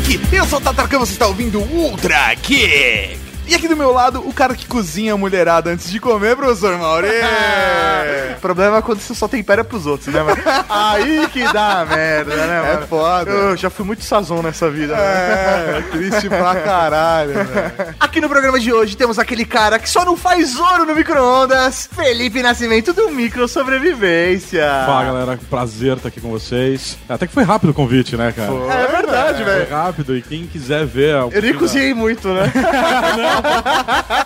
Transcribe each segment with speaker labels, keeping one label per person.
Speaker 1: Geek. Eu sou o Tatarkan, você está ouvindo Ultra Geek. E aqui do meu lado, o cara que cozinha a mulherada antes de comer, professor Mauri.
Speaker 2: O problema é quando você só tempera pros outros, né, mano? Aí que dá a merda, né,
Speaker 1: É
Speaker 2: mano?
Speaker 1: foda.
Speaker 2: Eu já fui muito sazon nessa vida,
Speaker 1: É, triste pra caralho, né? velho.
Speaker 2: mano. Aqui no programa de hoje temos aquele cara que só não faz ouro no micro-ondas, Felipe Nascimento do Micro Sobrevivência.
Speaker 3: Fala galera, prazer estar aqui com vocês. Até que foi rápido o convite, né, cara? Foi,
Speaker 2: É verdade, velho.
Speaker 3: rápido e quem quiser ver. a
Speaker 2: Eu nem
Speaker 3: oportunidade-
Speaker 2: cozinhei muito, né?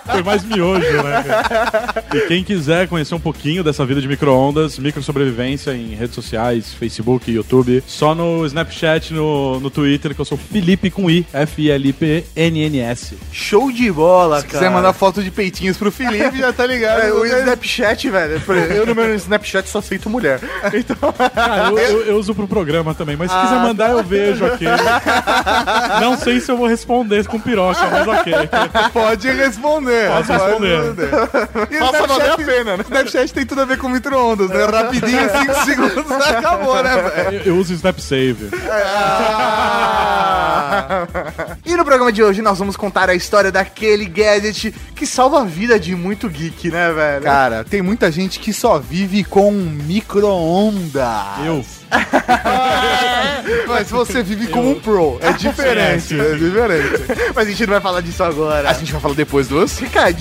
Speaker 3: Foi mais miojo, né? cara? E quem quiser conhecer um pouquinho dessa vida de micro-ondas, micro-sobrevivência em redes sociais, Facebook, YouTube, só no Snapchat, no, no Twitter, que eu sou Felipe com I, F-I-L-I-P-N-N-S.
Speaker 2: Show de bola,
Speaker 1: Se quiser mandar foto de peitinhos pro Felipe, já tá ligado.
Speaker 2: É, o Snapchat, velho. por exemplo, Eu no meu Snapchat só aceito mulher. Então,
Speaker 3: Cara, eu, eu- eu uso pro programa também, mas se quiser mandar, eu vejo aqui. Não sei se eu vou responder com piroca, mas ok.
Speaker 1: Pode responder.
Speaker 3: Pode responder.
Speaker 1: E o
Speaker 2: Faça valer a
Speaker 1: Snapchat,
Speaker 2: pena, né?
Speaker 1: Snapchat tem tudo a ver com micro-ondas, né? Rapidinho, 5 segundos, acabou, né, velho?
Speaker 3: Eu, eu uso o Snapsave.
Speaker 2: Ah! E no programa de hoje nós vamos contar a história daquele gadget que salva a vida de muito geek, né, velho?
Speaker 1: Cara, tem muita gente que só vive com um micro-ondas.
Speaker 3: Eu.
Speaker 1: Mas você vive como um pro. É diferente,
Speaker 3: Sim, é,
Speaker 1: é diferente.
Speaker 2: Mas a gente não vai falar disso agora.
Speaker 1: A gente vai falar depois dos...
Speaker 2: Recadinho!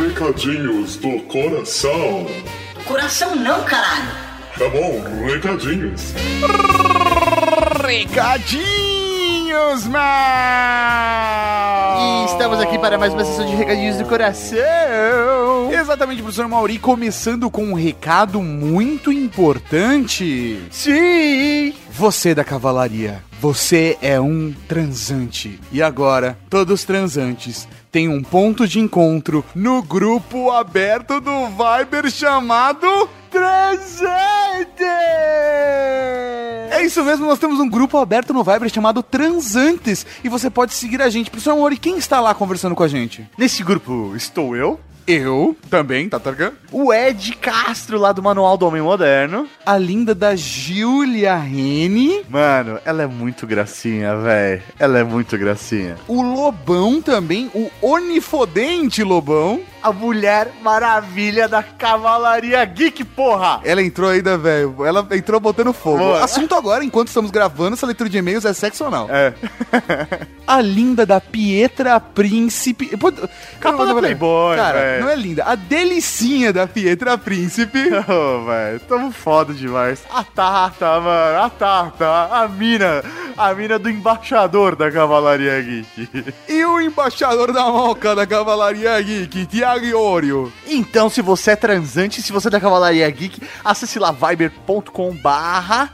Speaker 4: Recadinhos do coração.
Speaker 5: Coração não, caralho.
Speaker 4: Tá bom, recadinhos.
Speaker 1: Recadinhos, mal!
Speaker 2: E estamos aqui para mais uma sessão de recadinhos do coração.
Speaker 1: Exatamente, professor Mauri, começando com um recado muito importante.
Speaker 2: Sim!
Speaker 1: Você é da cavalaria, você é um transante. E agora, todos os transantes têm um ponto de encontro no grupo aberto do Viber chamado Transantes! É isso mesmo, nós temos um grupo aberto no Viber chamado Transantes e você pode seguir a gente. é Professor Mauri, um quem está lá conversando com a gente?
Speaker 2: Nesse grupo estou eu,
Speaker 1: Eu também,
Speaker 2: tá,
Speaker 1: Tatarkan.
Speaker 2: o Ed Castro lá do Manual do Homem Moderno.
Speaker 1: A linda da Julia Rene.
Speaker 2: Mano, ela é muito gracinha, velho. Ela é muito gracinha.
Speaker 1: O Lobão também, o Onifodente Lobão.
Speaker 2: A Mulher Maravilha da Cavalaria Geek, porra!
Speaker 1: Ela entrou ainda, velho. Ela entrou botando fogo.
Speaker 2: Boa.
Speaker 1: Assunto agora, enquanto estamos gravando, essa leitura de e-mails é sexo anal.
Speaker 2: É.
Speaker 1: A linda da Pietra Príncipe. Pô,
Speaker 2: Capa da
Speaker 1: peraí.
Speaker 2: é Playboy,
Speaker 1: Cara,
Speaker 2: velho.
Speaker 1: não é linda. A delicinha da Pietra Príncipe.
Speaker 2: Ô, velho, tamo foda demais. A Tata, mano, a Tata, a mina, a mina do embaixador da Cavalaria Geek.
Speaker 1: e o embaixador da Moca da Cavalaria Geek, Tiago Iorio.
Speaker 2: Então, se você é transante, se você é da Cavalaria Geek, acesse lá viber.com barra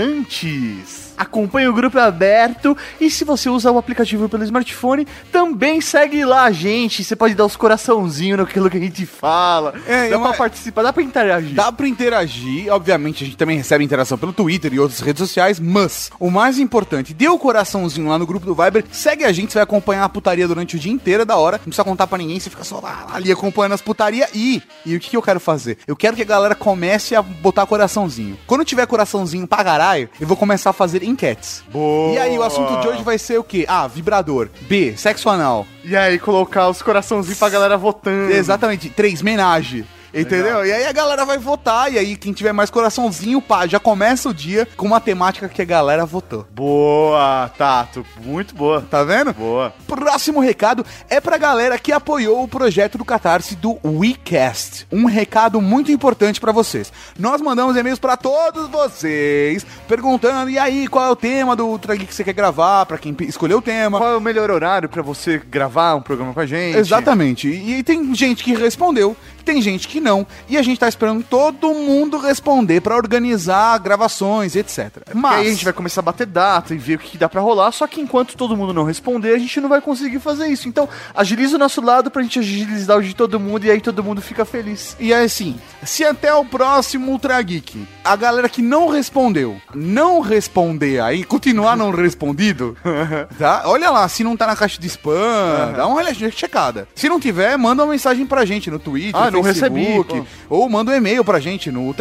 Speaker 2: transantes. Acompanhe o grupo aberto e se você usar o aplicativo pelo smartphone, também segue lá a gente. Você pode dar os coraçãozinhos naquilo que a gente fala.
Speaker 1: É,
Speaker 2: dá
Speaker 1: uma-
Speaker 2: pra participar, dá pra interagir.
Speaker 1: Dá pra interagir, obviamente a gente também recebe interação pelo Twitter e outras redes sociais, mas o mais importante, dê o coraçãozinho lá no grupo do Viber, segue a gente, você vai acompanhar a putaria durante o dia inteiro, é da hora, não precisa contar pra ninguém, você fica só lá, lá, ali acompanhando as putaria e, e o que, que eu quero fazer? Eu quero que a galera comece a botar coraçãozinho. Quando tiver coraçãozinho pra caralho, eu vou começar a fazer enquetes.
Speaker 2: Boa.
Speaker 1: E aí, o assunto de hoje vai ser o quê? A, vibrador. B, sexo anal.
Speaker 2: E aí, colocar os coraçãozinhos pra galera votando.
Speaker 1: Exatamente, três menage. Entendeu?
Speaker 2: Hum. Legal.
Speaker 1: E aí a galera vai votar, e aí quem tiver mais coraçãozinho, pá, já começa o dia com uma temática que a galera votou.
Speaker 2: Boa, Tato. Muito boa.
Speaker 1: Tá vendo?
Speaker 2: Boa.
Speaker 1: Próximo recado é pra galera que apoiou o projeto do Catarse do WeCast. Um recado muito importante pra vocês. Nós mandamos e-mails pra todos vocês, perguntando, e aí, qual é o tema do Ultra Geek que você quer gravar, pra quem escolheu o tema.
Speaker 2: Qual é o melhor horário pra você gravar um programa com a gente?
Speaker 1: Exatamente. E, e tem gente que respondeu, tem gente que não. E a gente tá esperando todo mundo responder pra organizar gravações, etc.
Speaker 2: E
Speaker 1: Mas.
Speaker 2: aí a gente vai começar a bater data e ver o que que dá pra rolar, só que enquanto todo mundo não responder, a gente não vai conseguir fazer isso. Então, agiliza o nosso lado pra gente agilizar o de todo mundo e aí todo mundo fica feliz.
Speaker 1: E é assim, se até o próximo Ultra Geek a galera que não respondeu não responder aí, continuar não respondido, tá? Olha lá, se não tá na caixa de spam, dá uma olhada checada. Se não tiver, manda uma mensagem pra gente no Twitter,
Speaker 2: Ah, no não
Speaker 1: Facebook,
Speaker 2: recebi,
Speaker 1: ou manda um e-mail pra gente no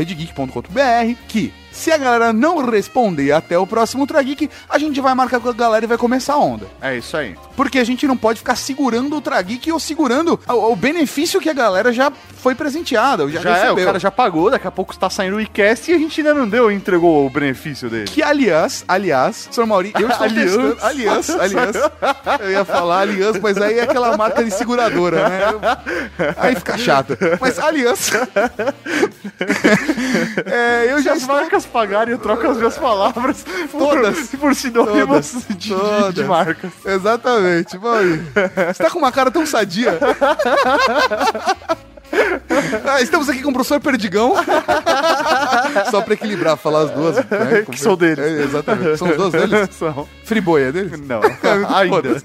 Speaker 1: ultrageek.redgeek.com.br que se a galera não responder até o próximo Ultra Geek, a gente vai marcar com a galera e vai começar a onda.
Speaker 2: É isso aí.
Speaker 1: Porque a gente não pode ficar segurando o Ultra Geek ou segurando o, o benefício que a galera já foi presenteada, ou já,
Speaker 2: Já, é, o
Speaker 1: recebeu.
Speaker 2: cara já pagou, daqui a pouco tá saindo o e-cast e a gente ainda não deu, entregou o benefício dele.
Speaker 1: Que, aliás, aliás, Sr. Mauri, eu estou
Speaker 2: Aliás.
Speaker 1: testando... Aliás, aliás. Eu ia falar aliás, mas aí é aquela marca de seguradora, né? Eu- Aí fica chato. Mas aliás... É, eu
Speaker 2: Se
Speaker 1: já
Speaker 2: as
Speaker 1: estou...
Speaker 2: marcas pagarem, eu troco as minhas palavras por-
Speaker 1: Todas.
Speaker 2: por, sinônimos de, de-
Speaker 1: todas.
Speaker 2: de marcas.
Speaker 1: Exatamente, Mauri. Você tá com uma cara tão sadia. Ah, estamos aqui com o professor Perdigão. Só pra equilibrar, falar as duas. né?
Speaker 2: Que são deles.
Speaker 1: É, exatamente. São as duas deles?
Speaker 2: São.
Speaker 1: Friboi é deles?
Speaker 2: Não, ainda.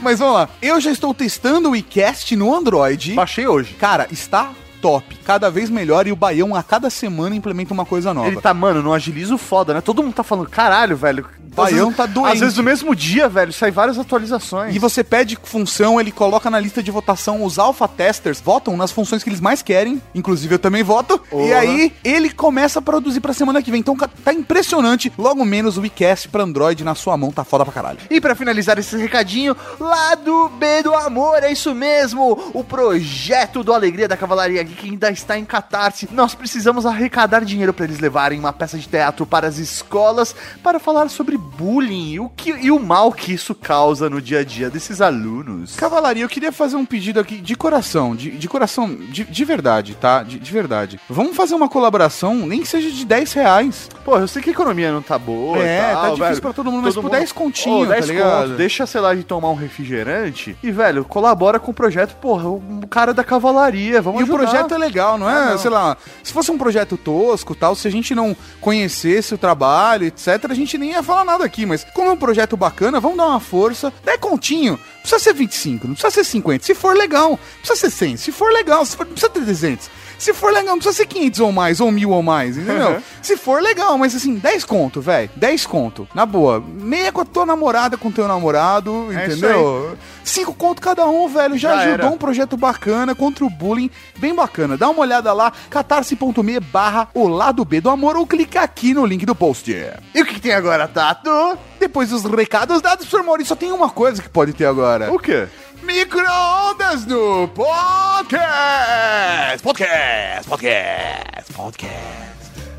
Speaker 1: Mas vamos lá. Eu já estou testando o iCast no Android.
Speaker 2: Baixei hoje.
Speaker 1: Cara, está top. Cada vez melhor e o Baião a cada semana implementa uma coisa nova.
Speaker 2: Ele tá, mano, não agiliza o foda, né? Todo mundo tá falando, caralho, velho.
Speaker 1: Baião
Speaker 2: Às vezes-
Speaker 1: tá doente.
Speaker 2: Às vezes no mesmo dia, velho, sai várias atualizações.
Speaker 1: E você pede função, ele coloca na lista de votação. Os alpha testers votam nas funções que eles mais querem. Inclusive, eu também voto. E
Speaker 2: Ora.
Speaker 1: aí, ele começa a produzir pra semana que vem. Então, ca- tá impressionante. Logo menos o iCast pra Android na sua mão tá foda pra caralho.
Speaker 2: E pra finalizar esse recadinho, lá do B do Amor, é isso mesmo! O projeto do Alegria da Cavalaria Geek ainda está em catarse. Nós precisamos arrecadar dinheiro pra eles levarem uma peça de teatro para as escolas para falar sobre bullying e o, que, e o mal que isso causa no dia a dia desses alunos.
Speaker 1: Cavalaria, eu queria fazer um pedido aqui de coração, de, de coração, de, de verdade, tá? De, de verdade. Vamos fazer uma colaboração, nem que seja de 10 reais.
Speaker 2: Pô, eu sei que a economia não tá boa.
Speaker 1: É,
Speaker 2: e tal,
Speaker 1: tá difícil
Speaker 2: velho.
Speaker 1: pra todo mundo, mas por 10 continho,
Speaker 2: Ô,
Speaker 1: tá ligado?
Speaker 2: conto, deixa, sei lá, de tomar um refrigerante e, velho, colabora com o projeto, porra, o cara da cavalaria, vamos
Speaker 1: e
Speaker 2: ajudar.
Speaker 1: o projeto é legal, não é?
Speaker 2: Ah, não.
Speaker 1: Sei lá, se fosse um projeto tosco tal, se a gente não conhecesse o trabalho, etc., a gente nem ia falar nada aqui. Mas como é um projeto bacana, vamos dar uma força. Dá continho. Não Precisa ser 25, não precisa ser 50. Se for legal, não precisa ser 100. Se for legal, se for, não precisa ter 300. Se for legal, não precisa ser 500 ou mais, ou 1000 ou mais, entendeu? Se for legal, mas assim, 10 conto, velho. 10 conto. Na boa. Meia com a tua namorada, com o teu namorado,
Speaker 2: É isso
Speaker 1: entendeu? 5 conto cada um, velho. Já,
Speaker 2: Já
Speaker 1: ajudou
Speaker 2: era.
Speaker 1: um um projeto bacana contra o bullying, bem bacana. Dá uma olhada lá, catarse.me barra o lado B do amor ou clica aqui no link do post.
Speaker 2: E o que que tem agora, tá? Tato?
Speaker 1: Depois dos recados dados por Maurício, só tem uma coisa que pode ter agora.
Speaker 2: O quê?
Speaker 1: Micro-ondas do podcast! Podcast, podcast, podcast.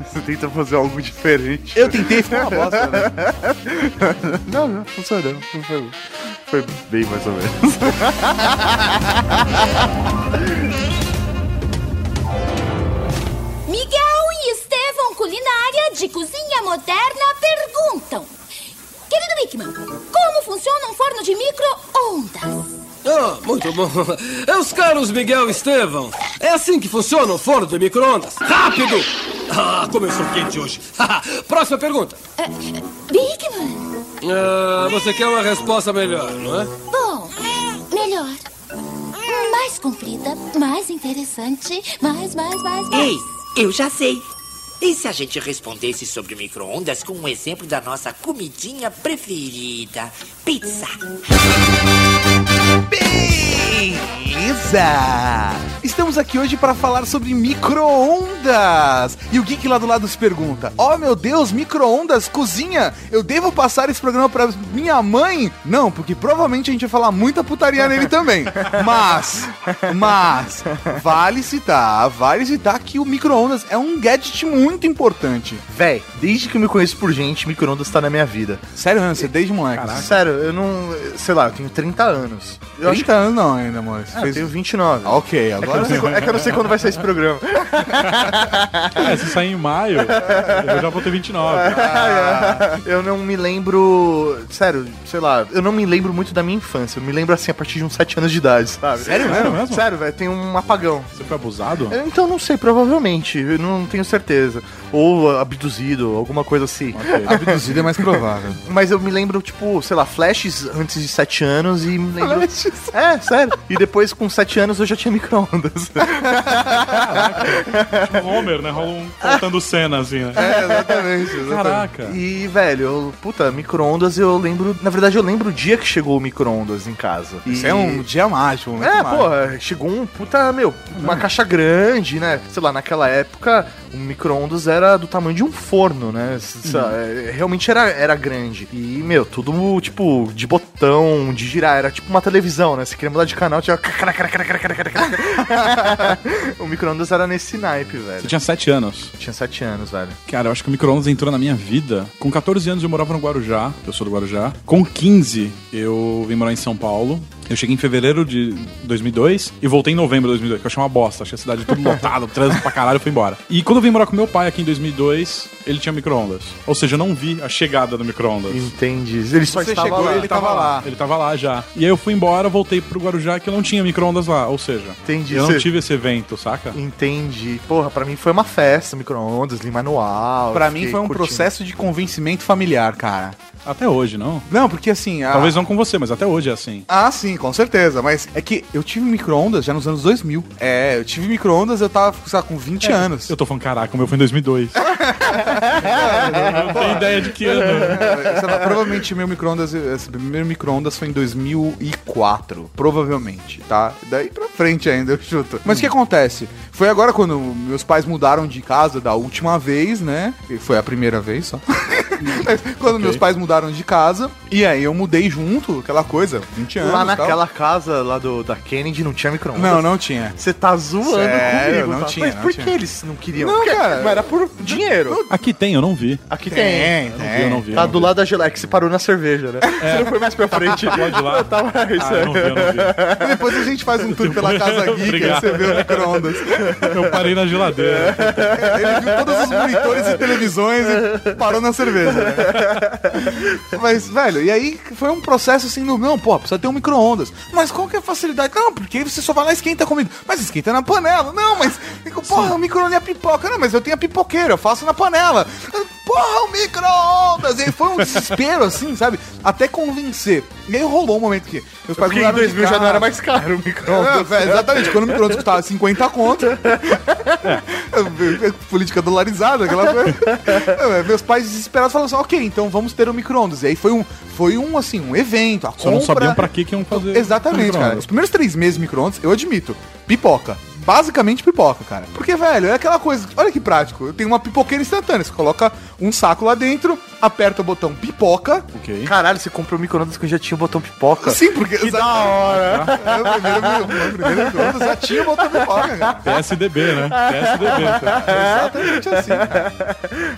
Speaker 2: Você tenta fazer algo diferente.
Speaker 1: Eu tentei, ficou uma bosta. né?
Speaker 2: Não, não, funcionou. Não foi, foi bem mais ou menos.
Speaker 6: Miguel e Estevão Culinária de Cozinha Moderna perguntam: Querido Wickman, como funciona um forno de micro-ondas?
Speaker 7: Ah, muito bom. É os caros Miguel e Estevão. É assim que funciona o forno de micro-ondas. Rápido! Ah, como eu sou quente hoje. Próxima pergunta.
Speaker 6: É, Wickman?
Speaker 7: Ah, você quer uma resposta melhor, não é?
Speaker 6: Bom, melhor. Mais comprida, mais interessante, mais, mais, mais, mais.
Speaker 8: Ei, eu já sei. E se a gente respondesse sobre micro-ondas com um exemplo da nossa comidinha preferida? Pizza.
Speaker 1: Beleza! Estamos aqui hoje para falar sobre micro-ondas. E o Geek lá do lado se pergunta: Oh meu Deus, micro-ondas, cozinha! Eu devo passar esse programa para minha mãe? Não, porque provavelmente a gente vai falar muita putaria nele também. Mas, mas, vale citar, vale citar que o micro-ondas é um gadget muito importante.
Speaker 2: Véi, desde que eu me conheço por gente, micro-ondas tá na minha vida.
Speaker 1: Sério, Hans, você desde moleque.
Speaker 2: Sério, eu não. Sei lá, eu tenho 30 anos. Eu acho que.
Speaker 1: 30 anos não ainda, amor. Você
Speaker 2: Ah, eu
Speaker 1: fez-
Speaker 2: tenho 29.
Speaker 1: Ok,
Speaker 2: É que, eu
Speaker 1: agora
Speaker 2: não sei, quando- é que eu não sei quando vai sair esse programa.
Speaker 3: É, se sair em maio, eu já vou ter 29.
Speaker 1: Ah, é.
Speaker 2: Eu não me lembro. Sério, sei lá, eu não me lembro muito da minha infância. Eu me lembro assim a partir de uns 7 anos de idade, sabe? Sério
Speaker 3: Sério mesmo?
Speaker 2: Sério, velho, tem um apagão.
Speaker 3: Você foi abusado?
Speaker 2: Eu, Então não sei, provavelmente. Eu não tenho certeza. Ou abduzido, alguma coisa assim.
Speaker 1: Abduzido é mais provável.
Speaker 2: Mas eu me lembro, tipo, sei lá, flashes antes de 7 anos e me lembro. Flashes? É, sério. E depois mas com 7 anos eu já tinha micro-ondas.
Speaker 3: Tipo Homer, né? Rola um contando cena, assim, né?
Speaker 1: É, exatamente. exatamente.
Speaker 3: Caraca.
Speaker 2: E, velho, eu, puta, micro-ondas eu lembro. Na verdade, eu lembro o dia que chegou o micro-ondas em casa.
Speaker 1: Isso é um dia mágico, um
Speaker 2: É,
Speaker 1: momento mágico.
Speaker 2: porra, chegou um puta, meu,
Speaker 1: Ah.
Speaker 2: uma caixa grande, né? Sei lá, naquela época, um micro-ondas era do tamanho de um forno, né? S- sei
Speaker 1: Uhum.
Speaker 2: lá, é, Realmente era, era grande. E, meu, tudo, tipo, de botão, de girar. Era tipo uma televisão, né? Você queria mudar de canal, tinha... o micro-ondas era nesse naipe,
Speaker 3: Você
Speaker 2: velho.
Speaker 3: tinha 7 anos.
Speaker 2: Tinha 7 anos, velho.
Speaker 3: Cara, eu acho que o micro-ondas entrou na minha vida. Com 14 anos eu morava no Guarujá, eu sou do Guarujá. Com 15 eu vim morar em São Paulo. Eu cheguei em fevereiro de 2002 e voltei em novembro de 2002, que eu achei uma bosta. Achei a cidade tudo lotada, trânsito pra caralho, eu fui embora. E quando eu vim morar com meu pai aqui em 2002, ele tinha micro-ondas. Ou seja, eu não vi a chegada do micro-ondas.
Speaker 2: Entendi. Ele só
Speaker 1: Você
Speaker 2: estava
Speaker 1: chegou
Speaker 2: lá.
Speaker 1: e ele tava lá.
Speaker 3: Ele tava lá já. E aí eu fui embora, voltei pro Guarujá, que eu não tinha micro-ondas lá. Ou seja,
Speaker 2: Entendi.
Speaker 3: eu não
Speaker 2: Você- Hum.
Speaker 3: tive esse evento, saca?
Speaker 2: Entendi. Porra, pra mim foi uma festa, micro-ondas, li manual.
Speaker 1: Pra
Speaker 2: fiquei
Speaker 1: mim foi um
Speaker 2: curtindo.
Speaker 1: processo de convencimento familiar, cara.
Speaker 3: Até hoje, não?
Speaker 1: Não, porque assim.
Speaker 2: Ah.
Speaker 1: a-
Speaker 3: Talvez não com você, mas até hoje é assim.
Speaker 1: Ah, sim, com certeza. Mas é que eu tive micro-ondas já nos anos 2000. É, eu tive micro-ondas, eu tava, sei lá, com 20 anos.
Speaker 3: É, Eu tô falando, caraca, o meu foi em 2002. não tenho ideia de que ano.
Speaker 1: É, sei lá, provavelmente meu micro-ondas, esse primeiro micro-ondas foi em 2004, provavelmente, tá? Daí pra frente ainda eu chuto. Mas o que acontece? Foi agora quando meus pais mudaram de casa da última vez, né? E foi a primeira vez só. Mas quando meus pais mudaram de casa, e aí eu mudei junto, aquela coisa, 20 anos.
Speaker 2: Lá
Speaker 1: e tal.
Speaker 2: naquela casa lá do, da Kennedy não tinha micro-ondas.
Speaker 1: Não, não tinha.
Speaker 2: Você tá zoando
Speaker 1: Sério,
Speaker 2: comigo,
Speaker 1: não
Speaker 2: tá?
Speaker 1: tinha,
Speaker 2: Mas
Speaker 1: não
Speaker 2: por
Speaker 1: tinha.
Speaker 2: que eles não queriam?
Speaker 1: Não,
Speaker 2: Porque-
Speaker 1: cara.
Speaker 2: Mas era por dinheiro.
Speaker 3: Aqui tem, eu não vi.
Speaker 2: Aqui
Speaker 1: Tem,
Speaker 3: É,
Speaker 1: É.
Speaker 3: Eu não vi, eu não
Speaker 1: tem.
Speaker 3: vi.
Speaker 2: Tá
Speaker 3: eu não
Speaker 2: do
Speaker 3: vi.
Speaker 2: lado da geleia, que você parou na cerveja, né? Você não foi mais pra frente.
Speaker 3: Pode lá.
Speaker 2: Tava isso
Speaker 3: Ah, eu não vi, eu não vi.
Speaker 1: Depois a gente faz um tour pela casa geek, aí
Speaker 3: Obrigado.
Speaker 1: você vê o micro-ondas.
Speaker 3: Eu parei na
Speaker 2: É.
Speaker 3: geladeira.
Speaker 1: Ele viu todos os monitores e televisões e parou na cerveja. né? Mas, velho, e aí foi um processo assim, do, não, pô, precisa ter um micro-ondas. Mas qual que é a facilidade? Não, porque aí você só vai lá e esquenta a comida. Mas esquenta na panela. Não, mas, porra, o micro-ondas é a pipoca. Não, mas eu tenho a pipoqueira, eu faço na panela. Porra, o micro-ondas! E aí foi um desespero, assim, sabe? Até convencer. E aí rolou um momento que meus pais
Speaker 2: Porque em
Speaker 1: mudaram de
Speaker 2: 2000 já não
Speaker 1: casa.
Speaker 2: era mais caro o micro-ondas.
Speaker 1: É, velho, exatamente, quando o micro-ondas custava 50 conto. É, Política dolarizada, aquela coisa. É, Meus pais desesperados falaram assim: ok, então vamos ter um micro-ondas. E aí foi um, foi um, assim, um evento. A
Speaker 3: Só
Speaker 1: compra...
Speaker 3: não sabiam pra que que iam fazer.
Speaker 1: Exatamente, cara. Os
Speaker 3: micro-ondas.
Speaker 1: primeiros três meses de micro-ondas, eu admito, pipoca. Basicamente pipoca, cara. Porque, velho, é aquela coisa. Olha que prático. Eu tenho uma pipoqueira instantânea. Você coloca um saco lá dentro, aperta o botão pipoca.
Speaker 3: Ok.
Speaker 2: Caralho, você comprou o micro-ondas quando já tinha o botão pipoca.
Speaker 1: Sim, porque.
Speaker 2: Que da hora.
Speaker 1: É, o primeiro, o primeiro micro-ondas já tinha o botão pipoca, cara.
Speaker 3: PSDB, né? PSDB.
Speaker 2: É
Speaker 3: cara.
Speaker 1: Exatamente assim, cara.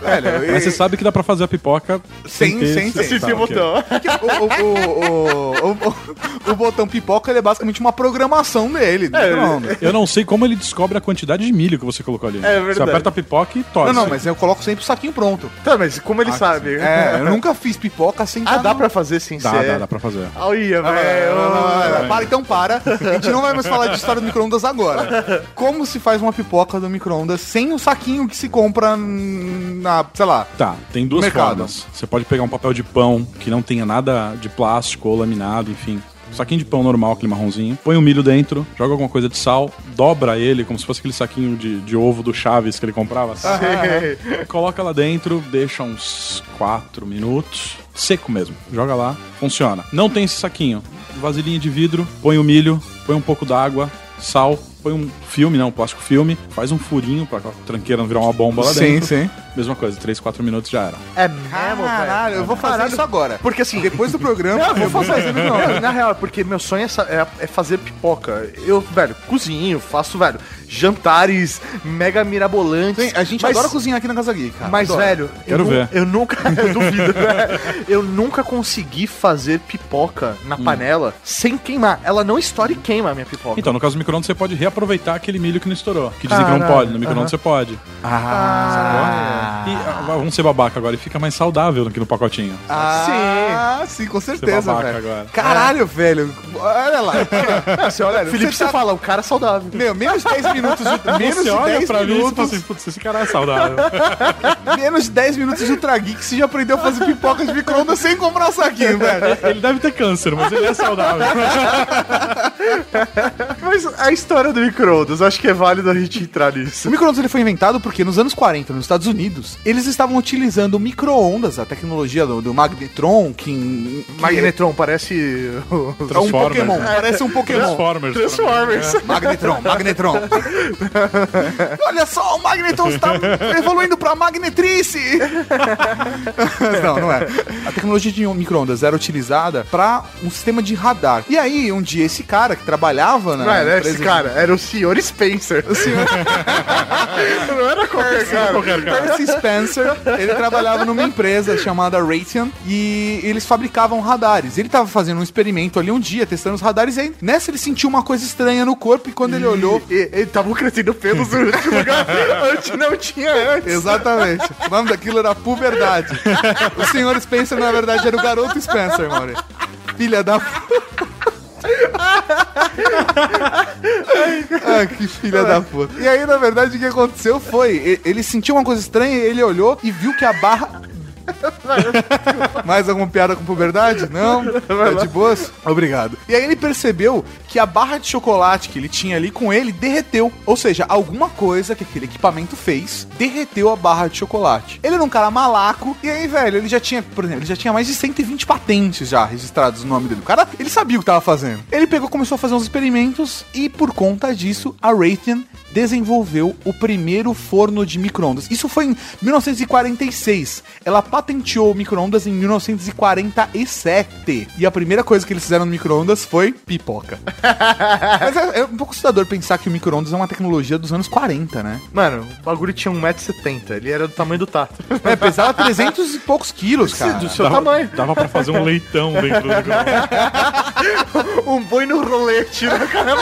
Speaker 1: É? Velho,
Speaker 3: Mas
Speaker 1: e-
Speaker 3: você sabe que dá pra fazer a pipoca
Speaker 1: Sem-
Speaker 3: sem, ter-
Speaker 1: sem- sem-
Speaker 2: Sim,
Speaker 3: Tá,
Speaker 2: sim,
Speaker 3: ok.
Speaker 2: um botão.
Speaker 1: o, o- o- o- o- o botão pipoca ele é basicamente uma programação dele. do micro-ondas.
Speaker 3: Eu não sei como ele descobre a quantidade de milho que você colocou ali.
Speaker 2: É verdade.
Speaker 3: Você aperta a pipoca e torce.
Speaker 1: Não, não, mas eu coloco sempre o saquinho pronto.
Speaker 2: Tá, mas como ele sabe?
Speaker 1: É, eu nunca fiz pipoca sem
Speaker 2: Ah, dá pra fazer sim,
Speaker 3: Dá,
Speaker 2: ser-
Speaker 3: dá, dá pra fazer.
Speaker 2: Olha,
Speaker 1: É,
Speaker 2: velho.
Speaker 1: não, não, não,
Speaker 2: é.
Speaker 1: não, Para, então para. A gente não vai mais falar de história do micro-ondas agora. Como se faz uma pipoca do micro-ondas sem o saquinho que se compra na, sei lá,
Speaker 3: Tá, tem duas
Speaker 1: Mercado.
Speaker 3: formas. Você pode pegar um papel de pão que não tenha nada de plástico ou laminado, enfim. Um Saquinho de pão normal, aquele marronzinho. Põe o milho dentro, joga alguma coisa de sal, dobra ele como se fosse aquele saquinho de, de ovo do Chaves que ele comprava.
Speaker 1: Ah,
Speaker 3: sabe?
Speaker 2: Sei.
Speaker 3: Coloca lá dentro, deixa uns 4 minutos. Seco mesmo. Joga lá, funciona. Não tem esse saquinho. Vasilhinha de vidro, põe o milho, põe um pouco d'água, sal, põe um filme, não, um plástico filme, faz um furinho pra aquela tranqueira não virar uma bomba lá
Speaker 1: Sim,
Speaker 3: dentro.
Speaker 1: sim.
Speaker 3: Mesma coisa, 3, 4 minutos já era.
Speaker 2: É mesmo, velho.
Speaker 1: Caralho, eu vou fazer isso agora.
Speaker 2: Porque assim,
Speaker 1: Depois do programa,
Speaker 2: Não, eu vou fazer,
Speaker 1: não.
Speaker 2: não. Na real, é porque meu sonho é, sa- é- é fazer pipoca. Eu, velho, cozinho, faço, velho, jantares mega mirabolantes.
Speaker 1: Sim, a gente
Speaker 2: mas,
Speaker 1: adora cozinhar aqui na Casa Geek, cara.
Speaker 2: Mas,
Speaker 1: Adora.
Speaker 2: velho, eu
Speaker 3: Quero
Speaker 2: nu-
Speaker 3: ver.
Speaker 2: eu nunca. Eu duvido, velho. Eu nunca consegui fazer pipoca na panela sem queimar. Ela não estoura e queima a minha pipoca.
Speaker 3: Então, no caso do micro-ondas, você pode reaproveitar aquele milho que não estourou. Que dizem que não
Speaker 2: Caralho,
Speaker 3: pode. No micro-ondas você pode.
Speaker 1: Ah,
Speaker 3: E ah, vamos ser babaca agora. E fica mais saudável do que no pacotinho.
Speaker 1: Ah, sim, com certeza,
Speaker 3: é babaca
Speaker 1: velho.
Speaker 3: agora. É.
Speaker 1: Caralho, velho. Olha lá.
Speaker 2: Ah, você olha,
Speaker 1: Velho,
Speaker 2: Felipe,
Speaker 1: você
Speaker 2: você,
Speaker 1: tá-
Speaker 2: fala, o cara é saudável.
Speaker 1: Meu, menos 10 minutos de. Menos
Speaker 3: Você
Speaker 1: de
Speaker 3: olha
Speaker 1: 10
Speaker 3: pra mim e você assim, fala
Speaker 1: minutos.
Speaker 3: assim, putz, esse cara é saudável.
Speaker 1: Menos de 10 minutos de Ultra Geek, você já aprendeu a fazer pipoca de micro-ondas sem comprar saquinho, velho.
Speaker 3: Ele deve ter câncer, mas ele é saudável.
Speaker 2: Mas a história do micro-ondas, acho que é válido a gente entrar nisso.
Speaker 1: O micro-ondas ele foi inventado porque nos anos 40, nos Estados Unidos, eles estavam utilizando micro-ondas, a tecnologia do, do magnetron, que, em- que
Speaker 2: Magnetron parece. o-
Speaker 1: é um
Speaker 3: Transformers,
Speaker 1: Pokémon,
Speaker 3: né?
Speaker 1: parece um Pokémon.
Speaker 3: Transformers.
Speaker 2: Transformers.
Speaker 1: Magnetron, Magnetron. Olha só, o Magnetron está evoluindo pra Magnetrice. não, não é. A tecnologia de micro-ondas era utilizada pra um sistema de radar. E aí, um dia, esse cara que trabalhava na
Speaker 2: Não era
Speaker 1: empresa
Speaker 2: esse
Speaker 1: de-
Speaker 2: cara, era o senhor Spencer. O senhor... não era qualquer cara.
Speaker 3: Qualquer cara.
Speaker 1: Percy Spencer, ele trabalhava numa empresa chamada Raytheon e eles fabricavam radares. Ele tava fazendo um experimento ali um dia, testando os radares, e aí nessa ele sentiu uma coisa estranha no corpo e quando ele olhou.
Speaker 2: E, ele tava crescendo pelos no último lugar onde não tinha antes.
Speaker 1: Exatamente. O nome daquilo era puberdade. O senhor Spencer, na verdade, era o garoto Spencer, Maurício. Filha da. pu- ah, que filha da puta. E aí, na verdade, o que aconteceu foi: e- ele sentiu uma coisa estranha, ele olhou e viu que a barra. Mais alguma piada com puberdade? Não? Tá de boas? Obrigado. E aí ele percebeu que a barra de chocolate que ele tinha ali com ele derreteu. Ou seja, alguma coisa que aquele equipamento fez derreteu a barra de chocolate. Ele era um cara malaco, e aí, velho, ele já tinha, por exemplo, ele já tinha mais de 120 patentes já registradas no nome dele. O cara, ele sabia o que tava fazendo. Ele pegou, começou a fazer uns experimentos, e por conta disso, a Raytheon desenvolveu o primeiro forno de micro-ondas. Isso foi em 1946. Ela patenteou o micro-ondas em 1947. E a primeira coisa que eles fizeram no micro-ondas foi pipoca. Mas é, é um pouco assustador pensar que o micro-ondas é uma tecnologia dos anos 40, né?
Speaker 2: Mano, o bagulho tinha 1,70m, ele era do tamanho do tato. Tá
Speaker 1: É, pesava 300 e poucos quilos, cara.
Speaker 2: do seu tamanho.
Speaker 3: Dava pra fazer um leitão dentro do micro-ondas.
Speaker 2: Um boi no rolete na cara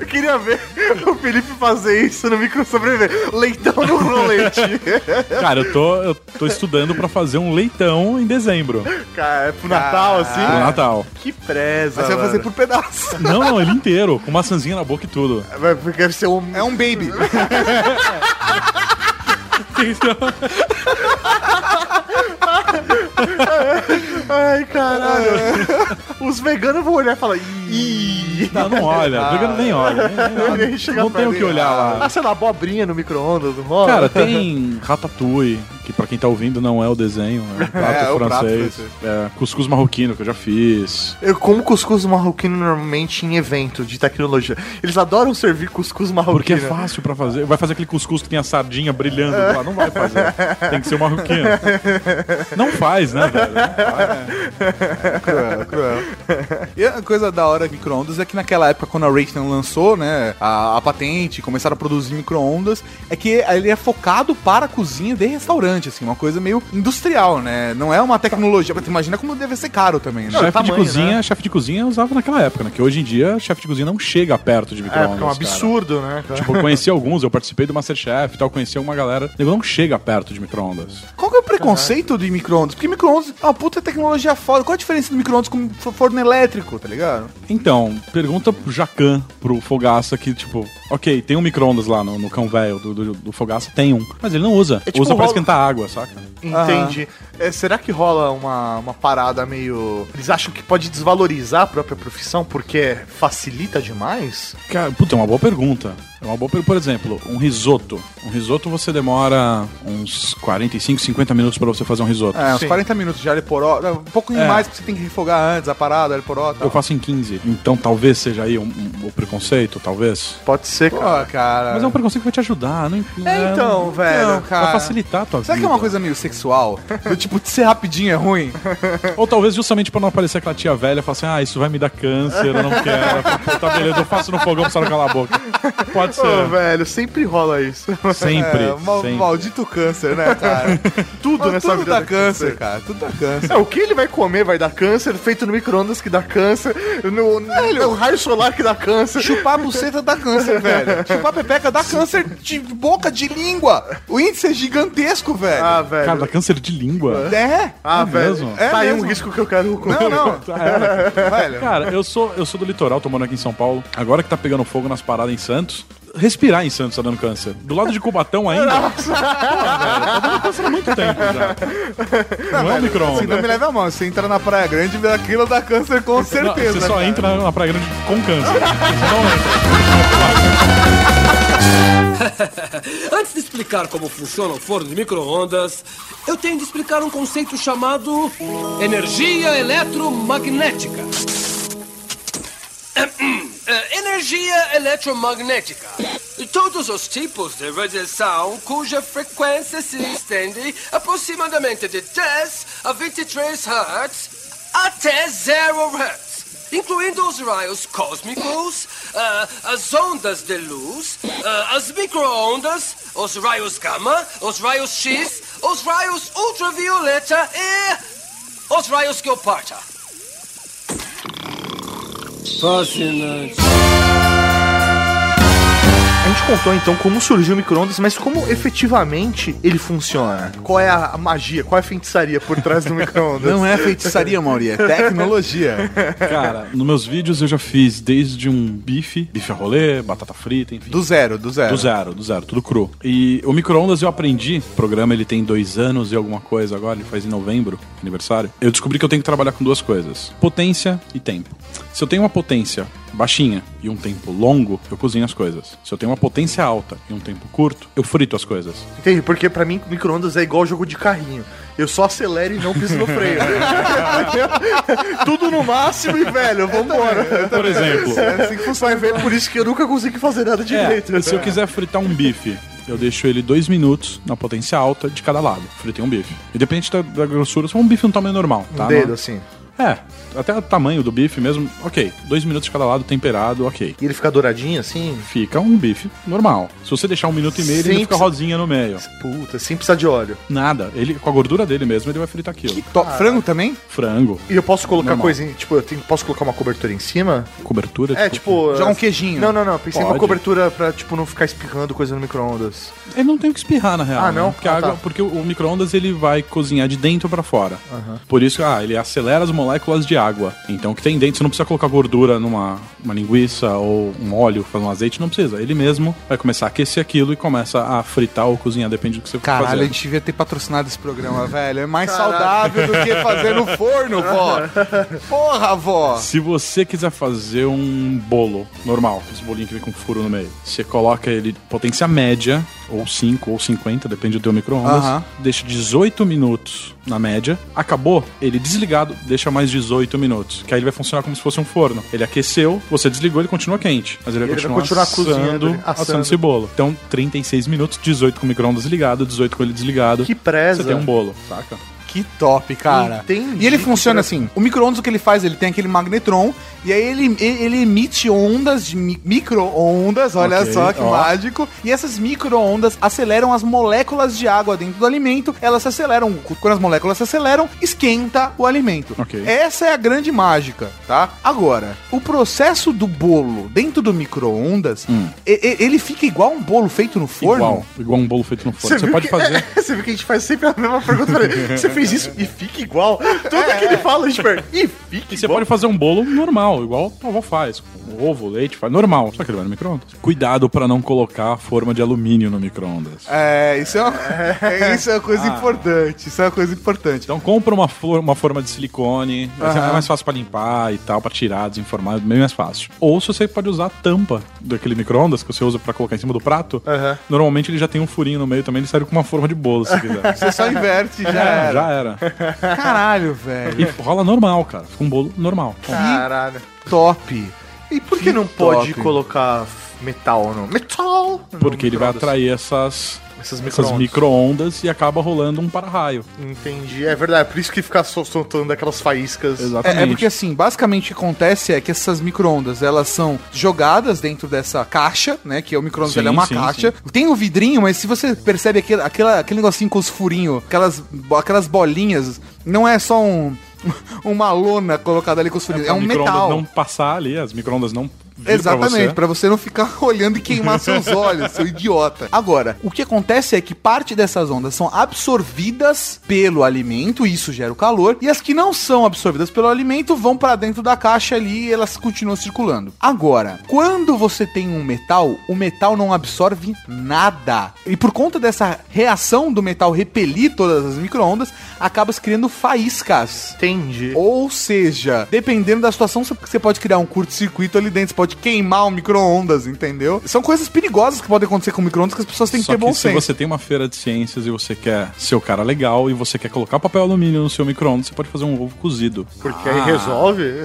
Speaker 2: Eu queria ver o Felipe fazer isso no micro sobreviver. Leitão no rolete.
Speaker 3: Cara, eu tô, eu tô estudando pra fazer um leitão em dezembro, no
Speaker 2: Cara, é pro Natal, assim.
Speaker 3: Natal.
Speaker 2: Que preza.
Speaker 1: Mas você vai fazer
Speaker 2: mano.
Speaker 1: por pedaço.
Speaker 3: Não, não, ele inteiro, com maçãzinha na boca e tudo.
Speaker 2: Vai- Porque deve ser um.
Speaker 1: É um baby.
Speaker 2: Ai, caralho. Os veganos vão olhar e falar. Ih.
Speaker 3: Não, não olha, brigando nem olha. nem- nem olha.
Speaker 2: Nem chega Ah.
Speaker 3: Não
Speaker 2: perto.
Speaker 3: tem o que olhar lá.
Speaker 2: Ah, sei lá, abobrinha no micro-ondas, não rola?
Speaker 3: Cara, tem Ratatouille, que pra quem tá ouvindo não é o desenho, é um prato
Speaker 1: É, é o prato
Speaker 3: francês. É, cuscuz marroquino, que eu já fiz.
Speaker 2: Eu como cuscuz marroquino normalmente em evento de tecnologia. Eles adoram servir cuscuz
Speaker 3: Porque é
Speaker 2: marroquino.
Speaker 3: fácil pra fazer. Vai fazer aquele cuscuz que tem a sardinha brilhando lá. Não vai fazer. Tem que ser o marroquino. Não faz, né, velho?
Speaker 1: cruel, cruel. É. E a coisa da hora de micro-ondas é que naquela época, quando a Raytheon lançou, né, a, a patente, começaram a produzir micro-ondas, é que ele é focado para a cozinha de restaurante, assim, uma coisa meio industrial, né? Não é uma tecnologia, mas tu imagina como deve ser caro também, né?
Speaker 3: chefe
Speaker 2: tamanho,
Speaker 3: de cozinha,
Speaker 2: né?
Speaker 3: chefe de cozinha usava naquela época, né? Que hoje em dia, chefe de cozinha não chega perto de
Speaker 2: É,
Speaker 3: micro-ondas.
Speaker 2: porque é um
Speaker 3: cara.
Speaker 2: absurdo, né? cara?
Speaker 3: Tipo, eu conheci alguns, eu participei do Masterchef e tal, conheci alguma galera. O nego não chega perto de micro-ondas.
Speaker 1: Qual que é o preconceito de micro-ondas? Porque micro-ondas é uma puta tecnologia foda. Qual a diferença do micro-ondas com fo- forno elétrico, tá ligado?
Speaker 3: Então, pergunta pro Jacan, pro Fogaça, que tipo, ok, tem um micro-ondas lá no, no cão velho do, do, do Fogaça, tem um. Mas ele não usa.
Speaker 2: É tipo
Speaker 3: usa pra
Speaker 2: rolo-
Speaker 3: esquentar água, saca?
Speaker 2: Entendi. É, será que rola uma, uma parada meio. Eles acham que pode desvalorizar a própria profissão porque facilita demais?
Speaker 3: Cara, puta, é uma boa pergunta. É uma boa per- Por exemplo, um risoto. Um risoto você demora uns 45, 50 minutos pra você fazer um risoto.
Speaker 1: É, uns
Speaker 2: Sim.
Speaker 1: 40 minutos de alho poró. Um pouquinho
Speaker 3: É.
Speaker 1: mais, porque você tem que refogar antes a parada, alho poró e tal.
Speaker 3: Eu faço em 15. Então talvez seja aí um- um- o preconceito, talvez.
Speaker 2: Pode ser,
Speaker 1: Pô,
Speaker 2: cara.
Speaker 1: cara.
Speaker 3: Mas é um preconceito que vai te ajudar, não um-
Speaker 2: É, então, velho,
Speaker 1: cara.
Speaker 3: Pra facilitar a tua
Speaker 1: Será que é
Speaker 3: vida.
Speaker 1: uma coisa meio sexual? Do tipo, de ser rapidinho é ruim?
Speaker 3: Ou talvez justamente pra não aparecer aquela tia velha e falar assim, ah, isso vai me dar câncer, eu não quero. Tá beleza, eu faço no fogão pra senhora calar a boca. Pode câncer.
Speaker 2: Ô, velho, sempre rola isso.
Speaker 3: Sempre,
Speaker 1: É, mal-
Speaker 3: sempre.
Speaker 1: Maldito câncer, né, cara?
Speaker 2: Tudo nessa
Speaker 1: tudo
Speaker 2: vida
Speaker 1: dá
Speaker 2: dá
Speaker 1: câncer,
Speaker 2: câncer.
Speaker 1: cara. Tudo dá câncer.
Speaker 2: É, o que ele vai comer vai dar câncer, feito no micro-ondas que dá câncer, no, no raio solar que dá câncer.
Speaker 1: Chupar a buceta dá câncer, velho. Chupar a pepeca dá câncer de boca, de língua. O índice é gigantesco, velho.
Speaker 2: Ah, velho.
Speaker 3: Cara, dá câncer de língua.
Speaker 1: é?
Speaker 2: ah,
Speaker 3: é
Speaker 2: velho.
Speaker 3: mesmo?
Speaker 2: tá aí
Speaker 1: É
Speaker 2: um
Speaker 1: mesmo.
Speaker 2: risco que eu quero correr.
Speaker 1: Não, não.
Speaker 3: Tá, é,
Speaker 1: velho.
Speaker 3: Cara, eu sou, eu sou do litoral, tô morando aqui em São Paulo. Agora que tá pegando fogo nas paradas em Santos, respirar em Santos tá dando câncer. Do lado de Cubatão ainda. Nossa. velho, tá dando câncer há muito tempo já. Não, é
Speaker 1: Assim, não
Speaker 3: micro-ondas.
Speaker 1: me leve a mão. Se entrar na Praia Grande, aquilo dá câncer com
Speaker 3: Não,
Speaker 1: certeza.
Speaker 3: Você só
Speaker 1: cara.
Speaker 3: entra na praia grande com câncer. Você não entra.
Speaker 7: Antes de explicar como funciona o forno de micro-ondas, eu tenho de explicar um conceito chamado energia eletromagnética. Ahem. Eh, Energia eletromagnética. Todos os tipos de radiação cuja frequência se estende aproximadamente de 10 a 23 Hz até 0 Hz, incluindo os raios cósmicos, ah, as ondas de luz, ah, as microondas, os raios gama, os raios X, os raios ultravioleta e os raios Geoparta. Fascinante.
Speaker 2: A gente contou então como surgiu o micro-ondas, mas como efetivamente ele funciona? Qual é a magia, qual é a feitiçaria por trás do micro-ondas?
Speaker 1: Não é feitiçaria, Mauri, é tecnologia.
Speaker 3: Cara, nos meus vídeos eu já fiz desde um bife, bife a rolê, batata frita, enfim.
Speaker 1: Do zero, do
Speaker 2: É.
Speaker 1: zero.
Speaker 3: Do zero, do zero, tudo cru. E o micro-ondas eu aprendi, o programa ele tem dois anos e alguma coisa agora, ele faz em novembro, aniversário. Eu descobri que eu tenho que trabalhar com duas coisas: potência e tempo. Se eu tenho uma potência baixinha e um tempo longo, eu cozinho as coisas. Se eu tenho uma potência alta e um tempo curto, eu frito as coisas.
Speaker 2: Entendi, porque pra mim micro-ondas é igual jogo de carrinho. Eu só acelero e não piso no freio. Tudo no máximo e, velho, vambora.
Speaker 3: Por exemplo,
Speaker 2: É assim que funciona, velho. Por isso que eu nunca consegui fazer nada direito.
Speaker 3: É, se eu quiser fritar um bife, eu deixo ele dois minutos na potência alta de cada lado. Fritei um bife. Independente da, da grossura, só um bife no tamanho normal, tá?
Speaker 2: Um dedo,
Speaker 3: Não-
Speaker 2: assim.
Speaker 3: É, até o tamanho do bife mesmo, ok. Dois minutos de cada lado, temperado, ok.
Speaker 2: E ele fica douradinho, assim?
Speaker 3: Fica um bife normal. Se você deixar um minuto e meio, ele
Speaker 2: Sim,
Speaker 3: não fica
Speaker 2: precisa-
Speaker 3: rosinha no meio.
Speaker 2: Puta, sem precisar de óleo.
Speaker 3: Nada. Ele, com a gordura dele mesmo, ele vai fritar aquilo.
Speaker 1: To- frango também?
Speaker 3: Frango,
Speaker 2: E eu posso colocar
Speaker 3: Normal.
Speaker 2: coisinha, tipo, eu tenho, posso colocar uma cobertura em cima?
Speaker 3: cobertura.
Speaker 2: É, tipo...
Speaker 1: Joga um queijinho.
Speaker 2: Não, não, não. Pensei em uma
Speaker 3: Pode.
Speaker 2: cobertura pra, tipo, não ficar espirrando coisa no micro-ondas.
Speaker 3: Ele não tem o que espirrar, na real.
Speaker 2: tipo- Ah,
Speaker 3: né?
Speaker 2: não?
Speaker 3: Porque,
Speaker 2: Ah,
Speaker 3: a água,
Speaker 2: tá.
Speaker 3: porque o o micro-ondas ele vai cozinhar de dentro pra fora. Por isso, ah, ele acelera as moléculas de água. Então, o que tem dentro, você não precisa colocar gordura numa uma linguiça ou um óleo, fazer um azeite, não precisa. Ele mesmo vai começar a aquecer aquilo e começa a fritar ou cozinhar, depende do que você for
Speaker 1: Caralho, a
Speaker 3: fazer.
Speaker 1: gente devia ter patrocinado esse programa, velho. É mais
Speaker 2: Caralho.
Speaker 1: saudável do que fazer no forno, vó. Porra, vó.
Speaker 3: Se você quiser fazer um bolo normal, esse bolinho que vem com furo no meio, você coloca ele potência média, ou 5 ou 50, depende do teu micro-ondas.
Speaker 1: Aham.
Speaker 3: Deixa 18 minutos na média. Acabou, ele desligado, deixa mais 18 minutos. Que aí ele vai funcionar como se fosse um forno. Ele aqueceu, você desligou, ele continua quente. Mas ele vai
Speaker 2: Ele vai continuar
Speaker 3: continuar,
Speaker 2: cozinhando,
Speaker 3: assando,
Speaker 2: ele- assando.
Speaker 3: assando esse bolo. Então, 36 minutos, 18 com o micro-ondas ligado, 18 com ele desligado.
Speaker 2: Que preza.
Speaker 3: Você tem um bolo, saca?
Speaker 1: Que top, cara.
Speaker 2: Entendi.
Speaker 1: E ele funciona assim. O micro-ondas, o que ele faz? Ele tem aquele magnetron. E aí ele, ele ele emite ondas de mi- micro-ondas. Olha
Speaker 3: Ok,
Speaker 1: só que
Speaker 3: ó.
Speaker 1: mágico. E essas micro-ondas aceleram as moléculas de água dentro do alimento. Elas se aceleram. Quando as moléculas se aceleram, esquenta o alimento.
Speaker 3: Ok.
Speaker 1: Essa é a grande mágica, tá? Agora, o processo do bolo dentro do micro-ondas, e- e- ele fica igual um bolo feito no forno?
Speaker 3: Hum. Igual, igual um bolo feito no forno. Você
Speaker 2: viu
Speaker 3: pode
Speaker 2: que-
Speaker 3: fazer.
Speaker 2: Você viu que a gente faz sempre a mesma pergunta pra ele. Você fez isso e fica igual? Tudo que ele fala, a gente pergunta. E fica
Speaker 3: É. E você
Speaker 2: igual?
Speaker 3: pode fazer um bolo normal, igual a avó faz. com Ovo, leite, faz normal. Só que ele vai no micro-ondas. Cuidado pra não colocar a forma de alumínio no micro-ondas.
Speaker 1: É, isso é uma, é, isso é uma coisa importante. Isso é uma coisa importante.
Speaker 3: Então compra uma, flor- uma forma de silicone, Vai ser mais fácil pra limpar e tal, pra tirar, desinformar, é bem mais fácil. Ou se você pode usar a tampa daquele micro-ondas que você usa pra colocar em cima do prato,
Speaker 2: Aham.
Speaker 3: normalmente ele já tem um furinho no meio também, ele serve com uma forma de bolo, se quiser.
Speaker 1: Você só inverte e já
Speaker 3: É,
Speaker 1: era.
Speaker 3: já era.
Speaker 1: Caralho, velho.
Speaker 3: E rola normal, cara. Fica um bolo normal.
Speaker 2: Caralho.
Speaker 1: Top.
Speaker 2: E por que, não
Speaker 1: top.
Speaker 2: pode colocar metal no. Metal! no
Speaker 3: Porque ele vai
Speaker 2: micro-ondas.
Speaker 3: atrair essas,
Speaker 2: Essas
Speaker 3: essas
Speaker 2: micro-ondas.
Speaker 3: micro-ondas e acaba rolando um para-raio.
Speaker 2: Entendi. É verdade, por isso que fica sol- soltando aquelas faíscas.
Speaker 3: Exatamente.
Speaker 1: É, é porque assim, basicamente o que acontece é que essas micro-ondas, elas são jogadas dentro dessa caixa, né? Que é o micro-ondas,
Speaker 3: Sim,
Speaker 1: ele é uma
Speaker 3: sim,
Speaker 1: caixa. Tem um vidrinho, mas se você percebe aquele, aquela, aquele negocinho com os furinhos, aquelas, bo- aquelas bolinhas, não é só um, uma lona colocada ali com os furinhos, é,
Speaker 3: Pra
Speaker 1: um
Speaker 3: micro-ondas
Speaker 1: metal.
Speaker 3: não passar ali, as micro-ondas não vir
Speaker 1: Exatamente,
Speaker 3: pra
Speaker 1: pra você não ficar olhando e queimar seus olhos, seu idiota. Agora, o que acontece é que parte dessas ondas são absorvidas pelo alimento, e isso gera o calor, e as que não são absorvidas pelo alimento vão pra dentro da caixa ali e elas continuam circulando. Agora, quando você tem um metal, o metal não absorve nada. E por conta dessa reação do metal repelir todas as microondas, acaba se criando faíscas.
Speaker 2: Entendi.
Speaker 1: Ou seja, dependendo da situação, você- você pode criar um curto-circuito ali dentro, você pode queimar um micro-ondas, entendeu? São coisas perigosas que podem acontecer com micro-ondas que as pessoas têm que
Speaker 3: Só
Speaker 1: ter bom
Speaker 3: que se
Speaker 1: senso.
Speaker 3: você tem uma feira de ciências e você quer ser o cara legal e você quer colocar papel alumínio no seu micro-ondas, você pode fazer um ovo cozido.
Speaker 2: Porque aí resolve.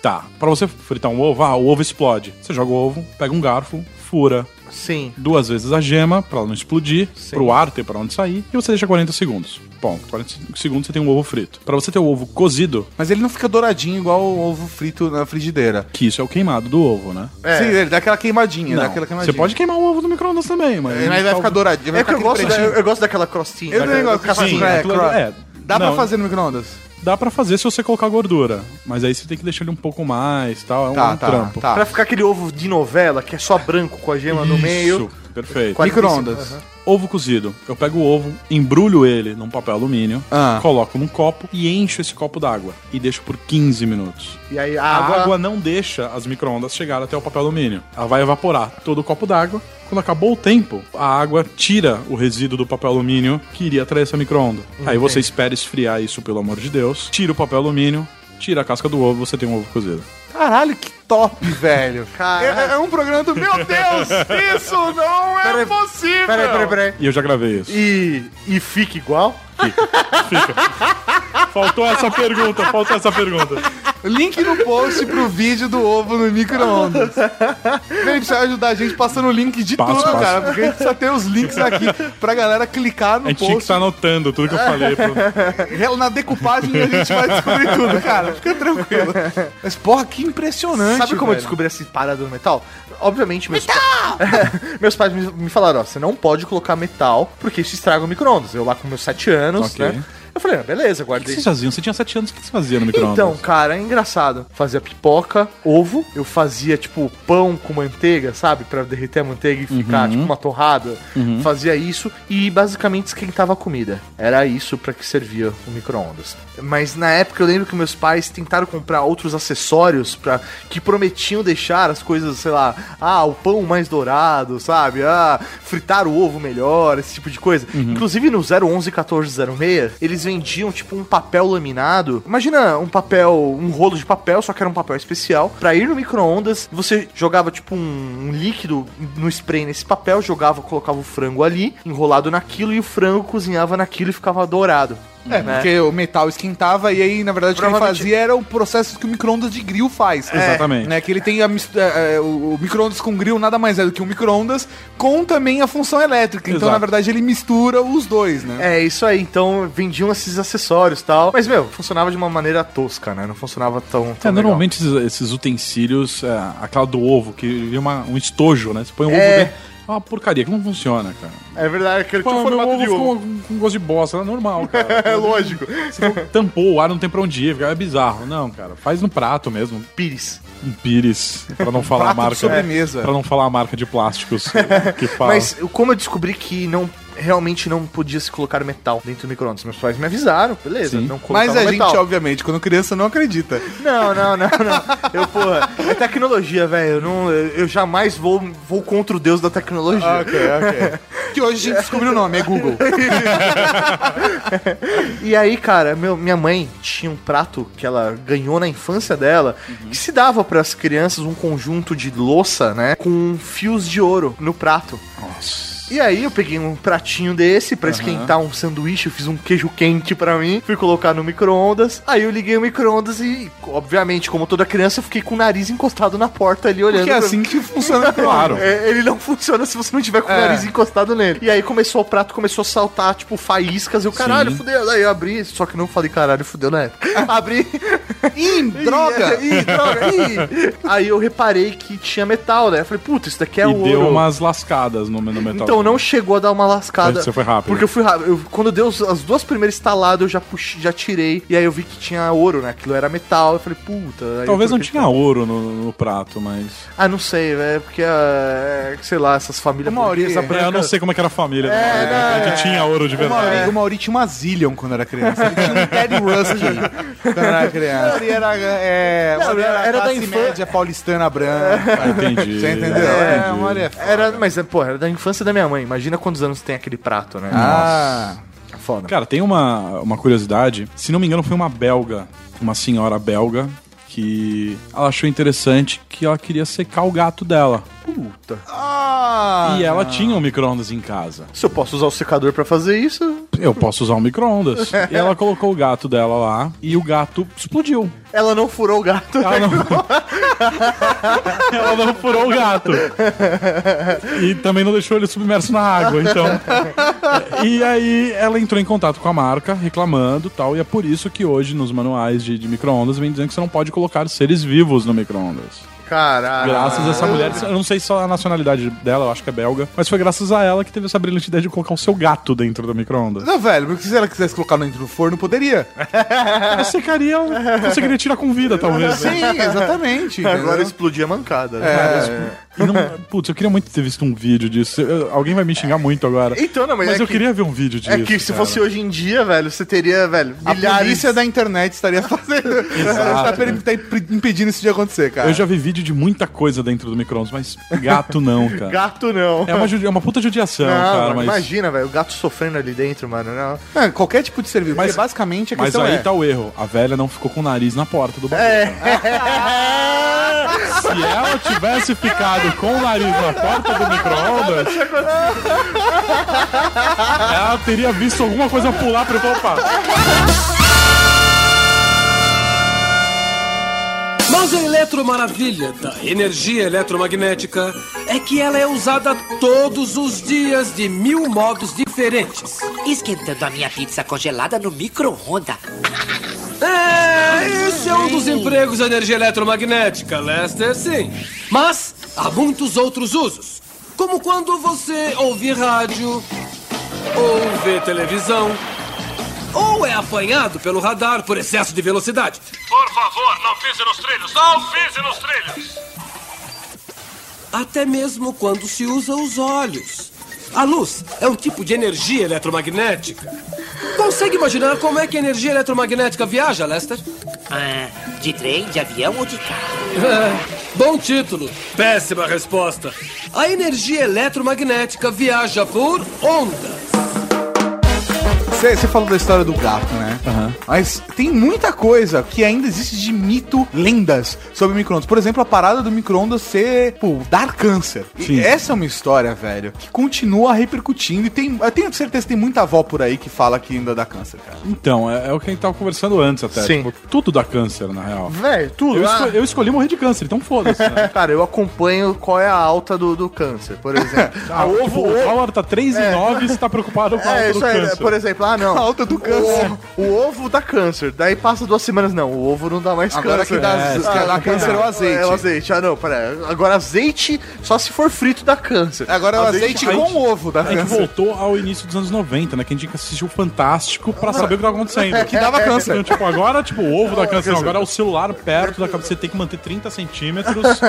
Speaker 3: Tá, pra você fritar um ovo, ah, o ovo explode. Você joga o ovo, pega um garfo, fura
Speaker 2: Sim.
Speaker 3: duas vezes a gema pra ela não explodir, pro ar ter pra onde sair, e você deixa 40 segundos. Bom, 40 segundos você tem um ovo frito. Pra você ter o ovo cozido,
Speaker 1: Mas ele não fica douradinho igual o ovo frito na frigideira.
Speaker 3: que isso é o queimado do ovo, né?
Speaker 2: É.
Speaker 1: Sim, ele dá aquela queimadinha, dá aquela
Speaker 3: Você
Speaker 1: É queimadinha.
Speaker 3: pode queimar o ovo no micro-ondas também, mas...
Speaker 1: Mas vai ficar douradinho, vai
Speaker 2: É que
Speaker 1: ficar
Speaker 2: eu gosto,
Speaker 1: aquele
Speaker 2: da-
Speaker 1: pretinho.
Speaker 2: eu gosto daquela crostinha.
Speaker 1: Eu também
Speaker 2: daquela-
Speaker 1: gosto dessa
Speaker 2: casquinha.
Speaker 1: crostinha. É,
Speaker 3: aquilo-
Speaker 1: claro. Dá
Speaker 3: não,
Speaker 1: pra fazer no micro-ondas?
Speaker 3: Dá pra fazer se você colocar gordura, mas aí você tem que deixar ele um pouco mais, tal, é um,
Speaker 1: Tá,
Speaker 3: um
Speaker 1: tá,
Speaker 3: trampo.
Speaker 1: tá.
Speaker 2: Pra ficar aquele ovo de novela, que é só branco com a gema no
Speaker 3: Isso,
Speaker 2: meio.
Speaker 3: perfeito.
Speaker 2: Quatro-
Speaker 1: Micro-ondas.
Speaker 3: Ovo cozido. Eu pego o ovo, embrulho ele num papel alumínio,
Speaker 1: Ah.
Speaker 3: coloco num copo e encho esse copo d'água. E deixo por 15 minutos.
Speaker 2: E aí a
Speaker 3: A
Speaker 2: água.
Speaker 3: água, não deixa as microondas chegar até o papel alumínio. Ela vai evaporar todo o copo d'água. Quando acabou o tempo, a água tira o resíduo do papel alumínio que iria atrair essa microonda. Aí você espera esfriar isso, pelo amor de Deus. Tira o papel alumínio, tira a casca do ovo, você tem um ovo cozido.
Speaker 1: Caralho, que top, velho.
Speaker 2: Caralho.
Speaker 1: É, é um programa do... Meu
Speaker 2: é
Speaker 1: Deus, isso não é
Speaker 2: Peraí,
Speaker 1: possível.
Speaker 2: Peraí, peraí, peraí.
Speaker 3: E eu já gravei isso.
Speaker 2: E, e fica igual?
Speaker 3: Faltou essa pergunta, faltou essa pergunta.
Speaker 1: Link no post pro vídeo do ovo no micro-ondas. Ele precisa ajudar a gente passando o link de
Speaker 3: Passo,
Speaker 1: tudo,
Speaker 3: passo.
Speaker 1: cara. Porque a gente precisa ter os links aqui pra galera clicar
Speaker 3: A
Speaker 1: no
Speaker 3: gente tinha que
Speaker 1: post.
Speaker 3: estar anotando tudo que eu falei. pro-
Speaker 1: Na decupagem a gente vai descobrir tudo, cara. Fica tranquilo. Mas, porra, que impressionante.
Speaker 2: Sabe como eu
Speaker 1: velho.
Speaker 2: descobri essa parada no metal? Obviamente, meus, pa- meus pais me, me falaram: ó, você não pode colocar metal porque isso estraga o micro-ondas. Eu lá com meus 7 anos,
Speaker 3: Ok.
Speaker 2: né? Eu falei: ah, beleza,
Speaker 3: O que
Speaker 2: guardei.
Speaker 3: vocês faziam? Você tinha 7 anos, o que você fazia no micro-ondas?
Speaker 2: Então, cara, é engraçado. Fazia pipoca, ovo, eu fazia, tipo, pão com manteiga, sabe? Pra derreter a manteiga e ficar, tipo, uma torrada. Fazia isso e basicamente esquentava a comida. Era isso pra que servia o micro-ondas. Mas na época eu lembro que meus pais tentaram comprar outros acessórios para que prometiam deixar as coisas, sei lá, ah, o pão mais dourado, sabe? Ah, fritar o ovo melhor, esse tipo de coisa.
Speaker 3: Uhum.
Speaker 2: Inclusive no 011 1406, eles vendiam tipo um papel laminado. Imagina um papel, um rolo de papel, só que era um papel especial. Pra ir no micro-ondas, você jogava tipo um, um líquido no spray nesse papel, jogava, colocava o frango ali, enrolado naquilo, e o frango cozinhava naquilo e ficava dourado.
Speaker 3: Ah.
Speaker 1: É, porque o metal esquentava e aí, na verdade, o que ele
Speaker 2: né? Provavelmente-
Speaker 1: fazia era o processo que o micro-ondas de grill faz.
Speaker 3: É. Exatamente.
Speaker 1: Né, que ele tem a mis- é, é, o o micro-ondas com grill nada mais é do que um micro-ondas com também a função elétrica. Então,
Speaker 3: Exato.
Speaker 1: na verdade, ele mistura os dois, né?
Speaker 2: É, isso aí. Então, vendiam esses acessórios e tal. Mas, meu, funcionava de uma maneira tosca, né? Não funcionava tão.
Speaker 3: É,
Speaker 2: tão legal.
Speaker 3: normalmente esses, esses utensílios, é, aquela do ovo, que vira uma, um estojo, né? Você põe um ovo
Speaker 2: É.
Speaker 3: dentro. É uma porcaria que não funciona, cara.
Speaker 2: É verdade, aquele
Speaker 3: Pô,
Speaker 2: tinha um
Speaker 3: meu
Speaker 2: formato
Speaker 3: ovo
Speaker 2: de
Speaker 3: ficou
Speaker 2: ovo.
Speaker 3: com, com gosto de bosta, é normal, cara.
Speaker 2: É lógico.
Speaker 3: Você não tampou, o ar não tem pra onde ir, fica- é bizarro. Não, cara, faz no prato mesmo,
Speaker 2: Pires.
Speaker 3: um pires, pra não falar
Speaker 1: Prato
Speaker 3: a
Speaker 1: de
Speaker 3: marca.
Speaker 1: sobremesa.
Speaker 3: Pra não falar a marca de plásticos que fala.
Speaker 2: Mas eu- como eu descobri que não realmente não podia se colocar metal dentro do micro-ondas? Meus pais me avisaram, beleza,
Speaker 3: Sim.
Speaker 2: não
Speaker 1: Mas
Speaker 2: colocavam
Speaker 1: a gente,
Speaker 2: metal.
Speaker 1: obviamente, quando criança não acredita.
Speaker 2: Não, não, não, não. Eu, porra, é tecnologia, velho. Eu, não- eu eu jamais vou, vou contra o deus da
Speaker 1: Ah,
Speaker 2: tecnologia.
Speaker 1: ok. que hoje a gente descobriu o nome, é Google.
Speaker 2: E aí, cara, meu- minha mãe tinha um prato que ela ganhou na infância dela,
Speaker 1: Uhum.
Speaker 2: que se dava pras crianças um conjunto de louça, né, com fios de ouro no prato.
Speaker 3: Nossa.
Speaker 2: E aí eu peguei um pratinho desse pra esquentar um sanduíche, eu fiz um queijo quente pra mim, fui colocar no micro-ondas. Aí eu liguei o micro-ondas e, obviamente, como toda criança, eu fiquei com o nariz encostado na porta ali olhando.
Speaker 1: Porque é
Speaker 2: pra-
Speaker 1: assim que funciona, claro.
Speaker 2: É, ele não funciona se você não tiver com
Speaker 1: É.
Speaker 2: o nariz encostado nele. E aí começou o prato, começou a saltar, tipo, faíscas. Eu, caralho,
Speaker 3: Sim.
Speaker 2: fudeu. Aí eu abri, só que não falei caralho, fudeu na época. Abri. Ih,
Speaker 1: droga!
Speaker 2: Ih, droga! Ih! Aí eu reparei que tinha metal, né? Eu falei, puta, isso daqui é
Speaker 3: e
Speaker 2: ouro.
Speaker 3: deu umas lascadas no, no metal.
Speaker 2: Então não chegou a dar uma lascada.
Speaker 3: Você foi rápido.
Speaker 2: Porque eu fui rápido. Eu- quando deu os- as duas primeiras estaladas, eu já puxei, já tirei. E aí eu vi que tinha ouro, né? Aquilo era metal. Eu falei, puta. aí eu
Speaker 3: Talvez não
Speaker 2: troquei-
Speaker 3: tinha ouro no, no prato, mas...
Speaker 2: Ah, não sei, velho. Porque, ah, é, sei lá, essas famílias.
Speaker 1: Uma hora,
Speaker 2: burguesas
Speaker 1: essa
Speaker 3: É, eu não sei como é que era a família. É, que tinha ouro
Speaker 2: é
Speaker 3: de
Speaker 1: O Mauri,
Speaker 3: verdade.
Speaker 1: o Mauri tinha uma Zillion quando era criança. Ele tinha um Ted Russell quando era criança. O Mauri era, é, o
Speaker 2: Não,
Speaker 1: Mauri era,
Speaker 2: era da
Speaker 1: classe
Speaker 2: infância.
Speaker 1: média paulistana branca.
Speaker 3: Ah, Entendi.
Speaker 1: Você entendeu?
Speaker 3: É,
Speaker 1: o
Speaker 3: entendi.
Speaker 1: Mauri é
Speaker 2: Era, mas, é, pô, era da infância da minha mãe. Imagina quantos anos tem aquele prato, né?
Speaker 1: Ah,
Speaker 2: Nossa, foda.
Speaker 3: Cara, tem uma, uma curiosidade. Se não me engano, foi uma belga, uma senhora belga, que ela achou interessante que ela queria secar o gato dela.
Speaker 1: ah,
Speaker 3: e ela tinha um micro-ondas em casa.
Speaker 2: Se eu posso usar o secador pra fazer isso,
Speaker 3: Eu posso usar um micro-ondas. e ela colocou o gato dela lá e o gato explodiu.
Speaker 2: ela não furou o gato.
Speaker 3: Ela não, ela não furou o gato. E também não deixou ele submerso na água, então. E aí ela entrou em contato com a marca, reclamando e tal. E é por isso que hoje, nos manuais de, de micro-ondas, vem dizendo que você não pode colocar seres vivos no micro-ondas.
Speaker 2: Caralho.
Speaker 3: Graças a essa mulher, eu não sei só a nacionalidade dela, eu acho que é belga, mas foi graças a ela que teve essa brilhante ideia de colocar o seu gato dentro do micro-ondas.
Speaker 1: Não, velho, porque se ela quisesse colocar dentro do forno, poderia.
Speaker 3: Ela secaria, conseguiria tirar com vida, talvez. né?
Speaker 1: Sim, exatamente.
Speaker 2: Agora
Speaker 1: entendeu?
Speaker 2: explodir a mancada. né?
Speaker 3: E não- putz, eu queria muito ter visto um vídeo disso. Eu- alguém vai me xingar muito agora.
Speaker 2: Então, não, mas
Speaker 3: mas
Speaker 2: é
Speaker 3: eu
Speaker 2: que-
Speaker 3: queria ver um vídeo disso.
Speaker 2: É que se
Speaker 3: cara.
Speaker 2: fosse hoje em dia, velho, você teria, velho,
Speaker 1: A
Speaker 2: milhares.
Speaker 1: polícia da internet estaria fazendo. Está per- tá imp- impedindo isso de acontecer, cara.
Speaker 3: Eu já vi vídeo de muita coisa dentro do micro-ondas, mas gato não, cara.
Speaker 2: Gato não.
Speaker 3: É uma, judi- é uma puta judiação,
Speaker 2: Não,
Speaker 3: cara,
Speaker 2: mano,
Speaker 3: mas.
Speaker 2: imagina, velho, o gato sofrendo ali dentro, mano. Não.
Speaker 1: É, qualquer tipo de serviço. Mas basicamente a
Speaker 3: Mas
Speaker 1: questão
Speaker 3: aí
Speaker 1: é.
Speaker 3: tá o erro. A velha não ficou com o nariz na porta do banheiro. Se ela tivesse ficado com o nariz na porta do micro-ondas, ela teria visto alguma coisa pular pra eu falar, opa.
Speaker 7: Mas a eletromaravilha da energia eletromagnética é que ela é usada todos os dias de mil modos diferentes.
Speaker 8: Esquentando a minha pizza congelada no micro-onda.
Speaker 7: É, esse é um dos empregos da energia eletromagnética, Lester, sim. Mas há muitos outros usos, como quando você ouve rádio, ou vê televisão, ou é apanhado pelo radar por excesso de velocidade.
Speaker 9: Por favor, não pise nos trilhos! Não pise nos trilhos!
Speaker 7: Até mesmo quando se usa os olhos. A luz é um tipo de energia eletromagnética. Consegue imaginar como é que a energia eletromagnética viaja, Lester?
Speaker 8: Ah, de trem, de avião ou de carro?
Speaker 7: É, Bom título, péssima resposta. A energia eletromagnética viaja por onda.
Speaker 1: Você você falou da história do gato, né? Mas tem muita coisa que ainda existe de mito, lendas sobre micro-ondas. Por exemplo, a parada do micro-ondas ser, pô, dar câncer. E
Speaker 3: Sim.
Speaker 1: essa é uma história, velho, que continua repercutindo. E tem, eu tenho certeza que tem muita avó por aí que fala que ainda dá câncer, cara.
Speaker 3: Então, é, é o que a gente tava conversando antes até.
Speaker 2: Sim.
Speaker 3: Tipo, tudo dá câncer, na real.
Speaker 2: Velho, tudo.
Speaker 3: Eu,
Speaker 2: ah.
Speaker 3: esco- eu escolhi morrer de câncer, então foda-se. Né?
Speaker 2: Cara, eu acompanho qual é a alta do, do câncer, por exemplo.
Speaker 3: Ah, tipo, o Howard tá 3 e 9 e você tá preocupado com a alta
Speaker 2: É,
Speaker 3: do
Speaker 2: isso aí,
Speaker 3: câncer.
Speaker 2: né? por exemplo, ah não.
Speaker 1: A alta do câncer.
Speaker 2: O, o ovo dá câncer. Daí passa duas semanas, não, o ovo não dá mais
Speaker 1: Agora
Speaker 2: câncer.
Speaker 1: que dá- que dá câncer é o azeite.
Speaker 2: É o azeite, ah não, pera. Agora azeite só se for frito dá câncer. É,
Speaker 1: Agora é o azeite,
Speaker 3: a gente-
Speaker 1: com ovo dá
Speaker 3: A gente
Speaker 1: câncer.
Speaker 3: voltou ao início dos anos 90, né? Que a gente assistiu Fantástico pra saber o que tava
Speaker 2: É,
Speaker 3: acontecendo.
Speaker 1: Que dava câncer.
Speaker 3: Então, tipo, agora, tipo, o ovo da câncer. Não, agora é o celular perto da cabeça. Você tem que manter 30 centímetros,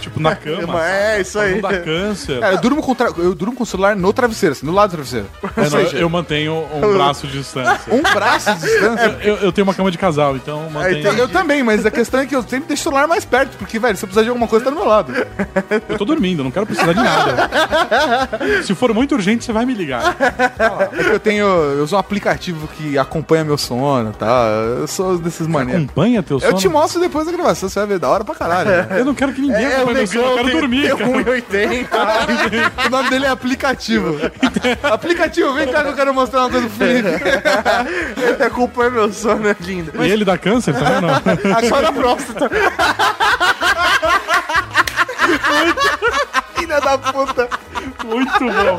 Speaker 3: tipo, na cama.
Speaker 2: É, isso
Speaker 3: pra
Speaker 2: aí. É,
Speaker 3: Não dá câncer. É,
Speaker 1: Cara, eu durmo, com tra- eu durmo com o celular no travesseiro, assim, do lado do travesseiro.
Speaker 3: É, não, eu mantenho um um braço de distância.
Speaker 1: Um braço de distância.
Speaker 2: É,
Speaker 3: Eu, eu tenho uma cama de casal, então mantém.
Speaker 1: Então, eu também, mas a questão é que eu sempre deixo o celular mais perto, porque, velho, se eu precisar de alguma coisa, tá do meu lado.
Speaker 3: Eu tô dormindo, eu não quero precisar de nada. Se for muito urgente, você vai me ligar.
Speaker 1: É que eu tenho. Eu uso um aplicativo que acompanha meu sono, tá? Eu sou desses maneiros.
Speaker 3: Acompanha teu sono.
Speaker 1: Eu te mostro depois da gravação, você vai ver da hora pra caralho. né? velho.
Speaker 3: Eu não quero que ninguém
Speaker 2: É,
Speaker 3: acompanhe meu sono, eu quero dormir, cara.
Speaker 2: 1,80.
Speaker 1: O nome dele é aplicativo. aplicativo, vem cá que eu quero mostrar uma coisa pro Felipe.
Speaker 2: Ele acompanha meu sono, é lindo.
Speaker 3: E ele dá câncer também ou não?
Speaker 2: Só na próstata.
Speaker 1: Filha da puta,
Speaker 3: Muito bom.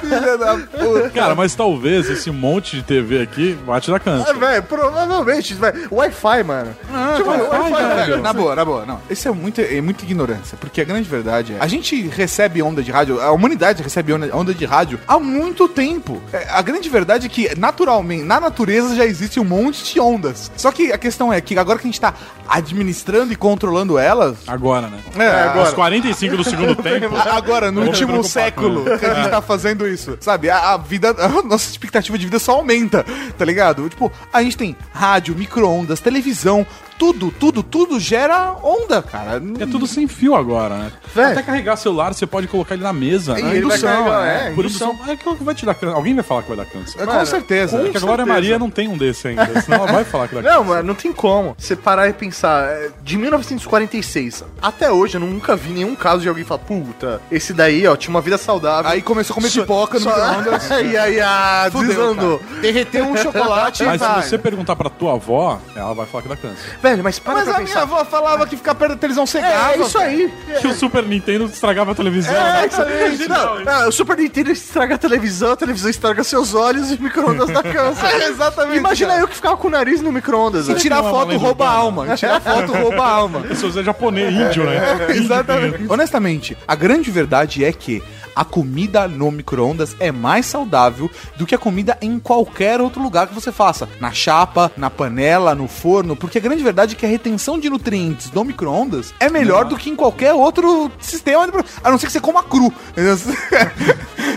Speaker 1: filha da puta.
Speaker 3: Cara, mas talvez esse monte de TV aqui vá te dar
Speaker 2: Ah,
Speaker 3: câncer.
Speaker 2: velho, provavelmente, velho. Wi-Fi, mano. Tipo,
Speaker 1: Vai,
Speaker 2: Wi-Fi,
Speaker 1: vai,
Speaker 2: velho.
Speaker 1: velho, Na boa, na boa, não. Isso é muita, é muita ignorância, porque a grande verdade é, a gente recebe onda de rádio, a humanidade recebe onda, onda de rádio há muito tempo. É, A grande verdade é que, naturalmente, na natureza já existe um monte de ondas. Só que a questão é que agora que a gente tá administrando e controlando elas,
Speaker 3: Agora, né?
Speaker 1: é, agora,
Speaker 3: Aos 45 do segundo tempo.
Speaker 1: Agora, no
Speaker 3: Eu vou me
Speaker 1: último
Speaker 3: preocupar
Speaker 1: século
Speaker 3: com ele.
Speaker 1: que a gente tá fazendo isso. Sabe, a, a vida, a nossa expectativa de vida só aumenta, tá ligado? Tipo, a gente tem rádio, micro-ondas, televisão, tudo, tudo, tudo gera onda, cara.
Speaker 3: É tudo sem fio agora, né?
Speaker 2: Véi.
Speaker 3: Até carregar celular, você pode colocar ele na mesa. né?
Speaker 2: ele vai carregar, é,
Speaker 3: Por indução. É que vai te dar câncer. Alguém vai falar que vai dar câncer.
Speaker 1: Com certeza.
Speaker 3: Porque a Glória Maria não tem um desse ainda, senão ela vai falar que dá câncer.
Speaker 2: Não, mano, não tem como. Você parar e pensar, é, de 1946 até hoje, eu nunca vi nenhum caso de alguém falar, puta, esse daí, ó, tinha uma vida saudável.
Speaker 1: Aí começou a comer pipoca no
Speaker 2: Só-
Speaker 1: micro-ondas.
Speaker 2: e aí, ah,
Speaker 1: Fudeu,
Speaker 2: desandou.
Speaker 1: Derreteu um chocolate
Speaker 3: Mas
Speaker 1: vai.
Speaker 3: se você perguntar pra tua avó, ela vai falar que dá câncer.
Speaker 2: Velho, mas para
Speaker 1: Mas
Speaker 2: pra
Speaker 1: a minha
Speaker 2: pensar.
Speaker 1: avó falava que ficar perto da televisão cegava.
Speaker 2: É, é isso aí.
Speaker 3: Que o Super Nintendo estragava a televisão.
Speaker 2: É,
Speaker 3: né?
Speaker 2: isso aí. Não, não, o Super Nintendo estraga a televisão, a televisão estraga seus olhos e o micro-ondas dá câncer.
Speaker 1: É, Exatamente.
Speaker 2: Imagina
Speaker 1: cara.
Speaker 2: eu que ficava com o nariz no micro-ondas.
Speaker 1: E
Speaker 2: velho.
Speaker 1: tirar
Speaker 3: Não é uma
Speaker 1: foto
Speaker 3: lenda
Speaker 1: rouba a
Speaker 3: urbana.
Speaker 1: alma. Tirar foto rouba a alma.
Speaker 3: Se você é japonês, índio, né?
Speaker 1: é, Exatamente. Honestamente, a grande verdade é que a comida no micro-ondas é mais saudável do que a comida em qualquer outro lugar que você faça. Na chapa, na panela, no forno, porque a grande verdade é que a retenção de nutrientes do micro-ondas é melhor do que em qualquer outro sistema, de pro- a não ser que você coma cru.